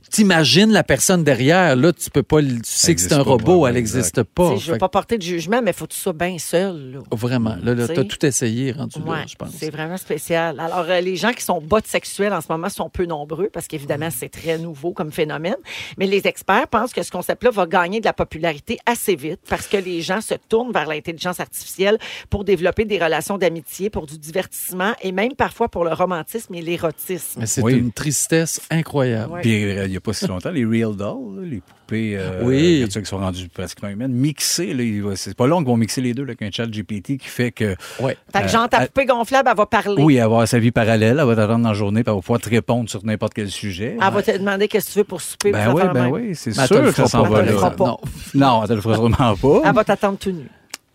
Speaker 6: T'imagines la personne derrière. Là, tu peux pas. le- Tu sais que
Speaker 4: existe
Speaker 6: c'est un
Speaker 4: pas,
Speaker 6: robot.
Speaker 4: ouais,
Speaker 6: Elle
Speaker 4: exact.
Speaker 6: n'existe
Speaker 5: Tu
Speaker 6: pas.
Speaker 5: sais, Je veux
Speaker 6: Oh, Fait
Speaker 5: pas porter de jugement, mais faut tout ça bien seul. là.
Speaker 6: que- Vraiment. Là, là
Speaker 5: Tu sais.
Speaker 6: t'as tout essayé rendu là,
Speaker 5: Ouais,
Speaker 6: je pense.
Speaker 5: C'est vraiment spécial. Alors, euh, les gens qui sont bottes sexuelles en ce moment sont peu nombreux parce qu'évidemment, c'est très nouveau comme phénomène. Mais les experts pensent que ce concept-là va gagner de la popularité assez vite parce que les gens se tournent vers l'intelligence artificielle pour développer des relations d'amitié, pour du divertissement et même parfois pour le romantisme et l'érotisme.
Speaker 6: Mais c'est
Speaker 4: Oui.
Speaker 6: une tristesse incroyable.
Speaker 5: Ouais.
Speaker 4: Puis euh, il n'y a pas si longtemps, les Real Dolls, là, les poupées euh,
Speaker 6: Oui.
Speaker 4: que tu sais, qui sont rendues pratiquement humaines, mixées. là, il va- C'est pas long qu'ils vont mixer les deux là, avec un chat GPT qui fait que,
Speaker 6: Ouais.
Speaker 5: Fait que Jean, ta poupée gonflable, elle va parler.
Speaker 4: euh, oui, elle va avoir sa vie parallèle, elle va t'attendre dans la journée, puis elle va pouvoir te répondre sur n'importe quel sujet.
Speaker 5: Elle va te demander qu'est-ce que tu veux pour souper.
Speaker 4: Ben
Speaker 5: pour
Speaker 4: oui,
Speaker 5: faire
Speaker 4: ben
Speaker 5: même.
Speaker 4: oui, c'est
Speaker 6: Mais elle te
Speaker 4: sûr
Speaker 6: le
Speaker 4: que ça
Speaker 6: fera
Speaker 4: s'en
Speaker 6: pas.
Speaker 4: va
Speaker 5: Elle te le
Speaker 4: là.
Speaker 5: fera pas.
Speaker 4: Non, non, elle te le fera sûrement pas.
Speaker 5: Elle va t'attendre tout nu.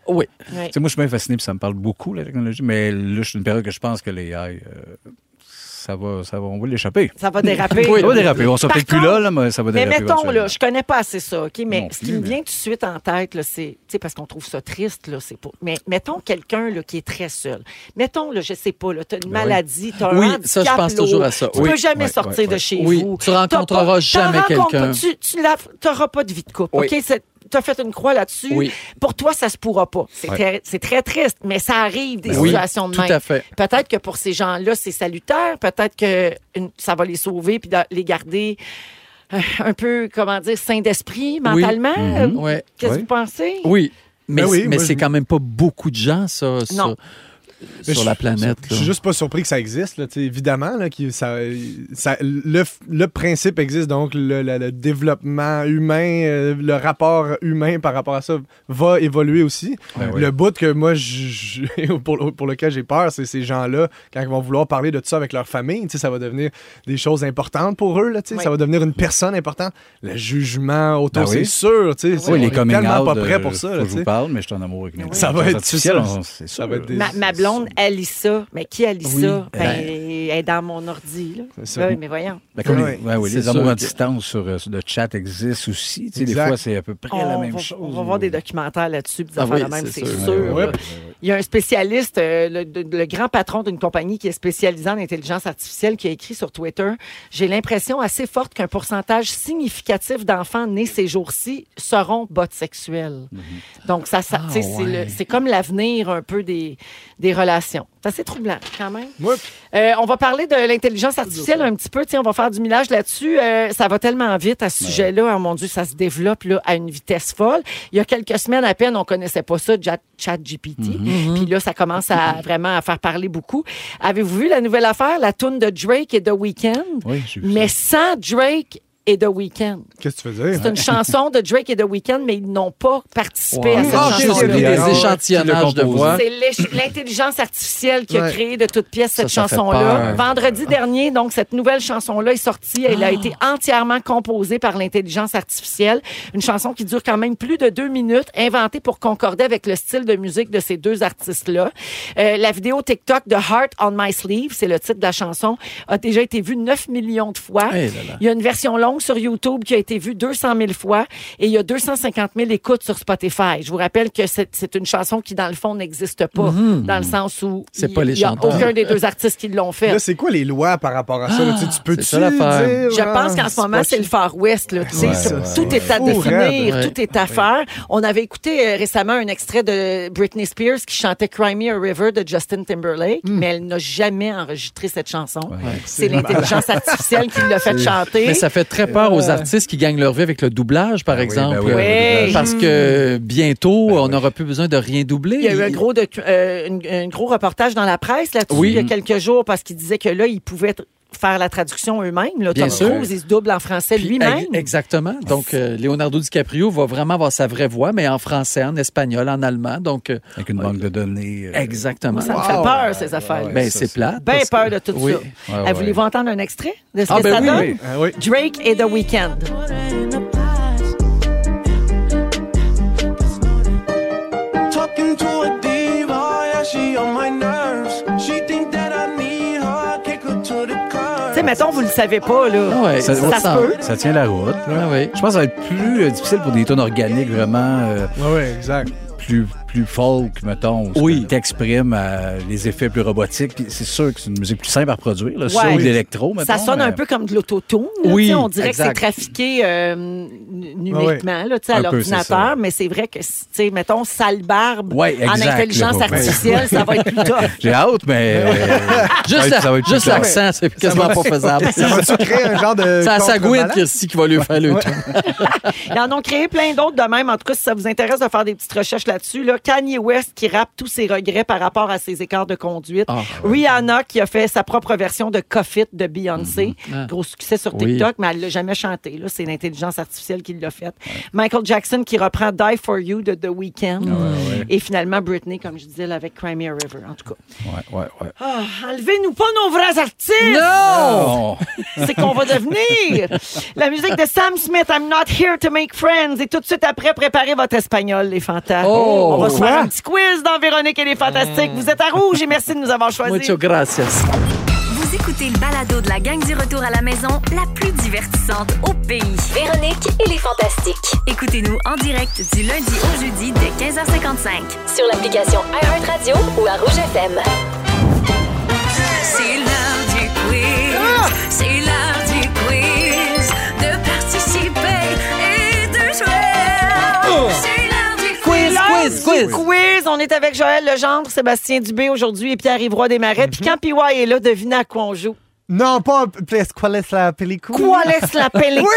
Speaker 6: Oui.
Speaker 5: Ouais.
Speaker 4: Tu sais, moi, je suis bien fasciné, puis ça me parle beaucoup, la technologie, mais là, je suis une période que je pense que les AI, euh, ça va, ça va, on va l'échapper.
Speaker 5: Ça va déraper.
Speaker 4: ça va déraper. On sera
Speaker 5: Par
Speaker 4: peut-être plus
Speaker 5: contre-
Speaker 4: là, là, mais ça va
Speaker 5: Mais
Speaker 4: déraper.
Speaker 5: mettons, là,
Speaker 4: éventuellement.
Speaker 5: je connais pas assez ça, OK? Mais
Speaker 4: Non
Speaker 5: ce
Speaker 4: plus,
Speaker 5: qui me
Speaker 4: mais-
Speaker 5: vient tout de suite en tête, là, c'est, tu sais, parce qu'on trouve ça triste, là, c'est pas... Mais mettons quelqu'un, là, qui est très seul. Mettons, là, je sais pas, là, t'as une maladie, t'as un
Speaker 6: Ben Oui,
Speaker 5: handicap
Speaker 6: ça, je pense
Speaker 5: lourd.
Speaker 6: toujours à ça.
Speaker 5: Tu
Speaker 6: Oui.
Speaker 5: peux jamais
Speaker 4: Ouais,
Speaker 5: sortir
Speaker 4: ouais,
Speaker 5: de
Speaker 4: ouais.
Speaker 5: chez
Speaker 6: Oui,
Speaker 5: vous.
Speaker 6: tu
Speaker 5: T'as
Speaker 6: rencontreras
Speaker 5: pas- t'en
Speaker 6: jamais
Speaker 5: rencontres-
Speaker 6: quelqu'un.
Speaker 5: Tu, tu la- t'auras pas de vie de couple,
Speaker 6: Oui.
Speaker 5: OK? C'est- T'as fait une croix là-dessus.
Speaker 6: Oui.
Speaker 5: Pour toi, ça se pourra pas. C'est,
Speaker 4: Ouais.
Speaker 5: très, c'est très triste, mais ça arrive, des
Speaker 6: Ben oui,
Speaker 5: situations de
Speaker 6: tout
Speaker 5: même.
Speaker 6: à fait.
Speaker 5: Peut-être que pour ces gens-là, c'est salutaire. Peut-être que une- ça va les sauver puis de- les garder euh, un peu, comment dire, sains d'esprit mentalement. Euh,
Speaker 6: Ouais.
Speaker 5: Qu'est-ce que
Speaker 4: Oui.
Speaker 5: vous pensez?
Speaker 6: Oui. Mais,
Speaker 8: Ben oui,
Speaker 6: mais
Speaker 8: moi,
Speaker 6: c'est
Speaker 8: je-
Speaker 6: quand même pas beaucoup de gens, ça,
Speaker 5: Non. Ben,
Speaker 6: sur,
Speaker 8: Mais
Speaker 6: sur
Speaker 8: je-
Speaker 6: la planète.
Speaker 8: Je suis
Speaker 6: là.
Speaker 8: juste pas surpris que ça existe. là, tu sais, évidemment, là, qu'il- ça, ça- le, f- le principe existe, donc le, le- le développement humain, euh, le rapport humain par rapport à ça va évoluer aussi.
Speaker 4: Ben oui.
Speaker 8: Le bout que moi, je- je- pour, pour lequel j'ai peur, c'est ces gens-là, quand ils vont vouloir parler de tout ça avec leur famille, tu sais, ça va devenir des choses importantes pour eux. Là, tu sais,
Speaker 5: Oui.
Speaker 8: Ça va devenir une personne importante. Le jugement, auto,
Speaker 4: Ben oui.
Speaker 8: c'est sûr. tu sais,
Speaker 4: Oui,
Speaker 8: on
Speaker 4: les
Speaker 8: est
Speaker 4: coming
Speaker 8: tellement
Speaker 4: out,
Speaker 8: pas prêt
Speaker 4: euh,
Speaker 8: pour ça.
Speaker 4: faut
Speaker 8: là,
Speaker 4: que
Speaker 8: tu
Speaker 4: je vous
Speaker 8: sais.
Speaker 4: parle, mais je suis en amour avec une
Speaker 8: Ça va être-
Speaker 4: artificielle,
Speaker 8: ça-
Speaker 4: c'est
Speaker 8: ça
Speaker 4: sûr.
Speaker 8: va être des-
Speaker 5: Ma, ma blonde, elle lit ça. Mais qui elle lit
Speaker 6: Oui.
Speaker 5: ça? Ben,
Speaker 6: Ben,
Speaker 5: elle est dans mon ordi. là.
Speaker 8: C'est ça.
Speaker 5: Oui, mais voyons.
Speaker 4: Ben, comme
Speaker 8: Ouais.
Speaker 4: les, ouais, oui,
Speaker 6: C'est
Speaker 4: les amours
Speaker 6: sûr
Speaker 4: à
Speaker 6: que-
Speaker 4: distance sur, euh, sur le chat existent aussi. Tu sais, des
Speaker 8: Exact.
Speaker 4: fois, c'est à peu près la
Speaker 5: On
Speaker 4: même
Speaker 5: va,
Speaker 4: chose.
Speaker 5: on va voir des documentaires là-dessus, puis des
Speaker 6: Ah
Speaker 5: affaires
Speaker 6: oui,
Speaker 5: de même,
Speaker 6: c'est
Speaker 5: c'est sûr.
Speaker 6: sûr.
Speaker 8: Ouais,
Speaker 5: là. Il y a un spécialiste, euh, le, de- le grand patron d'une compagnie qui est spécialisée en intelligence artificielle, qui a écrit sur Twitter J'ai l'impression assez forte qu'un pourcentage significatif d'enfants nés ces jours-ci seront bots sexuels. Donc, ça, ça-
Speaker 6: Ah
Speaker 5: tu sais, c'est
Speaker 6: ouais.
Speaker 5: le- c'est comme l'avenir un peu des, des relations. C'est assez troublant, quand même.
Speaker 8: Ouais.
Speaker 5: Euh, on va parler de l'intelligence artificielle un petit peu. Tiens, on va faire du millage là-dessus. Euh, ça va tellement vite à ce sujet-là. Oh mon Dieu, ça se développe là, à une vitesse folle. Il y a quelques semaines à peine, on connaissait pas ça, Chat ChatGPT. Puis là, ça commence à vraiment à faire parler beaucoup. Avez-vous vu la nouvelle affaire, la toune de Drake et The Weeknd?
Speaker 4: Oui, j'ai vu
Speaker 5: Mais sans Drake et The Weeknd.
Speaker 8: Qu'est-ce que tu veux dire?
Speaker 5: C'est une chanson de Drake et The Weeknd, mais ils n'ont pas participé à cette
Speaker 6: Ah,
Speaker 8: ok,
Speaker 6: c'est
Speaker 5: chanson.
Speaker 8: ok,
Speaker 6: des
Speaker 8: Ah ouais,
Speaker 6: échantillonnages de
Speaker 4: tu l'as composé.
Speaker 6: voix.
Speaker 5: C'est l'éch- l'intelligence artificielle qui a
Speaker 8: Ouais.
Speaker 5: créé de toutes pièces cette
Speaker 6: Ça, ça fait
Speaker 5: chanson-là.
Speaker 6: peur.
Speaker 5: Vendredi dernier, donc, cette nouvelle chanson-là est sortie. Elle
Speaker 6: Ah.
Speaker 5: a été entièrement composée par l'intelligence artificielle. Une chanson qui dure quand même plus de deux minutes, inventée pour concorder avec le style de musique de ces deux artistes-là. Euh, la vidéo TikTok de Heart on My Sleeve, c'est le titre de la chanson, a déjà été vue 9 millions de fois.
Speaker 6: Eh là là.
Speaker 5: Il y a une version longue sur YouTube qui a été vue 200 000 fois et il y a 250 000 écoutes sur Spotify. Je vous rappelle que c'est c'est une chanson qui, dans le fond, n'existe pas, dans le sens où
Speaker 6: Mm-hmm. C'est
Speaker 5: il-
Speaker 6: pas les
Speaker 5: il y a
Speaker 6: chanteurs.
Speaker 5: aucun des deux artistes qui l'ont fait.
Speaker 8: Là, c'est quoi les lois par rapport à ça? là? Tu sais, tu peux-tu
Speaker 6: c'est ça l'affaire.
Speaker 8: dire,
Speaker 5: Je
Speaker 8: hein,
Speaker 5: pense qu'en ce moment,
Speaker 8: pas
Speaker 5: c'est le Far West. là. Tu sais,
Speaker 8: Ouais,
Speaker 5: tout-
Speaker 8: ouais,
Speaker 5: tout est à
Speaker 8: ouais.
Speaker 5: définir,
Speaker 6: Ouais.
Speaker 5: tout est à faire. On avait écouté euh, récemment un extrait de Britney Spears qui chantait Cry Me a River de Justin Timberlake, mais elle n'a jamais enregistré cette chanson. C'est l'intelligence artificielle qui l'a fait chanter.
Speaker 6: Mais ça fait très peur aux artistes qui gagnent leur vie avec le doublage, par exemple.
Speaker 4: ben oui,
Speaker 5: le doublage.
Speaker 6: Parce que bientôt, on n'aura plus besoin de rien doubler.
Speaker 5: Il y a eu un gros, docu- euh, une- un gros reportage dans la presse là-dessus
Speaker 6: Oui.
Speaker 5: il y a quelques jours parce qu'ils disaient que là, ils pouvaient t- faire la traduction eux-mêmes. Là,
Speaker 6: Bien
Speaker 5: Tom
Speaker 6: sûr.
Speaker 5: Cruise, il se double en français
Speaker 6: Puis,
Speaker 5: lui-même.
Speaker 6: ex- Exactement. Donc, euh, Leonardo DiCaprio va vraiment avoir sa vraie voix, mais en français, en espagnol, en allemand. Donc, euh,
Speaker 4: Avec une banque de données. euh,
Speaker 6: exactement.
Speaker 5: Ça me fait peur, ces affaires-là.
Speaker 6: Ben, c'est plat.
Speaker 5: Bien peur de tout
Speaker 6: Oui.
Speaker 5: ça.
Speaker 4: Ouais,
Speaker 5: Ah,
Speaker 4: ouais.
Speaker 5: Voulez-vous entendre un extrait de ce
Speaker 6: Ah,
Speaker 5: que
Speaker 6: ben
Speaker 5: ça
Speaker 6: oui,
Speaker 5: donne?
Speaker 6: oui.
Speaker 8: Ah oui.
Speaker 5: Drake et The Weeknd. Tu sais, mettons, vous le savez pas, là.
Speaker 6: Ah ouais,
Speaker 4: Ça-
Speaker 5: Ça se peut.
Speaker 4: Ça tient la route. là.
Speaker 6: Ah oui.
Speaker 4: Je pense que ça va être plus euh, difficile pour des tonnes organiques vraiment euh,
Speaker 8: Ouais, Ah, ouais, exact.
Speaker 4: plus, plus folk, mettons. où
Speaker 6: Oui.
Speaker 4: Tu t'exprimes euh, les effets plus robotiques. Puis C'est sûr que c'est une musique plus simple à reproduire, là,
Speaker 5: Ouais.
Speaker 4: sauf l'électro, mettons. euh,
Speaker 5: Ça sonne un
Speaker 4: mais-
Speaker 5: peu comme de l'autotune. là,
Speaker 6: Oui,
Speaker 5: tu sais, on dirait que c'est
Speaker 6: exact.
Speaker 5: trafiqué euh, n- numériquement là, tu sais, à
Speaker 4: Un peu, c'est
Speaker 5: l'ordinateur,
Speaker 4: ça.
Speaker 5: mais c'est vrai que, tu sais, mettons, sale barbe
Speaker 4: Ouais, exact,
Speaker 5: en intelligence
Speaker 4: là, ouais.
Speaker 5: artificielle, ça va être plus tough.
Speaker 4: J'ai hâte, mais.
Speaker 6: Juste,
Speaker 4: ça va être plus
Speaker 6: juste
Speaker 4: clair.
Speaker 6: l'accent, c'est quasiment pas faisable.
Speaker 8: Ça va-tu créer un genre de.
Speaker 6: C'est à Sagouine
Speaker 8: contrebalance?
Speaker 6: Christy qui va lui faire le tour.
Speaker 5: Ils en ont créé plein d'autres de même. En tout cas, si ça vous intéresse de faire des petites recherches là-dessus, là, Kanye West qui rappe tous ses regrets par rapport à ses écarts de conduite.
Speaker 6: Ah,
Speaker 5: Rihanna qui a fait sa propre version de Coffee de Beyoncé.
Speaker 6: Ah.
Speaker 5: Gros succès sur
Speaker 6: Oui.
Speaker 5: TikTok, mais elle l'a jamais chanté. là. C'est l'intelligence artificielle qui l'a faite. Michael Jackson qui reprend Die For You de The
Speaker 6: Ah,
Speaker 5: Weeknd. Et finalement, Britney, comme je disais, là, avec Cry Me a River. En tout cas,
Speaker 4: Ouais, ouais, ouais.
Speaker 5: Ah, enlevez-nous pas nos vrais artistes!
Speaker 4: Oh!
Speaker 5: c'est qu'on va devenir. La musique de Sam Smith, I'm not here to make friends. Et tout de suite après, préparez votre espagnol, les fantasmes.
Speaker 6: Oh,
Speaker 5: On va se
Speaker 6: quoi?
Speaker 5: faire un petit quiz dans Véronique et les Fantastiques. Vous êtes à rouge et merci de nous avoir choisis.
Speaker 6: Muchas gracias.
Speaker 1: Vous écoutez le balado de la gang du retour à la maison, la plus divertissante au pays.
Speaker 2: Véronique et les Fantastiques.
Speaker 1: Écoutez-nous en direct du lundi au jeudi dès 15h55.
Speaker 2: Sur l'application iHeartRadio ou à Rouge FM.
Speaker 1: C'est l'heure du quiz. C'est l'heure du quiz. De participer et de jouer. C'est l'heure du quiz.
Speaker 5: Quiz, quiz, quiz. On est avec Joël Legendre, Sébastien Dubé aujourd'hui et Pierre Ivroy Desmarais. Puis quand PY est là, devinez à quoi on joue.
Speaker 8: Non, pas. Qu'est-ce quoi laisse la pellicule?
Speaker 5: Quoi laisse la pellicule?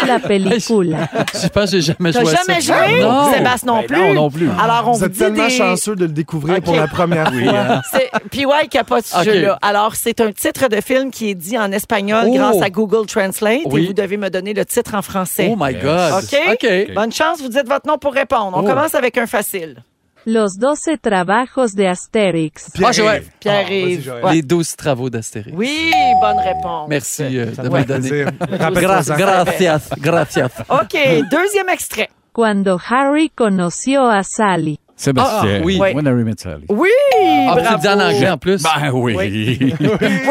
Speaker 9: C'est la pellicule.
Speaker 6: Je pense que j'ai jamais
Speaker 5: T'as
Speaker 6: joué à
Speaker 5: jamais
Speaker 6: ça.
Speaker 5: joué?
Speaker 6: Non.
Speaker 5: Sébastien non plus.
Speaker 6: non, non plus.
Speaker 5: Alors, on
Speaker 8: Vous
Speaker 5: vous
Speaker 8: êtes
Speaker 5: dit
Speaker 8: tellement
Speaker 5: des-
Speaker 8: chanceux de le découvrir pour la première fois.
Speaker 5: C'est PY qui a pas ce
Speaker 6: Ok.
Speaker 5: jeu-là. Alors, c'est un titre de film qui est dit en espagnol
Speaker 6: Oh.
Speaker 5: grâce à Google Translate et
Speaker 6: Oui.
Speaker 5: vous devez me donner le titre en français.
Speaker 6: Oh my God.
Speaker 5: OK? Bonne chance, vous dites votre nom pour répondre. On
Speaker 6: Oh.
Speaker 5: commence avec un facile.
Speaker 9: Los 12 trabajos de Astérix.
Speaker 6: Ah, Joël.
Speaker 5: Pierre-Yves.
Speaker 8: Ah, vas-y, Joël.
Speaker 5: Ouais.
Speaker 6: Les 12 travaux d'Astérix.
Speaker 5: Oui, bonne réponse.
Speaker 6: Merci euh, de
Speaker 8: Ouais,
Speaker 6: me donner.
Speaker 8: plaisir.
Speaker 6: Gra-
Speaker 8: Rappelle-toi-en.
Speaker 6: Gracias, gracias.
Speaker 5: OK, deuxième extrait.
Speaker 9: Cuando Harry conoció a Sally.
Speaker 4: Sébastien.
Speaker 6: Ah, oui.
Speaker 4: Winery Mid-Sally.
Speaker 5: Oui!
Speaker 6: Ah, puis tu le dis en
Speaker 5: bravo.
Speaker 6: anglais en plus.
Speaker 5: Bah,
Speaker 4: Ben oui.
Speaker 5: Oui,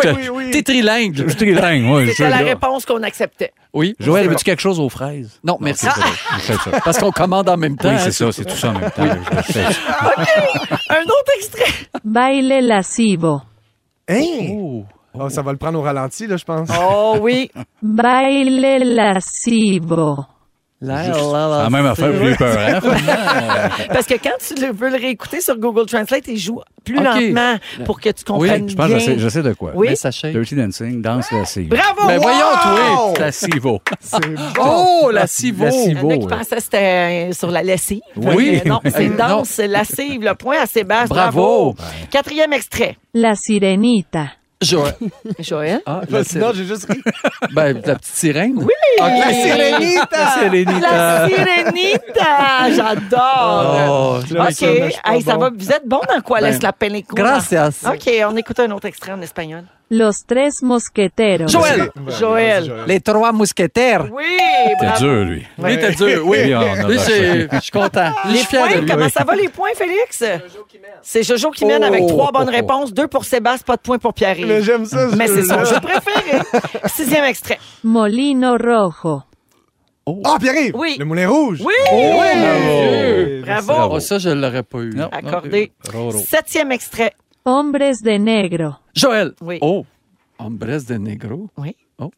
Speaker 5: oui, oui.
Speaker 6: T'es trilingue.
Speaker 4: Je suis trilingue, moi. je
Speaker 5: C'était
Speaker 4: sais,
Speaker 5: la
Speaker 4: là.
Speaker 5: réponse qu'on acceptait.
Speaker 6: Oui.
Speaker 4: Joël, veux-tu quelque chose aux fraises?
Speaker 6: Non, merci.
Speaker 4: Ok, c'est vrai. Je sais ça.
Speaker 6: Parce qu'on commande en même temps.
Speaker 4: Oui,
Speaker 6: hein,
Speaker 4: c'est ça, c'est tout ça en même temps. Je sais ça.
Speaker 5: Un autre extrait.
Speaker 9: Baile lascivo.
Speaker 8: Hein? Ah, ça va le prendre au ralenti, là, je pense.
Speaker 5: Oh oui.
Speaker 9: Baile lascivo.
Speaker 6: La,
Speaker 4: Juste-
Speaker 6: la, la,
Speaker 5: Ah,
Speaker 4: C'est la même affaire, plus peur. hein.
Speaker 5: Parce que quand tu le- veux le réécouter sur Google Translate, il joue plus
Speaker 6: Ok.
Speaker 5: lentement pour que tu comprennes
Speaker 4: Je pense que
Speaker 5: bien.
Speaker 4: je sais- je sais de quoi.
Speaker 5: Oui.
Speaker 6: Mais sachez.
Speaker 4: Dirty Dancing, danse la civo.
Speaker 5: Bravo!
Speaker 6: Ben voyons,
Speaker 8: Wow!
Speaker 6: toi.
Speaker 4: La civo.
Speaker 8: C'est
Speaker 6: Oh, la civo.
Speaker 4: La
Speaker 5: Il y en a qui
Speaker 4: civo. ouais.
Speaker 5: pensaient que c'était euh, sur la lessive.
Speaker 4: Oui.
Speaker 5: Mais non, c'est
Speaker 6: Non.
Speaker 5: danse, lascive. Le point à Sébastien.
Speaker 6: Bravo.
Speaker 5: Bravo. Quatrième extrait.
Speaker 9: La sirenita.
Speaker 6: Joël.
Speaker 5: Joël.
Speaker 6: Ah,
Speaker 8: Là,
Speaker 6: la,
Speaker 8: sinon, j'ai juste ri.
Speaker 6: ben, la petite sirène. Oui.
Speaker 8: La
Speaker 4: La
Speaker 8: sirenita!
Speaker 4: sérénita.
Speaker 5: La sirenita. J'adore.
Speaker 6: Oh,
Speaker 8: Là,
Speaker 5: OK.
Speaker 8: ça marche pas
Speaker 5: Hey, ça
Speaker 8: bon.
Speaker 5: va. Vous êtes bon dans quoi? Laisse la pellicule.
Speaker 6: Ben, gracias.
Speaker 5: OK. On écoute un autre extrait en espagnol.
Speaker 9: Los tres mosqueteros.
Speaker 6: Joël.
Speaker 8: Ouais,
Speaker 5: Joël.
Speaker 8: merci, Joël.
Speaker 6: Les trois mousquetaires.
Speaker 5: Oui.
Speaker 4: T'es
Speaker 5: Bravo.
Speaker 4: dur, lui.
Speaker 6: Lui, t'es dur, oui.
Speaker 4: Oui, on adore
Speaker 6: Lui,
Speaker 4: ça.
Speaker 6: c'est- je suis content. Je suis fier de
Speaker 5: Pointe,
Speaker 6: lui.
Speaker 5: comment ça va les points, Félix? C'est Jojo qui mène avec
Speaker 6: Oh,
Speaker 5: trois
Speaker 6: oh,
Speaker 5: bonnes
Speaker 6: oh.
Speaker 5: réponses, deux pour Sébastien, pas de points pour Pierre.
Speaker 8: Mais j'aime ça, ce
Speaker 5: Mais c'est son
Speaker 8: jeu-là.
Speaker 5: jeu préféré. Sixième extrait.
Speaker 9: Molino rojo.
Speaker 8: Ah, Pierre-Yves!
Speaker 5: Oui.
Speaker 8: Le Moulin Rouge!
Speaker 5: Oui!
Speaker 4: Bravo.
Speaker 5: Bravo.
Speaker 6: Oh, ça, je l'aurais pas eu.
Speaker 4: Non.
Speaker 5: Accordé.
Speaker 4: Roro.
Speaker 5: Septième extrait.
Speaker 9: Hombres de negro.
Speaker 6: Joël.
Speaker 5: Oui.
Speaker 6: Oh, Hombres de Negro.
Speaker 5: Oui.
Speaker 6: Oh.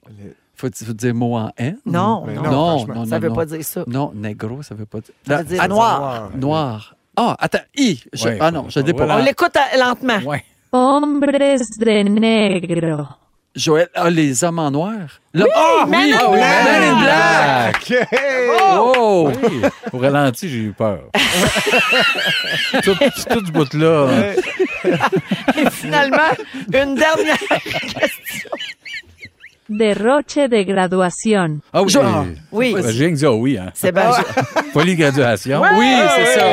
Speaker 6: Faut, faut dire mot en N?
Speaker 5: Non,
Speaker 8: Mais
Speaker 5: non.
Speaker 8: non,
Speaker 6: Non,
Speaker 8: franchement.
Speaker 6: non,
Speaker 5: ça
Speaker 6: non,
Speaker 5: veut
Speaker 6: non.
Speaker 5: pas dire ça.
Speaker 6: Non, Negro, ça veut pas dire.
Speaker 5: Ça veut dire
Speaker 6: Ah,
Speaker 5: noir.
Speaker 6: Noir. Ah, attends, I. Je-
Speaker 4: Ouais,
Speaker 6: ah non, je ne dis pas.
Speaker 5: On
Speaker 4: voilà.
Speaker 5: l'écoute à- lentement.
Speaker 4: Ouais.
Speaker 9: Hombres de negro.
Speaker 6: Joël, ah, les hommes en noir. Le- ah,
Speaker 5: Men in
Speaker 6: ah, oui,
Speaker 5: Black.
Speaker 6: Men in Black.
Speaker 8: Ah,
Speaker 6: Oh!
Speaker 4: Oui. Au ralenti, j'ai eu peur. tout, tout ce bout-là. hein.
Speaker 5: Finalement, une dernière.
Speaker 9: Derroche de graduación.
Speaker 4: Ah oui.
Speaker 5: Oui.
Speaker 4: Ben, J'ai rien que dit ah oui, hein.
Speaker 5: Sébastien.
Speaker 4: Polygraduation.
Speaker 6: Ah, Oui, c'est ça.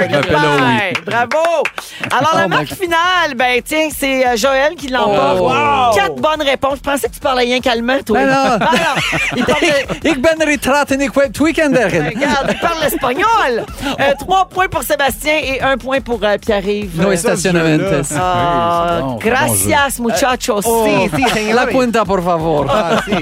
Speaker 4: Je m'appelle ah oui.
Speaker 5: Bravo! Alors, la
Speaker 6: Oh my
Speaker 5: marque
Speaker 6: God.
Speaker 5: finale, ben tiens, c'est euh, Joël qui l'emporte.
Speaker 6: Oh. Wow.
Speaker 5: Quatre bonnes réponses. Je pensais que tu parlais rien calmement, toi.
Speaker 6: Ben
Speaker 5: Ah
Speaker 6: non.
Speaker 5: non. Il parlait-
Speaker 6: Ich bin retraten, ich bin Weekender.
Speaker 5: Regarde, il parle espagnol. Euh, trois points pour Sébastien et un point pour euh, Pierre-Yves.
Speaker 6: No
Speaker 5: Euh,
Speaker 6: estacionamientos.
Speaker 5: ah,
Speaker 4: Oui, c'est bon, c'est
Speaker 5: gracias,
Speaker 11: Euh,
Speaker 5: muchachos. Si,
Speaker 11: oh.
Speaker 5: si.
Speaker 6: La cuenta, por favor.
Speaker 8: Ah, si.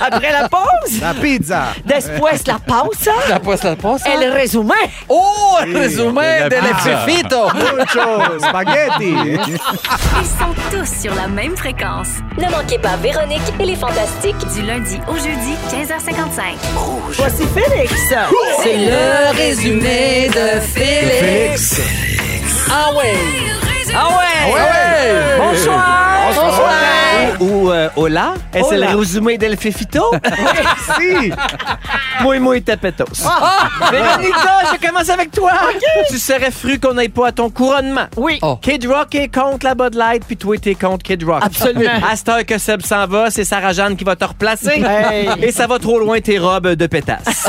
Speaker 5: Après la pause,
Speaker 8: La pizza!
Speaker 5: después la pausa,
Speaker 6: La poste, la poste.
Speaker 5: el resumen.
Speaker 6: Oh, el résumé
Speaker 4: la
Speaker 6: de
Speaker 4: pizza.
Speaker 6: l'Epsifito.
Speaker 8: Ah, Mucho! Spaghetti!
Speaker 1: Ils sont tous sur la même fréquence.
Speaker 2: Ne manquez pas Véronique et les Fantastiques.
Speaker 1: Du lundi au jeudi, 15h55.
Speaker 5: Voici Félix. C'est le résumé de Félix.
Speaker 6: Ah ouais.
Speaker 5: Ah ouais.
Speaker 6: Ouais.
Speaker 5: Bonsoir.
Speaker 6: Eh,
Speaker 11: Ou euh, hola, es el
Speaker 5: Hola.
Speaker 11: résumé del fefito?
Speaker 8: Si!
Speaker 11: muy muy tapetos.
Speaker 6: Ah.
Speaker 11: Véronica, je commence avec toi. Tu serais fru qu'on n'aille pas à ton couronnement.
Speaker 5: Oui.
Speaker 6: Oh.
Speaker 11: Kid Rock est contre la Bud Light, puis toi, t'es contre Kid Rock.
Speaker 5: Absolument.
Speaker 11: À cette heure Ah, que Seb s'en va, c'est Sarah-Jeanne qui va te replacer.
Speaker 5: Hey.
Speaker 11: Et ça va trop loin, tes robes de pétasse.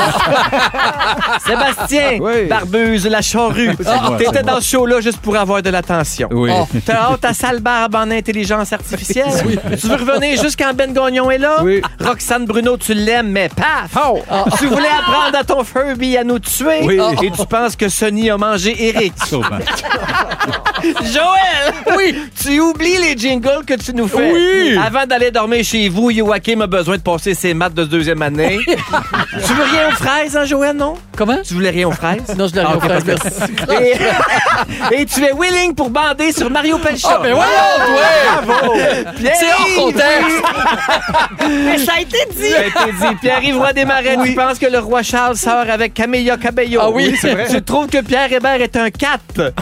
Speaker 11: Sébastien,
Speaker 8: Oui.
Speaker 11: Barbuse, la charrue.
Speaker 5: Ah,
Speaker 4: moi, c'est
Speaker 11: T'étais
Speaker 4: moi.
Speaker 11: dans ce show-là juste pour avoir de l'attention.
Speaker 4: Oui.
Speaker 6: Oh.
Speaker 11: T'as hâte à sale barbe en intelligence artificielle. Tu veux revenir jusqu'en Ben Gagnon est là?
Speaker 8: Oui.
Speaker 11: Roxane Bruno, tu l'aimes, mais paf! Tu voulais apprendre à ton Furby à nous tuer?
Speaker 4: Oui.
Speaker 5: Oh.
Speaker 11: Et tu penses que Sony a mangé Eric.
Speaker 4: Sûrement.
Speaker 11: Joël! Oui! Tu oublies les jingles que tu nous fais.
Speaker 4: Oui.
Speaker 11: Avant d'aller dormir chez vous, Joachim a besoin de passer ses maths de deuxième année. tu veux rien aux fraises, hein, Joël, non?
Speaker 6: Comment?
Speaker 11: Tu voulais rien aux fraises?
Speaker 6: Non, je l'ai
Speaker 11: Ah, ok,
Speaker 6: refait.
Speaker 11: parce que-
Speaker 6: Merci.
Speaker 11: Et, et tu es willing pour bander sur Mario Pelchon.
Speaker 6: Ah, mais voyons, ouais. C'est hors
Speaker 11: Pierre-Yves!
Speaker 6: contexte.
Speaker 5: Mais ça a été dit.
Speaker 11: Ça a été dit. Pierre-Yves Roy des Marais, tu penses que le roi Charles sort avec Camilla Cabello.
Speaker 6: Ah oui, c'est
Speaker 11: Tu trouves que Pierre Hébert est un 4.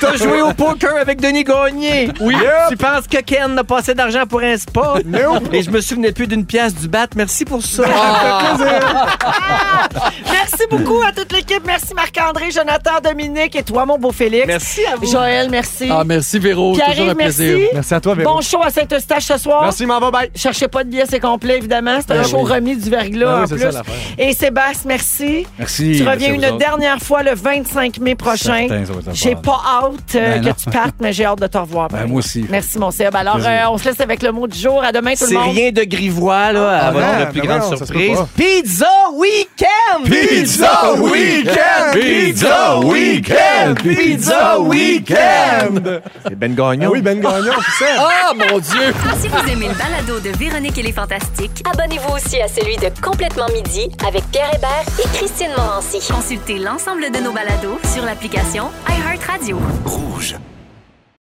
Speaker 11: T'as joué au poker avec Denis Gagné. Ah Oui. Tu penses que Ken n'a pas assez d'argent pour un spa. Et je me souvenais plus d'une pièce du bat. Merci pour ça. Ah.
Speaker 5: Merci beaucoup à toute l'équipe. Merci Marc-André, Jonathan, Dominique et toi, mon beau Félix.
Speaker 11: Merci à vous.
Speaker 5: Joël, merci.
Speaker 6: Ah, merci, Véro.
Speaker 5: Pierre-Yves,
Speaker 6: Toujours un plaisir.
Speaker 5: merci.
Speaker 8: Merci à toi, Véro.
Speaker 5: Bon show à Saint-Eustache ce ce soir.
Speaker 8: Merci, m'en va, bye.
Speaker 5: Cherchez pas de billets, c'est complet, évidemment. C'est un
Speaker 8: Ben
Speaker 5: show
Speaker 8: oui.
Speaker 5: remis du verglas
Speaker 8: Ben oui,
Speaker 5: en
Speaker 8: c'est
Speaker 5: plus.
Speaker 8: ça, l'affaire.
Speaker 5: Et Sébastien, merci.
Speaker 4: Merci,
Speaker 5: Tu
Speaker 4: merci à
Speaker 5: reviens
Speaker 4: vous
Speaker 5: une
Speaker 4: autres.
Speaker 5: dernière fois le 25 mai prochain.
Speaker 4: Certain, ça va être le
Speaker 5: J'ai
Speaker 4: fun.
Speaker 5: pas hâte euh,
Speaker 4: Ben non.
Speaker 5: que tu partes, mais j'ai hâte de te revoir. par
Speaker 4: Ben,
Speaker 5: exemple.
Speaker 4: moi aussi.
Speaker 5: Merci, mon Seb. Alors,
Speaker 6: Plaisir.
Speaker 5: euh, on se laisse avec le mot du jour. À demain, tout
Speaker 6: C'est
Speaker 5: le monde.
Speaker 6: rien de grivois, là, à
Speaker 5: Ah,
Speaker 6: votre
Speaker 5: ben,
Speaker 6: plus
Speaker 5: ben
Speaker 6: grande
Speaker 5: voyons, ça se peut
Speaker 6: surprise.
Speaker 5: pas.
Speaker 6: Pizza Weekend!
Speaker 5: Pizza Weekend!
Speaker 6: Pizza Weekend! Pizza Weekend!
Speaker 12: C'est Ben Gagnon.
Speaker 8: oui, Ben Gagnon, c'est ça.
Speaker 12: Ah, mon Dieu!
Speaker 1: Si vous aimez le balado de Véronique et les Fantastiques, abonnez-vous aussi à celui de Complètement Midi avec Pierre Hébert et Christine Morancy. Consultez l'ensemble de nos balados sur l'application iHeartRadio.
Speaker 13: Rouge.